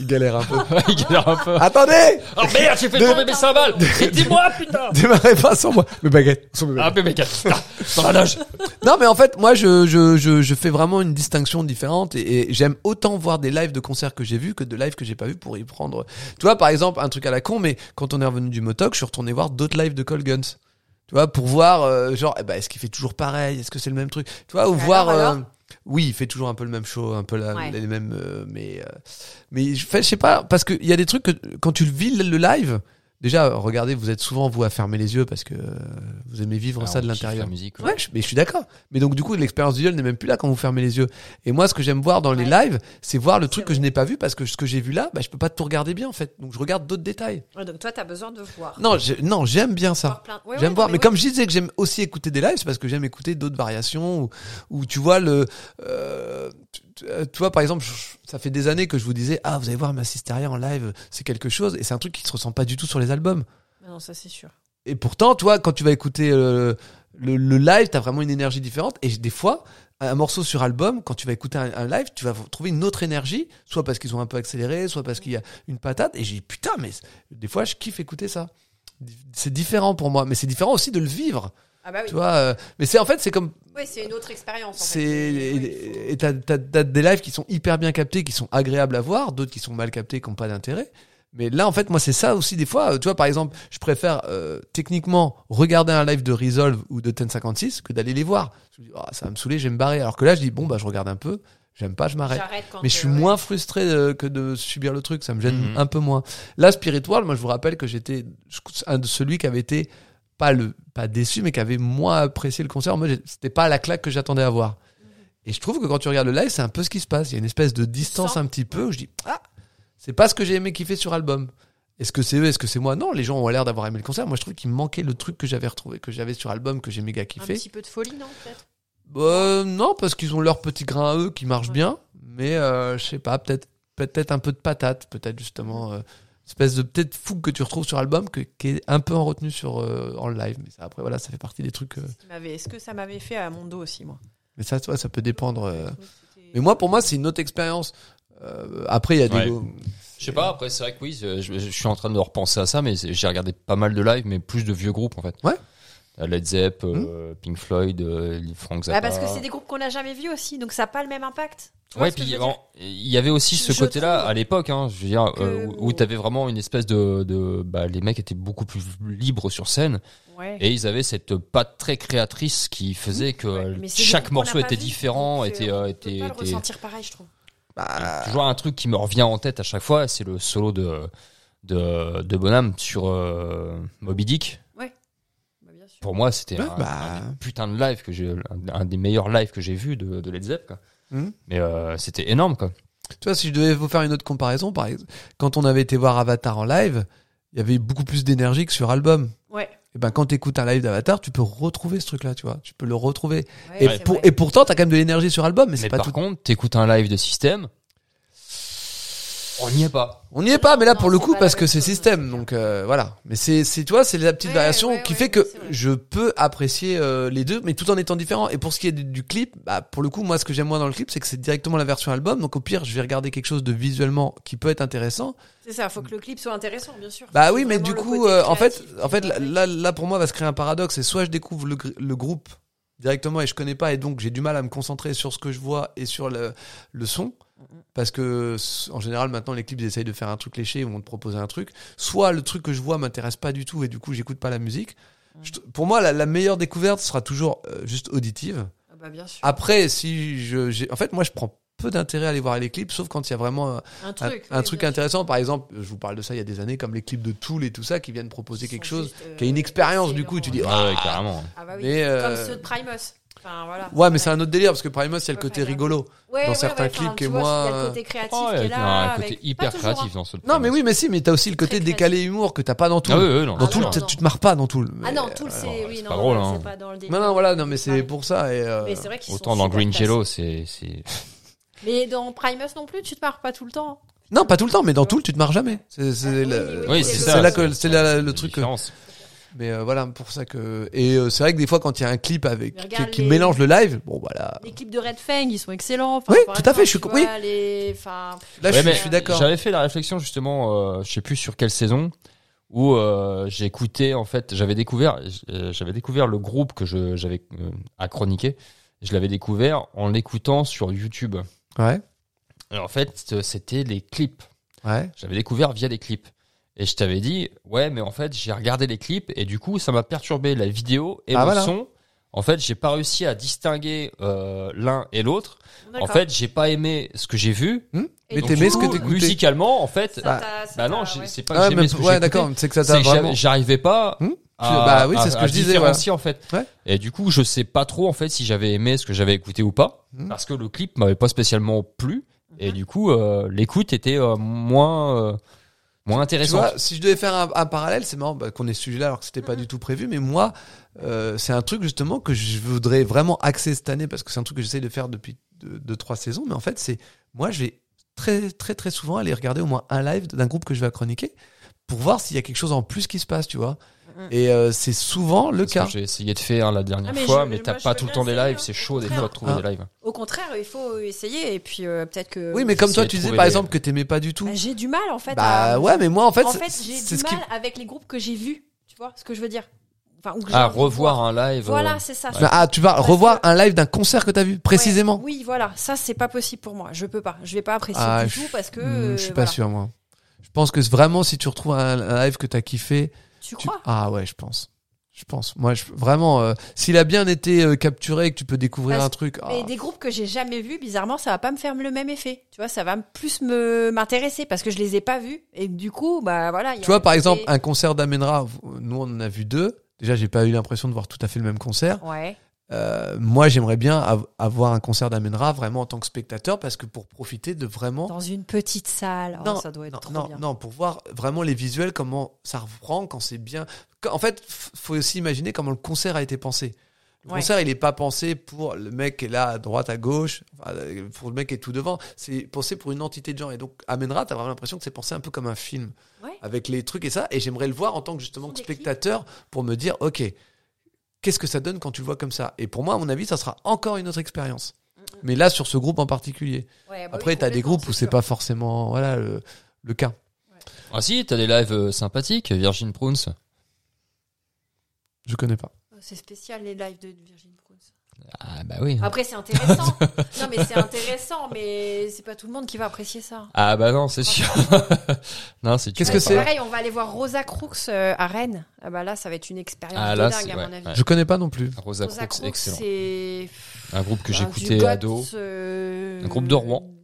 Il galère un peu. Ouais, [LAUGHS] il galère un peu. Attendez, Oh merde, j'ai fait tomber mes cymbales [LAUGHS] Aidez-moi, putain démarrez pas sans moi. Mes baguettes. Sans mes Ah, baguettes. bébé, putain, dans la loge Non, mais en fait, moi, je, je, je, je fais vraiment une distinction différente et, et j'aime autant voir des lives de concerts que j'ai vus que de lives que j'ai pas vus pour y prendre. Tu vois, par exemple, un truc à la con, mais quand on est revenu du Motoc, je suis retourné voir d'autres lives de Colguns. Tu vois, pour voir, euh, genre, eh ben, est-ce qu'il fait toujours pareil Est-ce que c'est le même truc Tu vois, ou Et voir. alors, euh, alors oui, il fait toujours un peu le même show, un peu la- Ouais. les mêmes. euh, mais, euh, mais je, fais, je sais pas, parce qu'il y a des trucs que quand tu vis le live. Déjà, regardez, vous êtes souvent vous à fermer les yeux parce que euh, vous aimez vivre ça de Ah, on kiffe l'intérieur. la musique, ouais. Ouais, je- mais je suis d'accord. Mais donc du coup, l'expérience visuelle n'est même plus là quand vous fermez les yeux. Et moi, ce que j'aime voir dans les lives, c'est voir le truc que je n'ai pas vu parce que ce que j'ai vu là, bah, je peux pas tout regarder bien en fait. Donc je regarde d'autres détails. Ouais, Donc toi, t'as besoin de voir. Non, j'ai- non, j'aime bien Voir ça. plein- Ouais, j'aime ouais, voir. non, Mais, comme je disais que j'aime aussi écouter des lives, c'est parce que j'aime écouter d'autres variations ou, ou tu vois le, euh, tu- tu euh, tu vois par exemple, je- ça fait des années que je vous disais ah vous allez voir ma Massisteria en live, c'est quelque chose et c'est un truc qui se ressent pas du tout sur les albums. ouais. Non, ça c'est sûr. Et pourtant, toi, quand tu vas écouter euh, le, le live, t'as vraiment une énergie différente. Et des fois, un morceau sur album, quand tu vas écouter un, un live, tu vas trouver une autre énergie, soit parce qu'ils ont un peu accéléré, soit parce qu'il y a une patate. Et j'ai dit, putain, mais c'est- des fois, je kiffe écouter ça. C'est différent pour moi, mais c'est différent aussi de le vivre, Ah bah oui. tu vois. euh, mais c'est en fait, c'est comme Oui, c'est une autre expérience. En fait. c'est Oui, il faut- et t'as t'as- t'as des lives qui sont hyper bien captés, qui sont agréables à voir, d'autres qui sont mal captés, qui n'ont pas d'intérêt. Mais là, en fait, moi, c'est ça aussi des fois. Euh, Tu vois, par exemple, je préfère euh, techniquement regarder un live de Resolve ou de 1056 que d'aller les voir. Je me dis, Ah, ça va me saouler, je vais me barrer. Alors que là, je dis, bon, bah, je regarde un peu, j'aime pas, je m'arrête. J'arrête quand. Mais je suis euh, ouais. moins frustré euh, que de subir le truc, ça me gêne Mhm. un peu moins. Là, Spiritual, moi je vous rappelle que j'étais je- un de celui qui avait été pas le pas déçu, mais qui avait moins apprécié le concert. Moi, j'ai- c'était pas la claque que j'attendais à voir. Et je trouve que quand tu regardes le live, c'est un peu ce qui se passe. Il y a une espèce de distance sens. un petit peu. Où je dis ah, c'est pas ce que j'ai aimé kiffer sur album. Est-ce que c'est eux, est-ce que c'est moi Non, les gens ont l'air d'avoir aimé le concert. Moi, je trouve qu'il me manquait le truc que j'avais retrouvé, que j'avais sur album, que j'ai méga Un kiffé. petit peu de folie, non peut-être Euh, non, parce qu'ils ont leur petit grain à eux qui marche Ouais. bien, mais euh, je sais pas, peut-être peut-être un peu de patate, peut-être justement euh, espèce de peut-être fougue que tu retrouves sur album que, qui est un peu en retenue sur euh, en live, mais ça, après voilà, ça fait partie des trucs. euh, Ça m'avait- Est-ce que ça m'avait fait à mon dos aussi, moi mais ça, tu vois, ça peut dépendre. euh. C'était- Ah. Mais moi, pour moi, c'est une autre expérience. Euh, après, il y a des. Ouais. Je sais pas, après, c'est vrai que oui, je, je- je suis en train de repenser à ça, mais c'est- j'ai regardé pas mal de lives, mais plus de vieux groupes, en fait. Ouais. Euh, Led Zepp, euh, Pink Floyd, euh, Frank Zappa. Bah, parce que c'est des groupes qu'on n'a jamais vus aussi, donc ça n'a pas le même impact. Tu vois Ouais, ce que je puis veux dire bon, il y avait aussi ce Je côté-là trouve à l'époque, hein, je veux dire, euh, que- où, où t'avais vraiment une espèce de, de, bah, les mecs étaient beaucoup plus libres sur scène Ouais. et ils avaient cette patte très créatrice qui faisait que Ouais, euh, mais c'est des chaque groupes qu'on morceau n'a pas était vus, différent, donc, euh, était, euh, on peut était, pas le était- ressentir pareil, je trouve. Ah. toujours un truc qui me revient en tête à chaque fois, c'est le solo de, de, de Bonham sur euh, Moby Dick. Bah, bien sûr. Pour moi, c'était Ouais, un, bah. un des putains de live que j'ai, un, un des meilleurs lives que j'ai vu de, de Led Zepp, quoi. Mhm. Mais euh, c'était énorme, quoi. Tu vois, si je devais vous faire une autre comparaison, par exemple, quand on avait été voir Avatar en live, il y avait beaucoup plus d'énergie que sur album. Ouais. Et ben, quand t'écoutes un live d'Avatar, tu peux retrouver ce truc-là, tu vois. Tu peux le retrouver. Ouais, Et, c'est pour, vrai. et pourtant, t'as quand même de l'énergie sur album, mais c'est Mais pas par tout. contre, t'écoutes un live de système. On n'y est pas. On n'y est pas, mais là Non, pour le c'est coup pas la parce même que c'est chose. système, donc euh, voilà. Mais c'est, c'est tu vois, c'est la petite Ouais, variation ouais, qui ouais, fait ouais, que c'est vrai. je peux apprécier euh, les deux, mais tout en étant différent. Et pour ce qui est du, du clip, bah, pour le coup, moi ce que j'aime moins dans le clip, c'est que c'est directement la version album. Donc au pire, je vais regarder quelque chose de visuellement qui peut être intéressant. C'est ça, faut que le clip soit intéressant, bien sûr. Bah C'est oui, mais vraiment du le coup, côté euh, en fait, créatif. en fait, là, Ouais. là, là, pour moi va se créer un paradoxe. C'est soit je découvre le, gr- le groupe directement et je connais pas et donc j'ai du mal à me concentrer sur ce que je vois et sur le, le son parce que s- en général maintenant les clips ils essayent de faire un truc léché ils vont te proposer un truc soit le truc que je vois m'intéresse pas du tout et du coup j'écoute pas la musique Mm. Je t- pour moi la, la meilleure découverte sera toujours euh, juste auditive Ah bah bien sûr. après si je j'ai- en fait moi je prends peu d'intérêt à aller voir les clips sauf quand il y a vraiment euh, un un, truc. un truc intéressant, par exemple, je vous parle de ça il y a des années, comme les clips de Tool et tout ça, qui viennent proposer quelque chose, qui euh, est une expérience, du coup, tu dis, Ah ouais, carrément. Ah bah oui. mais, euh, Comme ceux de Primus. Enfin voilà. ouais, mais c'est un autre délire, parce que Primus, c'est le Ouais, côté ouais, ouais. rigolo. Ouais, ouais, dans ouais, certains enfin, clips tu qui est vois, moins- Il y a le côté créatif Oh, qui ouais, non, est là. un côté avec- hyper pas toujours, hein. créatif dans ce Non, mais oui, mais si, mais t'as aussi le côté Très décalé humour que t'as pas dans Tool. Ah oui, oui, non. Dans Ah Tool, non, t'as- non. tu te marres pas dans Tool. hein. Ah non, Mais, tout euh, le alors, c'est. Oui, c'est non, pas drôle, non, hein. c'est pas dans le délire. Non, non, voilà, non, mais pareil. c'est pour ça. Et, euh, Mais c'est vrai qu'ils sont Autant dans super Green classe. Jello, c'est c'est- Mais dans Primus non plus, tu te marres pas tout le temps. Non, pas tout le temps, mais dans Tool, tu te marres jamais. C'est c'est Ah oui, la- oui, Oui, oui, c'est c'est ça. C'est là que c'est là le la truc. que- différence. Mais euh, voilà, pour ça que. Et euh, c'est vrai que des fois, quand il y a un clip avec Mais qui, regarde qui les- mélange le live, bon, bah Ah. là. Les clips de Red Fang, ils sont excellents. Enfin, Oui, par tout à fait, exemple, je suis tu co- vois, oui. les- enfin, Là, Ah, je Ouais, suis- mais je suis d'accord. J'avais fait la réflexion justement, euh, je sais plus sur quelle saison, où euh, j'écoutais en fait, j'avais découvert, euh, j'avais découvert le groupe que je j'avais euh, à chroniquer. Je l'avais découvert en l'écoutant sur YouTube. Ouais, Alors en fait, euh, c'était les clips. ouais. J'avais découvert via les clips. Et je t'avais dit, ouais, mais en fait, j'ai regardé les clips et du coup, ça m'a perturbé la vidéo et Ah, le voilà. son. En fait, j'ai pas réussi à distinguer euh, l'un et l'autre. En d'accord. fait, j'ai pas aimé ce que j'ai vu. Hmm mais Et du Donc, t'aimais du ce que coup, t'écoutais. Musicalement, en fait, Ça bah, t'a- ça bah non, t'a- j'ai- ouais. c'est pas que Ah, j'aimais mais, ce que ouais, j'écoutais, d'accord, c'est que ça c'est t'a que vraiment. j'avais- j'arrivais pas Hmm à, Bah oui, à- c'est ce que à je disais, différencier, en fait. Ouais. Et du coup, je sais pas trop en fait si j'avais aimé ce que j'avais écouté ou pas, Hmm. parce que le clip m'avait pas spécialement plu, et du coup, euh, l'écoute était euh, moins euh, moins Tu intéressante. vois, si je devais faire un, un parallèle, c'est marrant bah, qu'on ait ce sujet-là alors que c'était Mm. pas du tout prévu, mais moi, euh, c'est un truc justement que je voudrais vraiment axer cette année parce que c'est un truc que j'essaye de faire depuis deux, deux, trois saisons, mais en fait, c'est moi, je vais très, très, très souvent aller regarder au moins un live d'un groupe que je vais chroniquer pour voir s'il y a quelque chose en plus qui se passe, tu vois. Mhm. Et euh, c'est souvent le C'est ce cas. que J'ai essayé de faire la dernière Ah, mais fois, je- mais moi, t'as je pas veux tout le bien temps des essayer, lives, hein. c'est chaud des Au contraire. fois de trouver Ah. des lives. Au contraire, il faut essayer et puis euh, peut-être que. Oui, mais comme toi, j'essaie tu de disais trouver par des- exemple que t'aimais pas du tout. Bah, j'ai du mal en fait. Bah à- ouais, mais moi, en fait, En c'est- fait, j'ai c'est du ce qui. mal avec les groupes que j'ai vus. Tu vois ce que je veux dire Enfin, ou que j'ai Ah, envie de revoir voir. un live. Voilà, euh, c'est ça. Ah, tu vas Parce revoir que- un live d'un concert que t'as vu, précisément. Ouais, oui, voilà, ça c'est pas possible pour moi. Je peux pas. Je vais pas apprécier Ah, du je- tout parce que. Hmm, euh, je suis pas voilà. sûr, moi. Je pense que c'est vraiment, si tu retrouves un un live que t'as kiffé, Tu tu- crois ah ouais, je pense. Je pense. Moi, je... vraiment, euh, s'il a bien été euh, capturé et que tu peux découvrir Parce- un truc. ah. Mais des groupes que j'ai jamais vus, bizarrement, ça va pas me faire le même effet. Tu vois, ça va m- plus me m'intéresser parce que je les ai pas vus et du coup, bah voilà. il y Tu a vois, le par côté- exemple, un concert d'Amenra, vous- nous, on en a vu deux. Déjà, j'ai pas eu l'impression de voir tout à fait le même concert. Ouais. Euh, moi, j'aimerais bien av- avoir un concert d'Amenra vraiment en tant que spectateur parce que pour profiter de vraiment. Dans une petite salle. Oh, Non, ça doit être non, trop non, bien. non, pour voir vraiment les visuels, comment ça reprend, quand c'est bien. Quand- En fait, f- faut aussi imaginer comment le concert a été pensé. Le Ouais. concert, il n'est pas pensé pour le mec qui est là à droite, à gauche, enfin, euh, pour le mec qui est tout devant. C'est pensé pour une entité de gens. Et donc, Amenra, t'as vraiment l'impression que c'est pensé un peu comme un film, Ouais. avec les trucs et ça. Et j'aimerais le voir en tant que justement sont que des clips. spectateur pour me dire, ok, qu'est-ce que ça donne quand tu le vois comme ça Et pour moi, à mon avis, ça sera encore une autre expérience. Mm, Mais là, sur ce groupe en particulier. Ouais, bah Ah Après, oui, t'as des complètement, groupes où c'est sûr. pas forcément voilà le, le cas. Ah si, t'as des lives euh, sympathiques, Virgin Prunes. Je connais pas. Oh, C'est spécial les lives de Virgin Prunes. Ah bah oui. Après, [LAUGHS] c'est intéressant. non, mais c'est intéressant, mais c'est pas tout le monde qui va apprécier ça. Ah bah non, c'est sûr. Ah. [LAUGHS] non, c'est. Qu'est-ce Ouais, que c'est Pareil, on va aller voir Rosa Crooks euh, à Rennes. Ah bah là, ça va être une expérience Ah de là, dingue c'est- à ouais, mon avis. ouais. Je connais pas non plus. Ah, Rosa Rosa Crooks, Crooks, excellent. c'est Un groupe que bah, j'écoutais du goth, ado. euh, Un groupe de Rouen. des-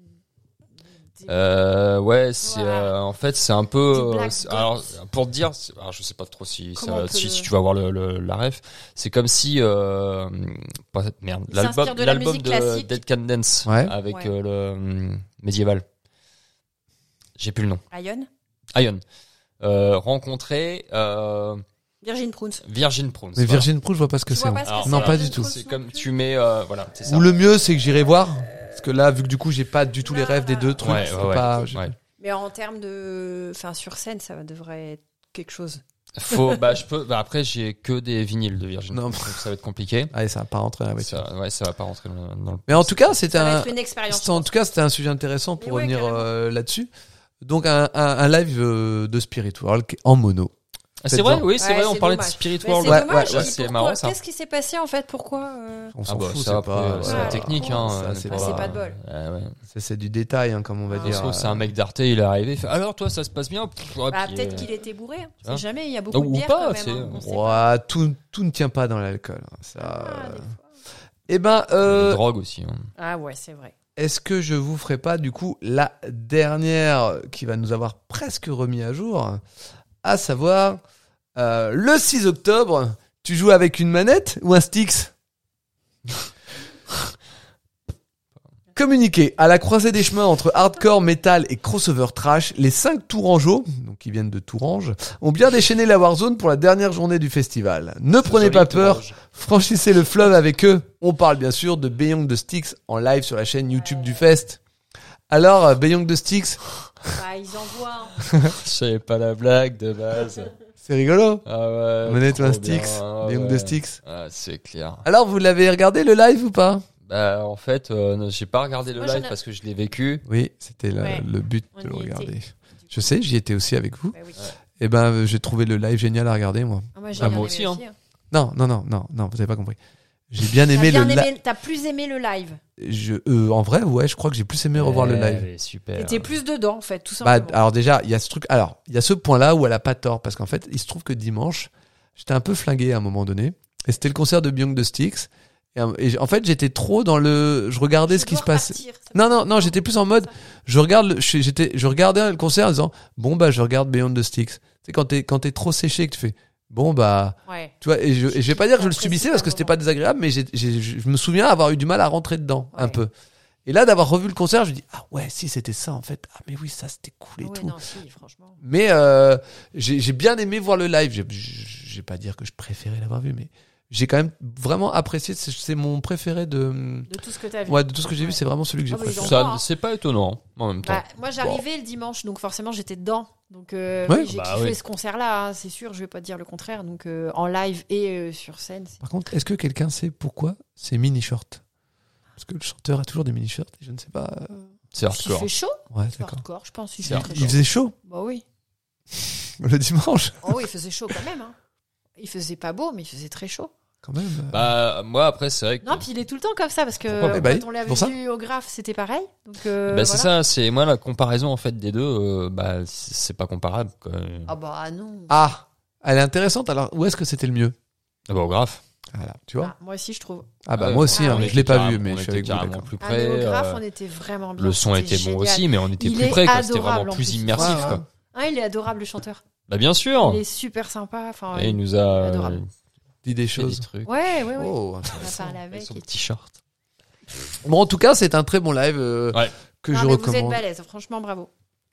Euh, ouais, c'est Voilà. euh, en fait c'est un peu Du euh, Black c'est- Dot. alors pour te dire, c'est- alors, je sais pas trop si ça- Comment on peut si, le- si tu vas voir le, le- la ref, c'est comme si euh, pas, merde Il l'album s'inspire de la l'album musique de classique. Dead Can Dance Ouais. avec Ouais. euh, le hum, médiéval. J'ai plus le nom. Ion. Ion. Euh, rencontrer euh, Virgin Prunes. Virgin Prunes. Mais voilà. Virgin Prunes, je vois pas ce que Tu c'est. hein. vois pas ce que Alors, c'est, Non, pas Virgin du tout. Prunes C'est non comme plus tu mets euh, voilà, c'est ça. Ou le mieux, c'est que j'irai voir. Parce que là, vu que du coup, j'ai pas du tout les Non, rêves des non, deux non. trucs. Ouais, c'est ouais, ouais. pas- j'ai- Ouais. Mais en termes de. Enfin, sur scène, ça devrait être quelque chose. Faut, bah, je peux, bah, après, j'ai que des vinyles de Virgin. Non. Donc ça va être compliqué. Allez, ça va pas rentrer la voiture. Ça, ouais, ça va pas rentrer dans le- dans le. Mais en tout cas, c'était Ça va un, être une expérience. c'était- en tout cas, c'était un sujet intéressant pour Mais ouais, revenir carrément. euh, là-dessus. Donc un, un- un live euh, de Spiritual qui est en mono. Ah, c'est vrai, oui, c'est Ouais, vrai, on c'est parlait dommage. de Spirit Mais World. C'est Ouais, dommage. ouais, ouais, et c'est pourquoi marrant ça. Qu'est-ce qui s'est passé en fait Pourquoi euh, On Ah s'en bah, fout, ça, c'est après, pas, euh, c'est voilà. la technique, hein. Ça, euh, c'est c'est pas- c'est pas de bol. Ouais, ouais. C'est c'est du détail, hein, comme on va Ah. Ça se dire. trouve, c'est un mec d'Arte, il est arrivé, il fait Alors, toi, ça se passe bien Pff, ouais, Bah, puis, Peut-être euh, qu'il était bourré. hein. hein. C'est jamais, il y a beaucoup Ou de bière pas, quand même. c'est- hein, on sait Ouais, pas. tout, tout ne tient pas dans l'alcool. hein, Ça. Ah, des euh. fois. Eh ben, euh, les drogues aussi. hein. Ah ouais, c'est vrai. est-ce que je vous ferai pas du coup la dernière qui va nous avoir presque remis à jour, à savoir euh, le 6 octobre, tu joues avec une manette ou un Styx Communiqué à la croisée des chemins entre hardcore, metal et crossover trash, les 5 Tourangeaux, donc qui viennent de Tourange, ont bien déchaîné la Warzone pour la dernière journée du festival. Ne prenez Joli pas peur, Tourange. Franchissez le fleuve avec eux. On parle bien sûr de Beyond de Styx en live sur la chaîne YouTube du Fest. Alors, euh, Beyond de Styx, Bah, ils envoient. hein. Je [LAUGHS] savais pas la blague de base. c'est rigolo. Ah ouais. Monnaie ou un trop bien, Styx, ah Beyond de ouais. Styx. Ah, c'est clair. Alors, vous l'avez regardé le live ou pas Bah, en fait, euh, non, j'ai pas regardé le Moi, live j'en ai- parce que je l'ai vécu. Oui, c'était la- Ouais, le but on de le y était. regarder. Je sais, j'y étais aussi avec vous. Bah oui. Et ben, euh, j'ai trouvé le live génial à regarder, moi. Ah, moi, j'ai Ah, bien moi aimé aussi, hein. Non, non, non, non, non, vous avez pas compris. J'ai bien T'as aimé bien le aimé- T'as plus aimé le live. live. Je, euh, en vrai, ouais, je crois que j'ai plus aimé revoir le Ouais, live. Eh, Super. T'étais plus dedans, en fait, tout euh, Bah, simplement. alors déjà, il y a ce truc. Alors, il y a ce point-là où elle a pas tort parce qu'en fait, il se trouve que dimanche, j'étais un peu flingué à un moment donné et c'était le concert de Beyond de Styx et, euh, et j- en fait, j'étais trop dans le je regardais ce qui se passait. Non non non, j'étais plus en mode je regarde le- je- j'étais je regardais le concert en disant bon bah je regarde Beyond the Styx. C'est quand t'es quand t'es trop séché que tu fais bon bah Ouais. tu vois et je, et je vais pas dire que je le J'apprécie subissais pas parce le que c'était moment. pas désagréable mais j'ai- j'ai- je me souviens avoir eu du mal à rentrer dedans un Ouais. peu. Et là d'avoir revu le concert, je me dis ah ouais si c'était ça en fait ah mais oui ça c'était cool et Ouais, tout. Ah non, si, franchement. Mais euh, j'ai j'ai bien aimé voir le live. J'ai- Je vais pas dire que je préférais l'avoir vu, mais j'ai quand même vraiment apprécié. C'est c'est mon préféré de, De tout ce que t'as vu. ouais, de tout ce que j'ai vu. Ouais. C'est vraiment celui que j'ai Ah, bah, ils préféré. ont- Ça, c'est pas étonnant en même temps. Bah, moi, j'arrivais le dimanche, donc forcément, j'étais dedans. Donc, euh, Ouais. oui, j'ai Bah kiffé oui. ce concert-là, hein, c'est sûr, je vais pas te dire le contraire. Donc, euh, en live et euh, sur scène, c'est- Par contre, est-ce que quelqu'un sait pourquoi c'est mini short Parce que le chanteur a toujours des mini shorts. et Je ne sais pas. euh, C'est Parce qu'il hardcore. fait chaud, Ouais, c'est d'accord. hardcore, je pense. Il, C'est fait très Il chaud. faisait chaud Bah oui. le dimanche, Oh, oui, il faisait chaud quand même. hein. Il faisait pas beau, mais il faisait très chaud. quand même. Bah, moi, après, c'est vrai que. Non, puis il est tout le temps comme ça parce que Pourquoi quand Bah oui, on pour ça. Eh ben, l'avait vu au graphe, c'était pareil. Donc, euh, Bah, c'est ça, voilà. c'est moi la comparaison en fait des deux, euh, bah c'est c'est pas comparable. Quoi. Ah bah ah non. Ah, elle est intéressante. Alors, où est-ce que c'était le mieux Ah bah, au graphe. Voilà, tu vois. Ah, moi aussi, je trouve. Ah bah Ouais, moi aussi, ah hein, on je était l'ai pas carrément- vu, mais on je suis était avec vous. carrément d'accord. plus Ah, près. mais au graphe, euh, on était vraiment bien. le son était génial. bon aussi, mais on était Il plus est près. quoi, C'était adorable, vraiment en plus, plus. immersif. Ouais, ouais. quoi. Hein, il est adorable, le chanteur. Bah bien sûr. Oh. Il est super sympa. Enfin, Et il ouais, nous a Adorable. euh, Dis des fait des choses. trucs. ouais, ouais. Oh, On a parlé avec. Avec son et petit short. Bon, en tout cas, c'est un très bon live euh, Ouais. que Non, je mais Vous êtes recommande. balèze, franchement, bravo.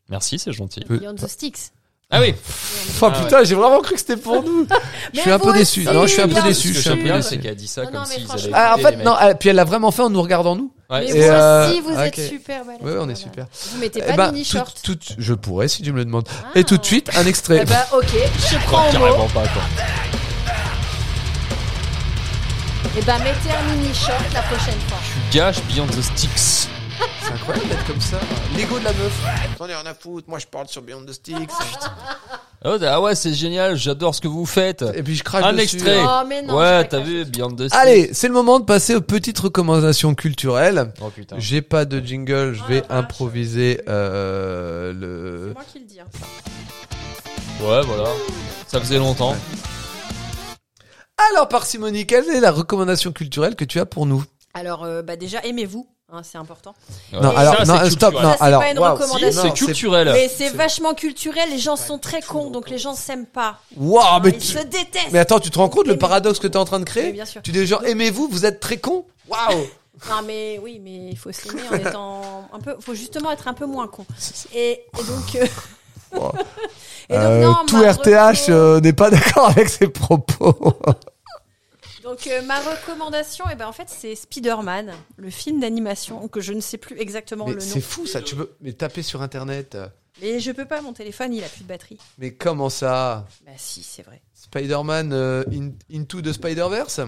Merci, c'est gentil. Peu- Beyond the Sticks. Ah oui. Enfin, Ah ouais. putain, j'ai vraiment cru que c'était pour [LAUGHS] nous. je suis un vous peu déçu. aussi, Non, je suis un peu bien déçu. Je suis un j'aime peu bien, déçu. c'est qu'elle a dit ça Non, comme non, mais s'ils franchement- allaient. Ah, en écouter fait, les non, mecs. elle- puis elle l'a vraiment fait en nous regardant nous. Ouais, Mais c'est vous Et, ça. euh, aussi, vous êtes ok. super balèze. Ouais, ouais, on est Voilà. super. Vous mettez Eh pas ben, de mini tout, short. tout, je pourrais si tu me le demandes. Et tout de suite, un Eh extrait. ben, ok, je prends Quoi, au mot. carrément pas quoi. Et ben, mettez un mini short la prochaine fois. Tu gâches Beyond the Sticks. C'est incroyable d'être comme ça. L'ego de la meuf. Attendez, on a foutre. Moi, je parle sur Beyond the Sticks. Ah ouais, Ah ouais, c'est génial, j'adore ce que vous faites. Et puis je crache Un dessus. hein. extrait. Oh, mais non. ouais, j'ai pas t'as craché. vu Beyond the Sticks. Allez, c'est le moment de passer aux petites recommandations culturelles. Oh putain. J'ai pas de jingle, je Oh, vais la vache. improviser euh, C'est le. moi qui le dis. hein. Ouais, voilà. Ça faisait longtemps. Alors, parcimonie, quelle est la recommandation culturelle que tu as pour nous Alors, euh, bah, déjà, aimez-vous. hein, c'est important. Non, Ouais. alors, Euh, Ça, non, c'est stop, culturel. non, Ça, c'est alors. pas une waouh, Si, recommandation. non, c'est Ah, culturel. Mais c'est vachement culturel, les gens sont très cons, donc les gens s'aiment pas. Waouh, Bah, mais Ils tu- se détestent. Mais attends, tu te rends compte le Aimez- paradoxe que t'es en train de Oui, créer bien sûr. Tu dis genre aimez-vous, vous êtes très con Waouh Non, mais oui, mais il faut s'aimer en étant un peu. faut justement être un peu moins con. Et, et donc. euh, Wow. [LAUGHS] Euh, et donc, non, euh, ma reco- n'est pas d'accord avec ses propos. Donc, euh, ma recommandation, eh ben, en fait, c'est Spider-Man, le film d'animation que je ne sais plus exactement Mais le nom. c'est fou ça, tu peux mais taper sur internet. euh, Mais je peux pas, mon téléphone, il a plus de batterie. Mais comment ça Bah si, c'est vrai. Spider-Man euh, in- Into the Spider-Verse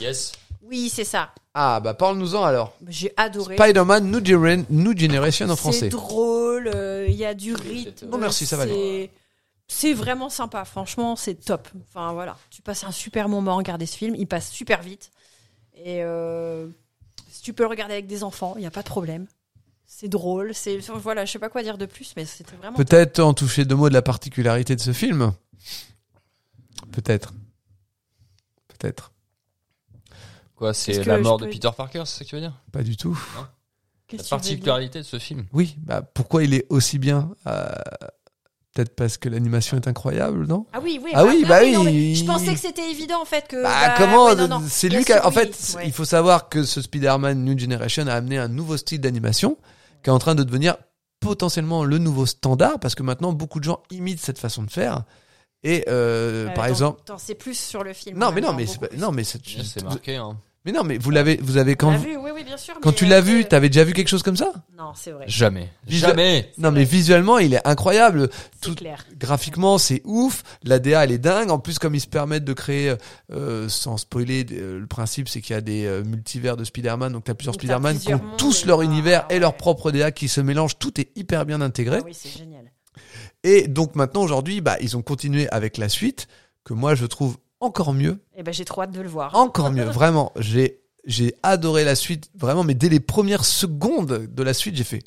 Yes. Oui, c'est ça. Ah, bah parle-nous-en alors. J'ai adoré. Spider-Man New, Gener- New Generation en français. C'est drôle, euh, il y a du rythme. Non, merci, ça va c'est- C'est vraiment sympa, franchement, c'est top. Enfin voilà, tu passes un super moment à regarder ce film, il passe super vite. Et euh, si tu peux le regarder avec des enfants, il n'y a pas de problème. C'est drôle, c'est voilà, je sais pas quoi dire de plus, mais c'était vraiment. Peut-être en toucher deux mots de la particularité de ce film. Peut-être. Peut-être. Quoi, c'est Est-ce la que mort je de peux- Peter Parker, c'est ça que tu veux dire Pas du tout. La Qu'est-ce que tu veux dire particularité de ce film. Oui, bah pourquoi il est aussi bien euh, Peut-être parce que l'animation est incroyable, non Ah oui, oui. Ah oui, bah non, oui. mais je pensais que c'était évident en fait que. Bah, bah, comment ouais, non, non. C'est Bien lui qui sûr, a- En oui, fait, c- ouais. il faut savoir que ce Spider-Man New Generation a amené un nouveau style d'animation qui est en train de devenir potentiellement le nouveau standard parce que maintenant beaucoup de gens imitent cette façon de faire. Et euh, Euh, par t'en- exemple. T'en sais plus sur le film. Non mais non maintenant, mais c'est beaucoup. pas- non mais c'est- C'est marqué. Hein. mais non mais vous l'avez vous avez On quand l'a vu, oui, oui, bien sûr. quand mais tu l'as après- euh, vu t'avais déjà vu quelque chose comme ça Non, c'est vrai. Jamais. Visuel- Jamais. non vrai. mais visuellement il est incroyable C'est tout- clair. graphiquement c'est ouf la DA elle est dingue en plus comme ils se permettent de créer euh, sans spoiler euh, le principe c'est qu'il y a des euh, multivers de Spider-Man donc t'as plusieurs Donc, t'as Spider-Man qui ont plusieurs mondes tous et- leur ah, univers et leur ouais. propre DA qui se mélangent tout est hyper bien intégré Ah oui, c'est génial. et donc maintenant aujourd'hui bah ils ont continué avec la suite que moi je trouve encore mieux Eh ben, j'ai trop hâte de le voir. encore [LAUGHS] mieux vraiment j'ai j'ai adoré la suite vraiment mais dès les premières secondes de la suite j'ai fait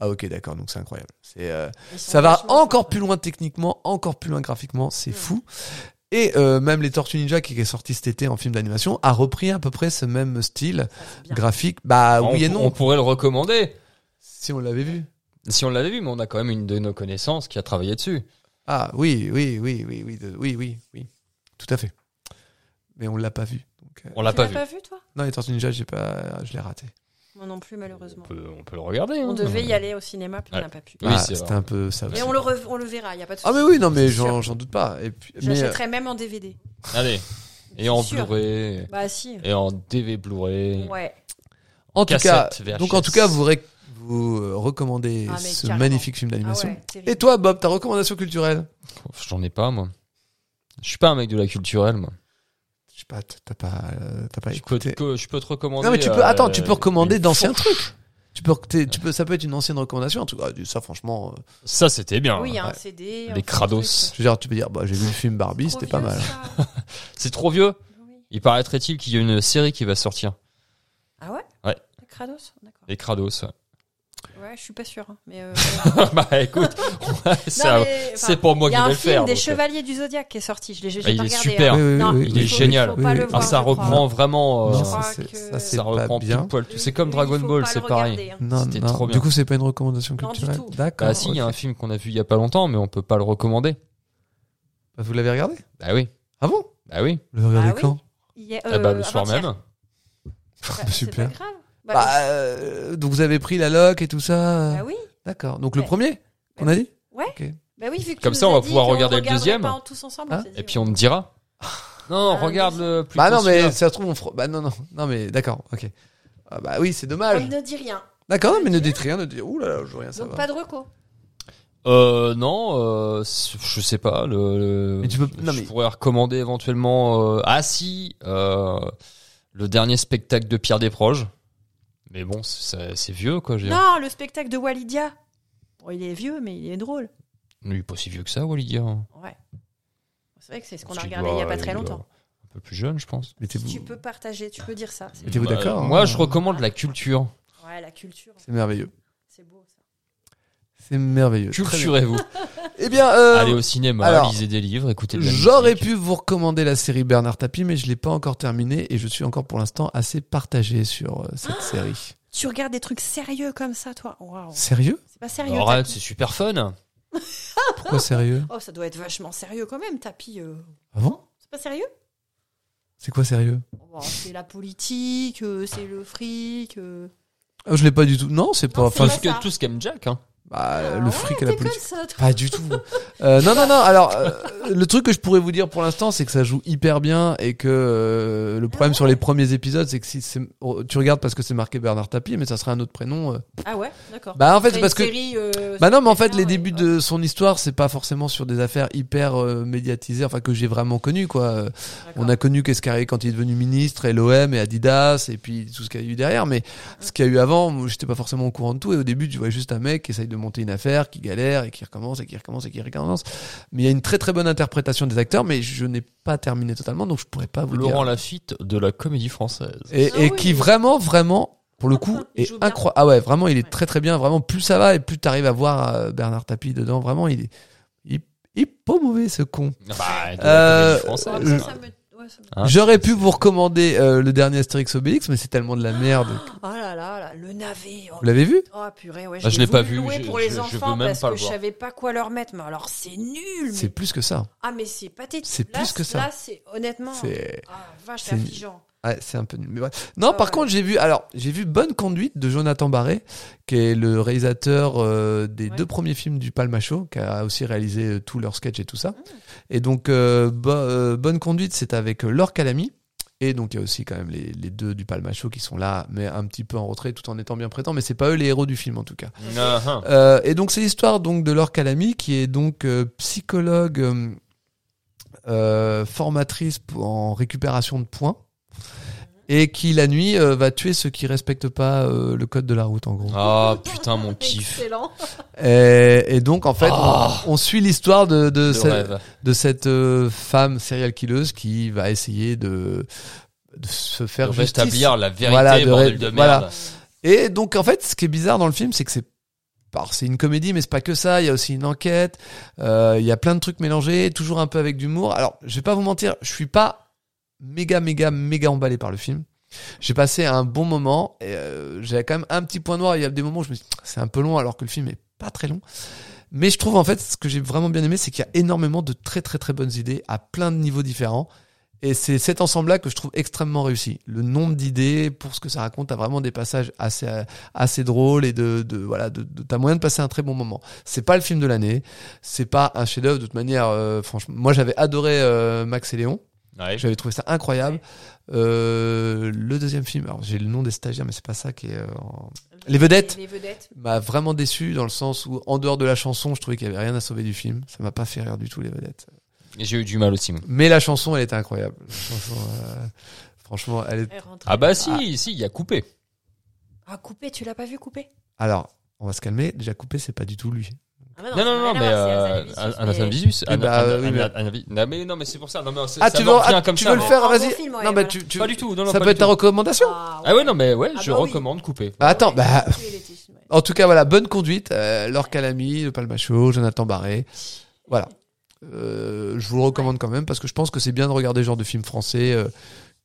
ah ok d'accord donc c'est incroyable c'est euh, Ils sont ça va vachement encore forts. plus loin techniquement, encore plus loin graphiquement, c'est Mm. fou. Et euh, même les Tortues Ninja qui est sorti cet été en film d'animation a repris à peu près ce même style Ah, c'est bien. graphique. Bah on, oui et pou- on non. pourrait le recommander Si on l'avait vu. si on l'avait vu, mais on a quand même une de nos connaissances qui a travaillé dessus. Ah oui, oui, oui, oui, oui, de- oui, oui, oui, tout à fait. Mais on l'a pas vu. Donc, euh, On l'a Tu pas l'as vu. pas vu, toi Non, les Tortues Ninja, j'ai pas, je l'ai raté. Moi non plus, malheureusement. On peut, on peut le regarder. On hein. devait y aller au cinéma, puis on Ouais. n'a pas pu. Oui, Ah, c'est c'était vrai. un peu ça. Mais on le, re- on le verra, il n'y a pas de souci. Ah mais oui, non mais C'est sûr. j'en j'en doute pas. Et puis, mais, euh, J'achèterai même en DVD. Allez. Et en sûr. Blu-ray. Bah, si. Et en DV Blu-ray. Ouais. Ah en tout cas, Cassette VHS. donc en tout cas, vous ré- vous euh, recommandez Ah, mais ce carrément. magnifique film Ah d'animation. ouais, terrible. Et toi, Bob, ta recommandation culturelle J'en ai pas, moi. Je suis pas un mec de la culturelle, moi. Je sais pas, t- t'as pas, euh, t'as pas Je peux, te, écouté. je peux te recommander. Non mais tu peux, euh, attends, tu peux recommander une d'anciens fourche. trucs. Tu peux, t'es- tu peux, ça peut être une ancienne recommandation. En tout cas, ça franchement, euh, Ça, c'était bien. Oui, hein. il y a un Ouais. CD. un Les truc, Kratos. c'est je veux dire, tu peux dire, bah j'ai vu le film Barbie, trop c'était pas vieux, mal. [LAUGHS] ça. C'est trop vieux. Oui. Il paraîtrait-il qu'il y a une série qui va sortir. Ah ouais Ouais. Les Kratos D'accord. Les Kratos. Ouais, je suis pas sûre. hein, Mais. euh, [LAUGHS] bah écoute, ouais, [LAUGHS] ça- Non, mais, enfin, c'est pour moi Il y qui a vais un le film faire. des donc, euh, Chevaliers du Zodiac qui est sorti. Je l'ai j'ai Ah, il pas est regardé, super. hein. Oui, oui, Non, oui, il est faut- génial. faut pas le Oui, Ah, voir, ça je crois. reprend vraiment. euh, Non, crois ça c'est, que- ça c'est ça pas reprend bien. pile poil. tout. C'est Lui, comme lui, Dragon faut Ball, pas le c'est pareil. Bah, regarder, hein. Non, C'était non. trop Du bien. coup, c'est pas une recommandation Non, du culturelle. tout. D'accord. Bah si, il y a ok. un film qu'on a vu il y a pas longtemps, mais on peut pas le recommander. Bah, vous l'avez regardé Bah oui, Ah bon bah oui. Vous l'avez regardé oui. quand Il y a, Ah bah euh, le soir avant-hier. même. Bah, c'est [LAUGHS] pas Super. grave. Bah, Bah, euh, donc vous avez pris la loc et tout euh, ça. bah oui. D'accord. Donc le Ouais. premier qu'on a dit. Bah oui, vu que Comme tu ça, nous on as va dit pouvoir qu'on regarder le regarderait deuxième. pas en tous ensemble, on Hein s'est dit, Et puis on te dira. Non, Ah, regarde le plus. Bah non, mais ça se trouve, on fera- bah non, non, non, mais d'accord, ok. Ah, bah oui, c'est on dommage. ne dit rien. D'accord, mais ne dites rien, ne dites. Ouh là là, je vois rien, ça Donc va. pas de reco. Euh, non, euh, c- je sais pas. Le, le- Mais tu peux- je non, mais- pourrais recommander éventuellement. euh, ah si, euh, le dernier spectacle de Pierre Desproges. Mais bon, c'est ça- c'est vieux quoi. je veux dire. Non, le spectacle de Walidia. Bon, il est vieux, mais il est drôle. Il est pas si vieux que ça, Wally. hein. Ouais. C'est vrai que c'est ce qu'on a Parce qu'il regardé il doit- y a pas très doit longtemps. Un peu plus jeune, je pense. Mettez-vous- Tu peux partager, tu peux dire ça. c'est- Mettez-vous Bah, d'accord. hein Moi, je recommande la culture. Ouais, la culture, C'est merveilleux. c'est beau ça. C'est merveilleux. Culturez-vous. Très bien. Eh bien, euh, Allez au cinéma, alors, lisez des livres, écoutez. de la j'aurais musique. pu vous recommander la série Bernard Tapie, mais je l'ai pas encore terminée et je suis encore pour l'instant assez partagé sur euh, cette Ah série. Tu regardes des trucs sérieux comme ça, toi Waouh. Sérieux C'est pas sérieux. Alors, euh, arrête, tapis. c'est super fun. Pourquoi sérieux Oh, ça doit être vachement sérieux quand même, tapis. euh. Avant C'est pas sérieux C'est quoi sérieux Oh, bah, C'est la politique, euh, c'est le fric. euh. euh. Ah, Je l'ai pas du tout. Non, c'est pas. Non, Enfin, c'est Ah, Tout ce que- ça. tout ce qu'aime Jack. Hein. je- Bah, Ah le fric et la politique. ça, toi. Pas du tout. Euh, non, non, non. Alors, euh, le truc que je pourrais vous dire pour l'instant, c'est que ça joue hyper bien et que euh, le problème sur les premiers épisodes, c'est que si c'est- oh, tu regardes parce que c'est marqué Bernard Tapie, mais ça serait un autre prénom. euh. Ah ouais, d'accord. Bah, en fait, C'est c'est parce une que. série, euh, Bah non, mais en fait, les ouais. débuts de son histoire, c'est pas forcément sur des affaires hyper euh, médiatisées, enfin que j'ai vraiment connues, quoi. Euh, D'accord. On a connu qu'est-ce qui arrive quand il est devenu ministre et l'OM et Adidas et puis tout ce qu'il y a eu derrière. Mais ce qu'il y a eu avant, moi, j'étais pas forcément au courant de tout. Et au début, tu vois juste un mec qui essaye de monter une affaire, qui galère et qui recommence et qui recommence et qui recommence. Mais il y a une très très bonne interprétation des acteurs, mais je n'ai pas terminé totalement, donc je pourrais pas vous Laurent dire. Lafitte de la comédie française. Et, Ah et oui. qui vraiment, vraiment, pour le coup, Il est joue bien. incroyable. Ah ouais, vraiment, il est Ouais. très très bien. Vraiment, plus ça va et plus t'arrives à voir euh, Bernard Tapie dedans. Vraiment, il est, il, il est pas mauvais ce con. Bah, de la Euh, comédie française. Ouais, euh, ça, ça me- ouais, ça me- Hein J'aurais pu vous recommander euh, le dernier Astérix Obélix, mais c'est tellement de la merde. Oh là là, là, le navet. Oh, Vous l'avez vu oh, purée, ouais. Bah, je l'ai pas voulu vu, louer je- pour je- les je veux enfants même parce pas le que je voir. savais pas quoi leur mettre. Mais alors, c'est nul. C'est mais- plus que ça. Ah, mais c'est pathétique. C'est Là, plus que ça. Là, c'est honnêtement. C'est Ah, vache, c'est c'est- affligeant. ouais, c'est un peu nul. Mais ouais. Non, Ah par ouais. contre, j'ai vu alors j'ai vu Bonne conduite de Jonathan Barré, qui est le réalisateur euh, des Ouais. deux premiers films du Palmacho, qui a aussi réalisé euh, tous leurs sketchs et tout ça. Ah. Et donc euh, Bo- euh, Bonne conduite, c'est avec euh, Laure Calamy. Et donc il y a aussi quand même les, les deux du Palmacho qui sont là, mais un petit peu en retrait, tout en étant bien présents. Mais c'est pas eux les héros du film en tout cas. Ah, ah. Euh, et donc c'est l'histoire donc de Laure Calamy qui est donc euh, psychologue euh, euh, formatrice pour- en récupération de points et qui la nuit euh, va tuer ceux qui respectent pas euh, le code de la route en gros. Ah, putain, mon [LAUGHS] kiff. Excellent. Et, et donc en fait Ah. on, on suit l'histoire de, de, De cette, rêve. de cette euh, femme serial killeuse qui va essayer de, de se faire De justice. rétablir la vérité, Voilà, de bordel ré- de merde. voilà. Et donc en fait, ce qui est bizarre dans le film, c'est que c'est alors, c'est une comédie, mais c'est pas que ça. Il y a aussi une enquête. euh, il y a plein de trucs mélangés, toujours un peu avec d'humour. Alors, je vais pas vous mentir, je suis pas méga, méga, méga emballé par le film. J'ai passé un bon moment. et, euh, J'avais quand même un petit point noir. Il y a des moments où je me suis, dit, c'est un peu long, alors que le film est pas très long. Mais je trouve en fait, ce que j'ai vraiment bien aimé, c'est qu'il y a énormément de très, très, très bonnes idées à plein de niveaux différents. Et c'est cet ensemble-là que je trouve extrêmement réussi. Le nombre d'idées pour ce que ça raconte, t'as vraiment des passages assez assez drôles et de, de voilà, de, de- t'as moyen de passer un très bon moment. C'est pas le film de l'année, c'est pas un chef-d'œuvre. De toute manière, euh, franchement, moi j'avais adoré euh, Max et Léon, Ouais. j'avais trouvé ça incroyable. Euh, le deuxième film, alors j'ai le nom des stagiaires, mais c'est pas ça qui est. euh, en- Les vedettes. Les vedettes. m'a vraiment déçu dans le sens où en dehors de la chanson, je trouvais qu'il y avait rien à sauver du film. Ça m'a pas fait rire du tout les vedettes. Et J'ai eu du mal aussi. Mais la chanson, elle était incroyable. La chanson, euh, franchement, elle est Elles rentraient. Ah bah si, si, il y a coupé. Ah, coupé, tu l'as pas vu coupé Alors, on va se calmer. Déjà coupé, c'est pas du tout lui. Ah bah Non, non, non, ça n'a mais rien à voir, euh, c'est Hazan et Vicious, Anathan mais- Visus. Oui, bah, oui, mais- Non mais non mais c'est pour ça. Non mais c'est- Ah, ça tu me veux, revient ah, comme tu ça, veux le moi. faire Un bon Vas-y. film, ouais, non, bah, voilà. tu, tu- Pas du tout. Non, ça non, pas peut du être ta tout. recommandation. Ah, Ah ouais non mais ouais, Ah je bah oui. recommande coupé. Bah, attends, ouais, bah, oui, il était- ouais. en tout cas, voilà, bonne conduite. Euh, Laure Calamy, le Palmacho, Jonathan Barré. Voilà. Euh, je vous le recommande quand même parce que je pense que c'est bien de regarder ce genre de film français euh,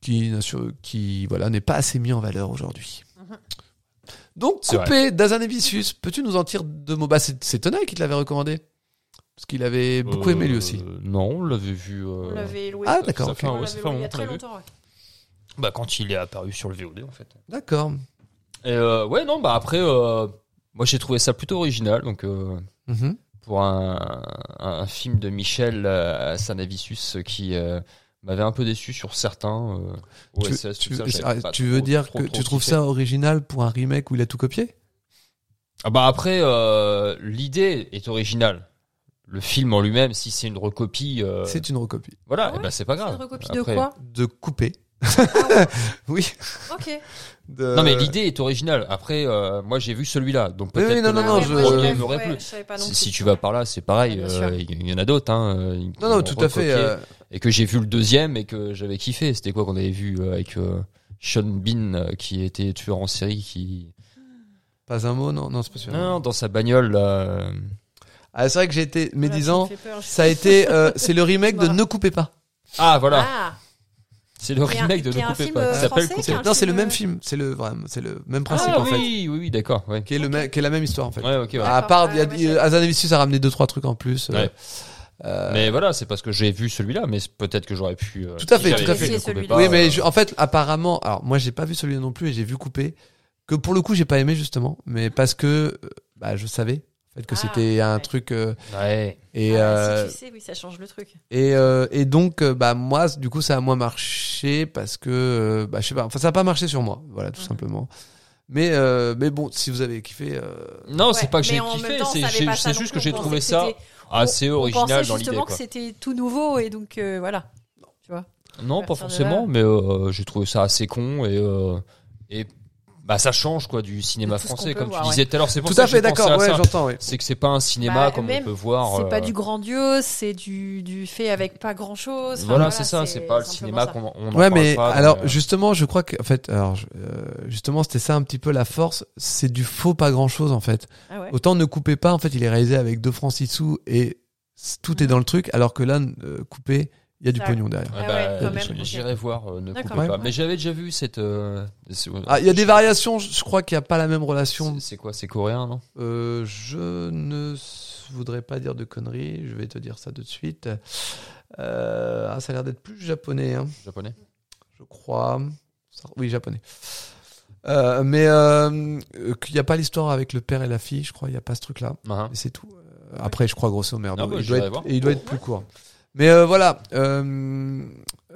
qui, n'a sur- qui voilà, n'est pas assez mis en valeur aujourd'hui. Donc, Mhm. C'est coupé d'Azan et Vicious, peux-tu nous en tirer deux mots bah, C'est c'est Tonai qui te l'avait recommandé. Parce qu'il avait beaucoup aimé lui aussi. Euh, Non, on l'avait vu. euh, On l'avait loué. Ah, On d'accord. ça ok. fait un- ouais, l'avait ça fait loué un il y moment a qu'on très l'avait vu. longtemps. ouais. Bah quand il est apparu sur le VOD en fait. D'accord. Et euh, ouais non bah après euh, moi j'ai trouvé ça plutôt original donc euh, Mhm. pour un, un film de Michel euh, Sanavisus euh, qui euh, m'avait un peu déçu sur certains euh, Tu, OSS, tout tu- ça, j'avais ah, pas tu trop- veux dire trop, que trop tu trouves kiffé. ça original pour un remake où il a tout copié Ah bah après, euh, l'idée est originale. Le film en lui-même, si c'est une recopie, euh, C'est une recopie. voilà, Ah ouais, eh ben c'est pas C'est grave. une recopie de Après- quoi De [LAUGHS] couper. oui. Ok. de- Non mais l'idée est originale. Après, euh, moi j'ai vu celui-là, donc Euh, Oui, oui, peut-être non, que non, le non, Ah, je- ouais, premier ouais, m'aurait ouais, plu. je savais pas non Si, plus. si tu vas par là, c'est pareil. Ouais, bien euh, Il y en a d'autres. Hein, euh, ils Non, non, ont tout à fait. recopié. euh, Et que j'ai vu le deuxième et que j'avais kiffé. C'était quoi qu'on avait vu euh, avec euh, Sean Bean, euh, qui était tueur en série, qui Pas un mot, non, non, c'est pas sûr. non, non, dans sa bagnole. là, euh, Ah, c'est vrai que j'ai été Voilà, tu médisant. me fais peur, je- Ça [LAUGHS] a été, euh, c'est le remake de Voilà. Ne coupez pas. Ah voilà, Ah, c'est le qui est un- remake de qui est Ne un coupez film, pas. euh, Ça s'appelle français, Coupez qui est un Non, c'est le film, même euh, film, c'est le vraiment, c'est le même principe Ah en oui, fait, oui, oui, d'accord. Ouais. qui est le même, qui est la même histoire en fait. Ouais, ok, ouais. À part, il y a, Ah, ouais, c'est- Azanavicius a ramené deux trois trucs en plus. euh, Ouais. euh, Mais voilà, c'est parce que j'ai vu celui-là, mais c'est- peut-être que j'aurais pu. euh, Tout à si fait, j'avais tout à vu, fait. je ne pouvais Celui-là. pas, Oui, mais euh, je- en fait, apparemment, alors moi j'ai pas vu celui-là non plus et j'ai vu couper que pour le coup j'ai pas aimé justement, mais parce que euh, bah, je savais en fait que Ah, c'était un ouais. truc euh, Ouais. et Ah, euh, Si tu sais, oui, ça change le truc. et, euh, et donc euh, bah moi c- du coup ça a moins marché parce que euh, bah je sais pas enfin ça a pas marché sur moi voilà tout Mhm. simplement mais euh, mais bon si vous avez kiffé euh, Non, Ouais, c'est pas que mais j'ai en même kiffé, temps, on c'est- savait j'ai- pas ça c'est non juste que plus, j'ai on pensait trouvé que ça c'était- assez on pensait original dans l'idée. justement que quoi. c'était tout nouveau et donc euh, voilà. Tu vois. Non, pas partir de là. forcément, mais euh, j'ai trouvé ça assez con et euh, et bah ça change quoi du cinéma De tout ce français qu'on peut comme tu voir, disais tout à l'heure. C'est pour tout ça à que fait j'ai pensé d'accord à ouais ça. j'entends ouais. C'est que c'est pas un cinéma Bah, comme on même, peut voir. C'est euh, pas du grandiose, c'est du, du fait avec pas grand chose. Voilà, c'est ça, c'est pas le cinéma qu'on on en ouais parle mais pas, donc, alors euh, justement je crois que en fait alors je- euh, justement c'était ça un petit peu la force c'est du faux pas grand chose en fait Ah ouais. autant ne coupez pas en fait il est réalisé avec deux francs six sous et c- tout est dans le truc alors que là euh, coupé il y a du Ça- pognon derrière ouais, Ah bah, ouais, quand j- même, ok. J'irai voir, euh, ne coupez pas. D'accord. Ouais. Mais j'avais déjà vu cette. euh, c'est- Ah, il y a des variations, je je crois qu'il n'y a pas la même c'est- relation. C'est quoi C'est coréen, non Euh, je ne s- voudrais pas dire de conneries, je vais te dire ça tout de suite. Euh, ah, ça a l'air d'être plus japonais, hein, Japonais je crois. Ça- Oui, japonais. Euh, mais euh, euh, qu'il n'y a pas l'histoire avec le père et la fille, je crois, il n'y a pas ce truc-là. Marin. Mais c'est tout. Euh, Après, je crois grosso merdo. Ah il, bah, doit j'irai être, voir. et il doit être plus court. Mais euh, voilà. euh,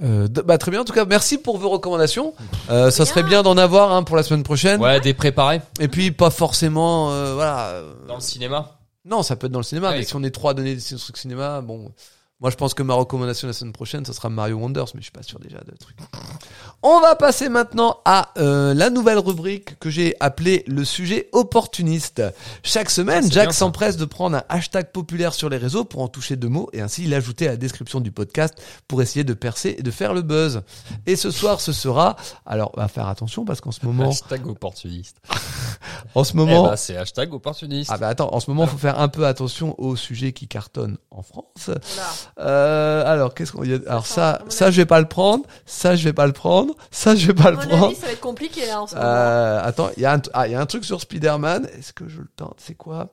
euh, d- bah, très bien, en tout cas, merci pour vos recommandations. Euh, ça serait bien d'en avoir hein, pour la semaine prochaine. Ouais, des préparés Et puis pas forcément, euh, voilà. euh, dans le cinéma. Non, ça peut être dans le cinéma. Ouais. mais si on est trois à donner des trucs cinéma, bon, moi je pense que ma recommandation la semaine prochaine, ça sera Mario Wonders, mais je suis pas sûr déjà de trucs. On va passer maintenant à euh, la nouvelle rubrique que j'ai appelée le sujet opportuniste. Chaque semaine, Ah, c'est bien, Jack ça. s'empresse de prendre un hashtag populaire sur les réseaux pour en toucher deux mots et ainsi l'ajouter à la description du podcast pour essayer de percer et de faire le buzz. Et ce soir, ce sera, alors, va faire attention parce qu'en ce moment, Hashtag opportuniste. en ce Eh moment, bah, c'est hashtag opportuniste. ah bah attends, en ce moment, il faut faire un peu attention aux sujets qui cartonnent en France. Euh, alors, qu'est-ce qu'on y a Alors Ça, ça, à mon ça je vais pas le prendre, ça je vais pas le prendre, ça je vais pas le À mon avis, prendre. ça va être compliqué là en ce moment. Euh, attends, il y a un t- ah, il y a un truc sur Spider-Man, est-ce que je le tente C'est quoi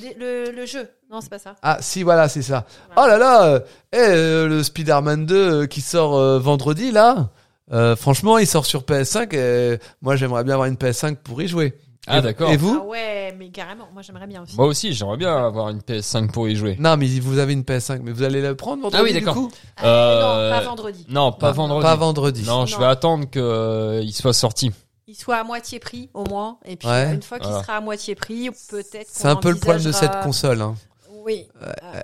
Le, le- le jeu. Non, c'est pas ça. Ah si voilà, c'est ça. Oh là là, euh, eh, euh, le Spider-Man 2 euh, qui sort euh, vendredi là. euh, franchement, il sort sur PS5. et moi, j'aimerais bien avoir une PS5 pour y jouer. Ah, Et- d'accord. Et Ah vous ouais, mais carrément. Moi, j'aimerais bien aussi. Moi aussi, j'aimerais bien avoir une PS5 pour y jouer. Non, mais vous avez une PS5, mais vous allez la prendre vendredi Ah oui, du d'accord. coup Ah, Euh, Non, pas vendredi. Non, pas vendredi. Bah, Pas vendredi. Non, je Non. vais attendre qu'il soit sorti. Il soit à moitié prix au moins. Et puis Ouais. une fois qu'il Voilà. sera à moitié prix, peut-être. C'est un peu le problème de cette console. console. Hein. Oui. Ah, oui.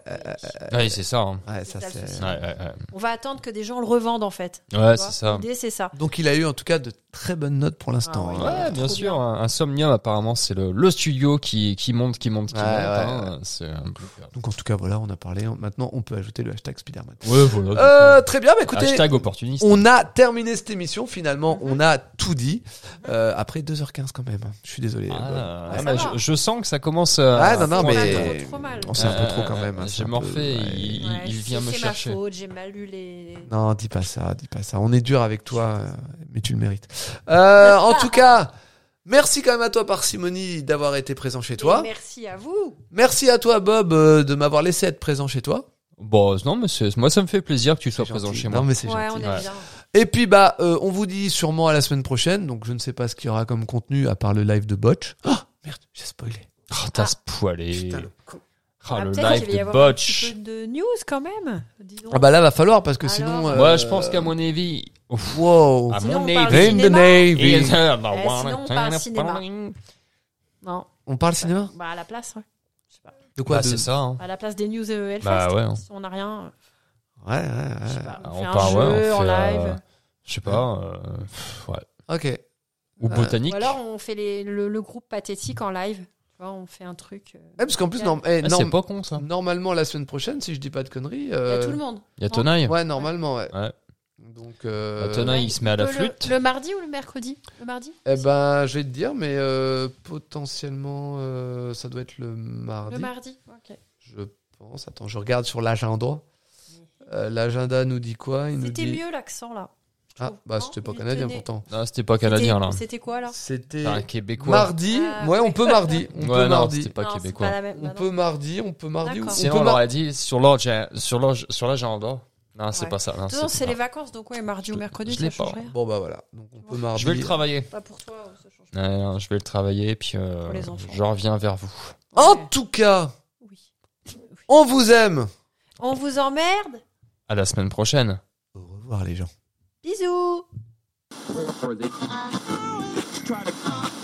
Euh, Oui, c'est ça. hein. Ouais, ça, C'est ça, le c'est- souci. Ouais, ouais, ouais. On va attendre que des gens le revendent en fait. Tu Ouais, vois c'est ça. L'idée c'est ça. Donc il a eu en tout cas de très bonnes notes pour l'instant. Ah hein. ouais. Ouais, bien Trop sûr. bien. hein. Insomnium, apparemment, c'est le, le studio qui, qui monte, qui monte, qui Ouais, monte. ouais, hein. C'est un peu- Donc en tout cas voilà, on a parlé. Maintenant on peut ajouter le hashtag Spider-Man. Ouais, voilà. donc, Euh, euh, très bien, bah, écoutez, hashtag opportuniste. on a terminé cette émission finalement, on a tout [LAUGHS] dit. Euh, après 2h15 quand même, je suis désolé. Euh, Ah, Ouais. mais Ça va. je, je sens que ça commence euh, à. Euh, Ah, non, non, Trop mais- mal, trop, trop mal. On s'est un peu trop quand même. hein, c'est J'ai un peu- morfé, ouais. il, Ouais, il je vient sais, me c'est chercher. ma faute, j'ai mal lu les. Non, dis pas ça, dis pas ça. On est dur avec toi, euh, mais tu le mérites. Euh, en tout cas, merci quand même à toi Parcimonie d'avoir été présent chez toi. Et Merci à vous. Merci à toi Bob euh, de m'avoir laissé être présent chez toi. Bon, non, mais c'est- moi, ça me fait plaisir que tu sois présent Gentil. chez Non moi. mais c'est Ouais, gentil. on est Ouais. Oh, bien. Et puis bah euh, on vous dit sûrement à la semaine prochaine. Donc je ne sais pas ce qu'il y aura comme contenu à part le live de Botch. Ah merde, j'ai spoilé. Oh, t'as spoilé. Putain, le con. Ah, Ah, le peut-être live qu'il va y de avoir un petit Botch. peu de news quand même. Dis donc. Ah bah là va falloir parce que Alors, sinon. euh, euh, Moi, Ah. je pense qu'à mon avis. [LAUGHS] Ouf. Wow. À Sinon, mon on parle avis. de cinéma. Navy. Et- euh, bah, Eh, sinon, [LAUGHS] on parle cinéma. Non. On parle cinéma. Bah à la place, ouais. Je sais pas. De quoi Bah, de- c'est ça. hein. À la place des news euh, Hellfest. Bah, ouais. Si on n'a rien, euh, Ouais ouais je sais ouais. pas. On, Ah, fait un part, ouais, jeu on en fait, live. euh, Je sais pas. euh, pff, ouais. Ok. Ou Euh, botanique. Ou alors on fait les- le, le groupe pathétique en live. Tu vois, on fait un truc. euh, Eh, parce qu'en plus norm- eh, Ah, norm- c'est pas con ça. normalement la semaine prochaine si je dis pas de conneries. Il y euh, a tout le monde. Il y a Tonaille. Ouais normalement ouais. Ouais. Donc. euh, Euh, Tonin, il se met à la Euh, le- flûte. Le, mardi ou le mercredi Le mardi Eh ben, je vais te dire, mais euh, potentiellement, euh, ça doit être le mardi. Le mardi. ok. Je pense. Attends, je regarde sur l'agenda. Euh, l'agenda nous dit quoi Il nous C'était dit. mieux l'accent là. je Ah, trouve, bah non c'était pas Il canadien tenait- pourtant. Non, c'était pas canadien là. C'était- C'était quoi là C'était C'est un québécois. mardi. Ah, ouais, on ouais. peut mardi. On Ouais, peut non, mardi. c'était pas Non, c'est québécois. pas la même, On bah non. peut mardi. On peut mardi. ou- D'accord. On Sinon, peut on mar- leur a dit sur l'orge, sur l'orge, sur l'orge en dehors. Non, c'est Ouais. pas ça. Non, De toute façon, c'est c'est pas les vacances, donc ouais, mardi Je- ou mercredi, je ça l'ai pas. change rien. Bon bah voilà. Donc on peut Je mardi. Je vais le travailler. Pas pour toi, ça change Ouais, non, je vais le travailler, puis euh, Pour les enfants. je reviens vers vous. En tout cas, Oui. [LAUGHS] on vous aime. On vous emmerde À la semaine prochaine. Au revoir les gens. Bisous Try to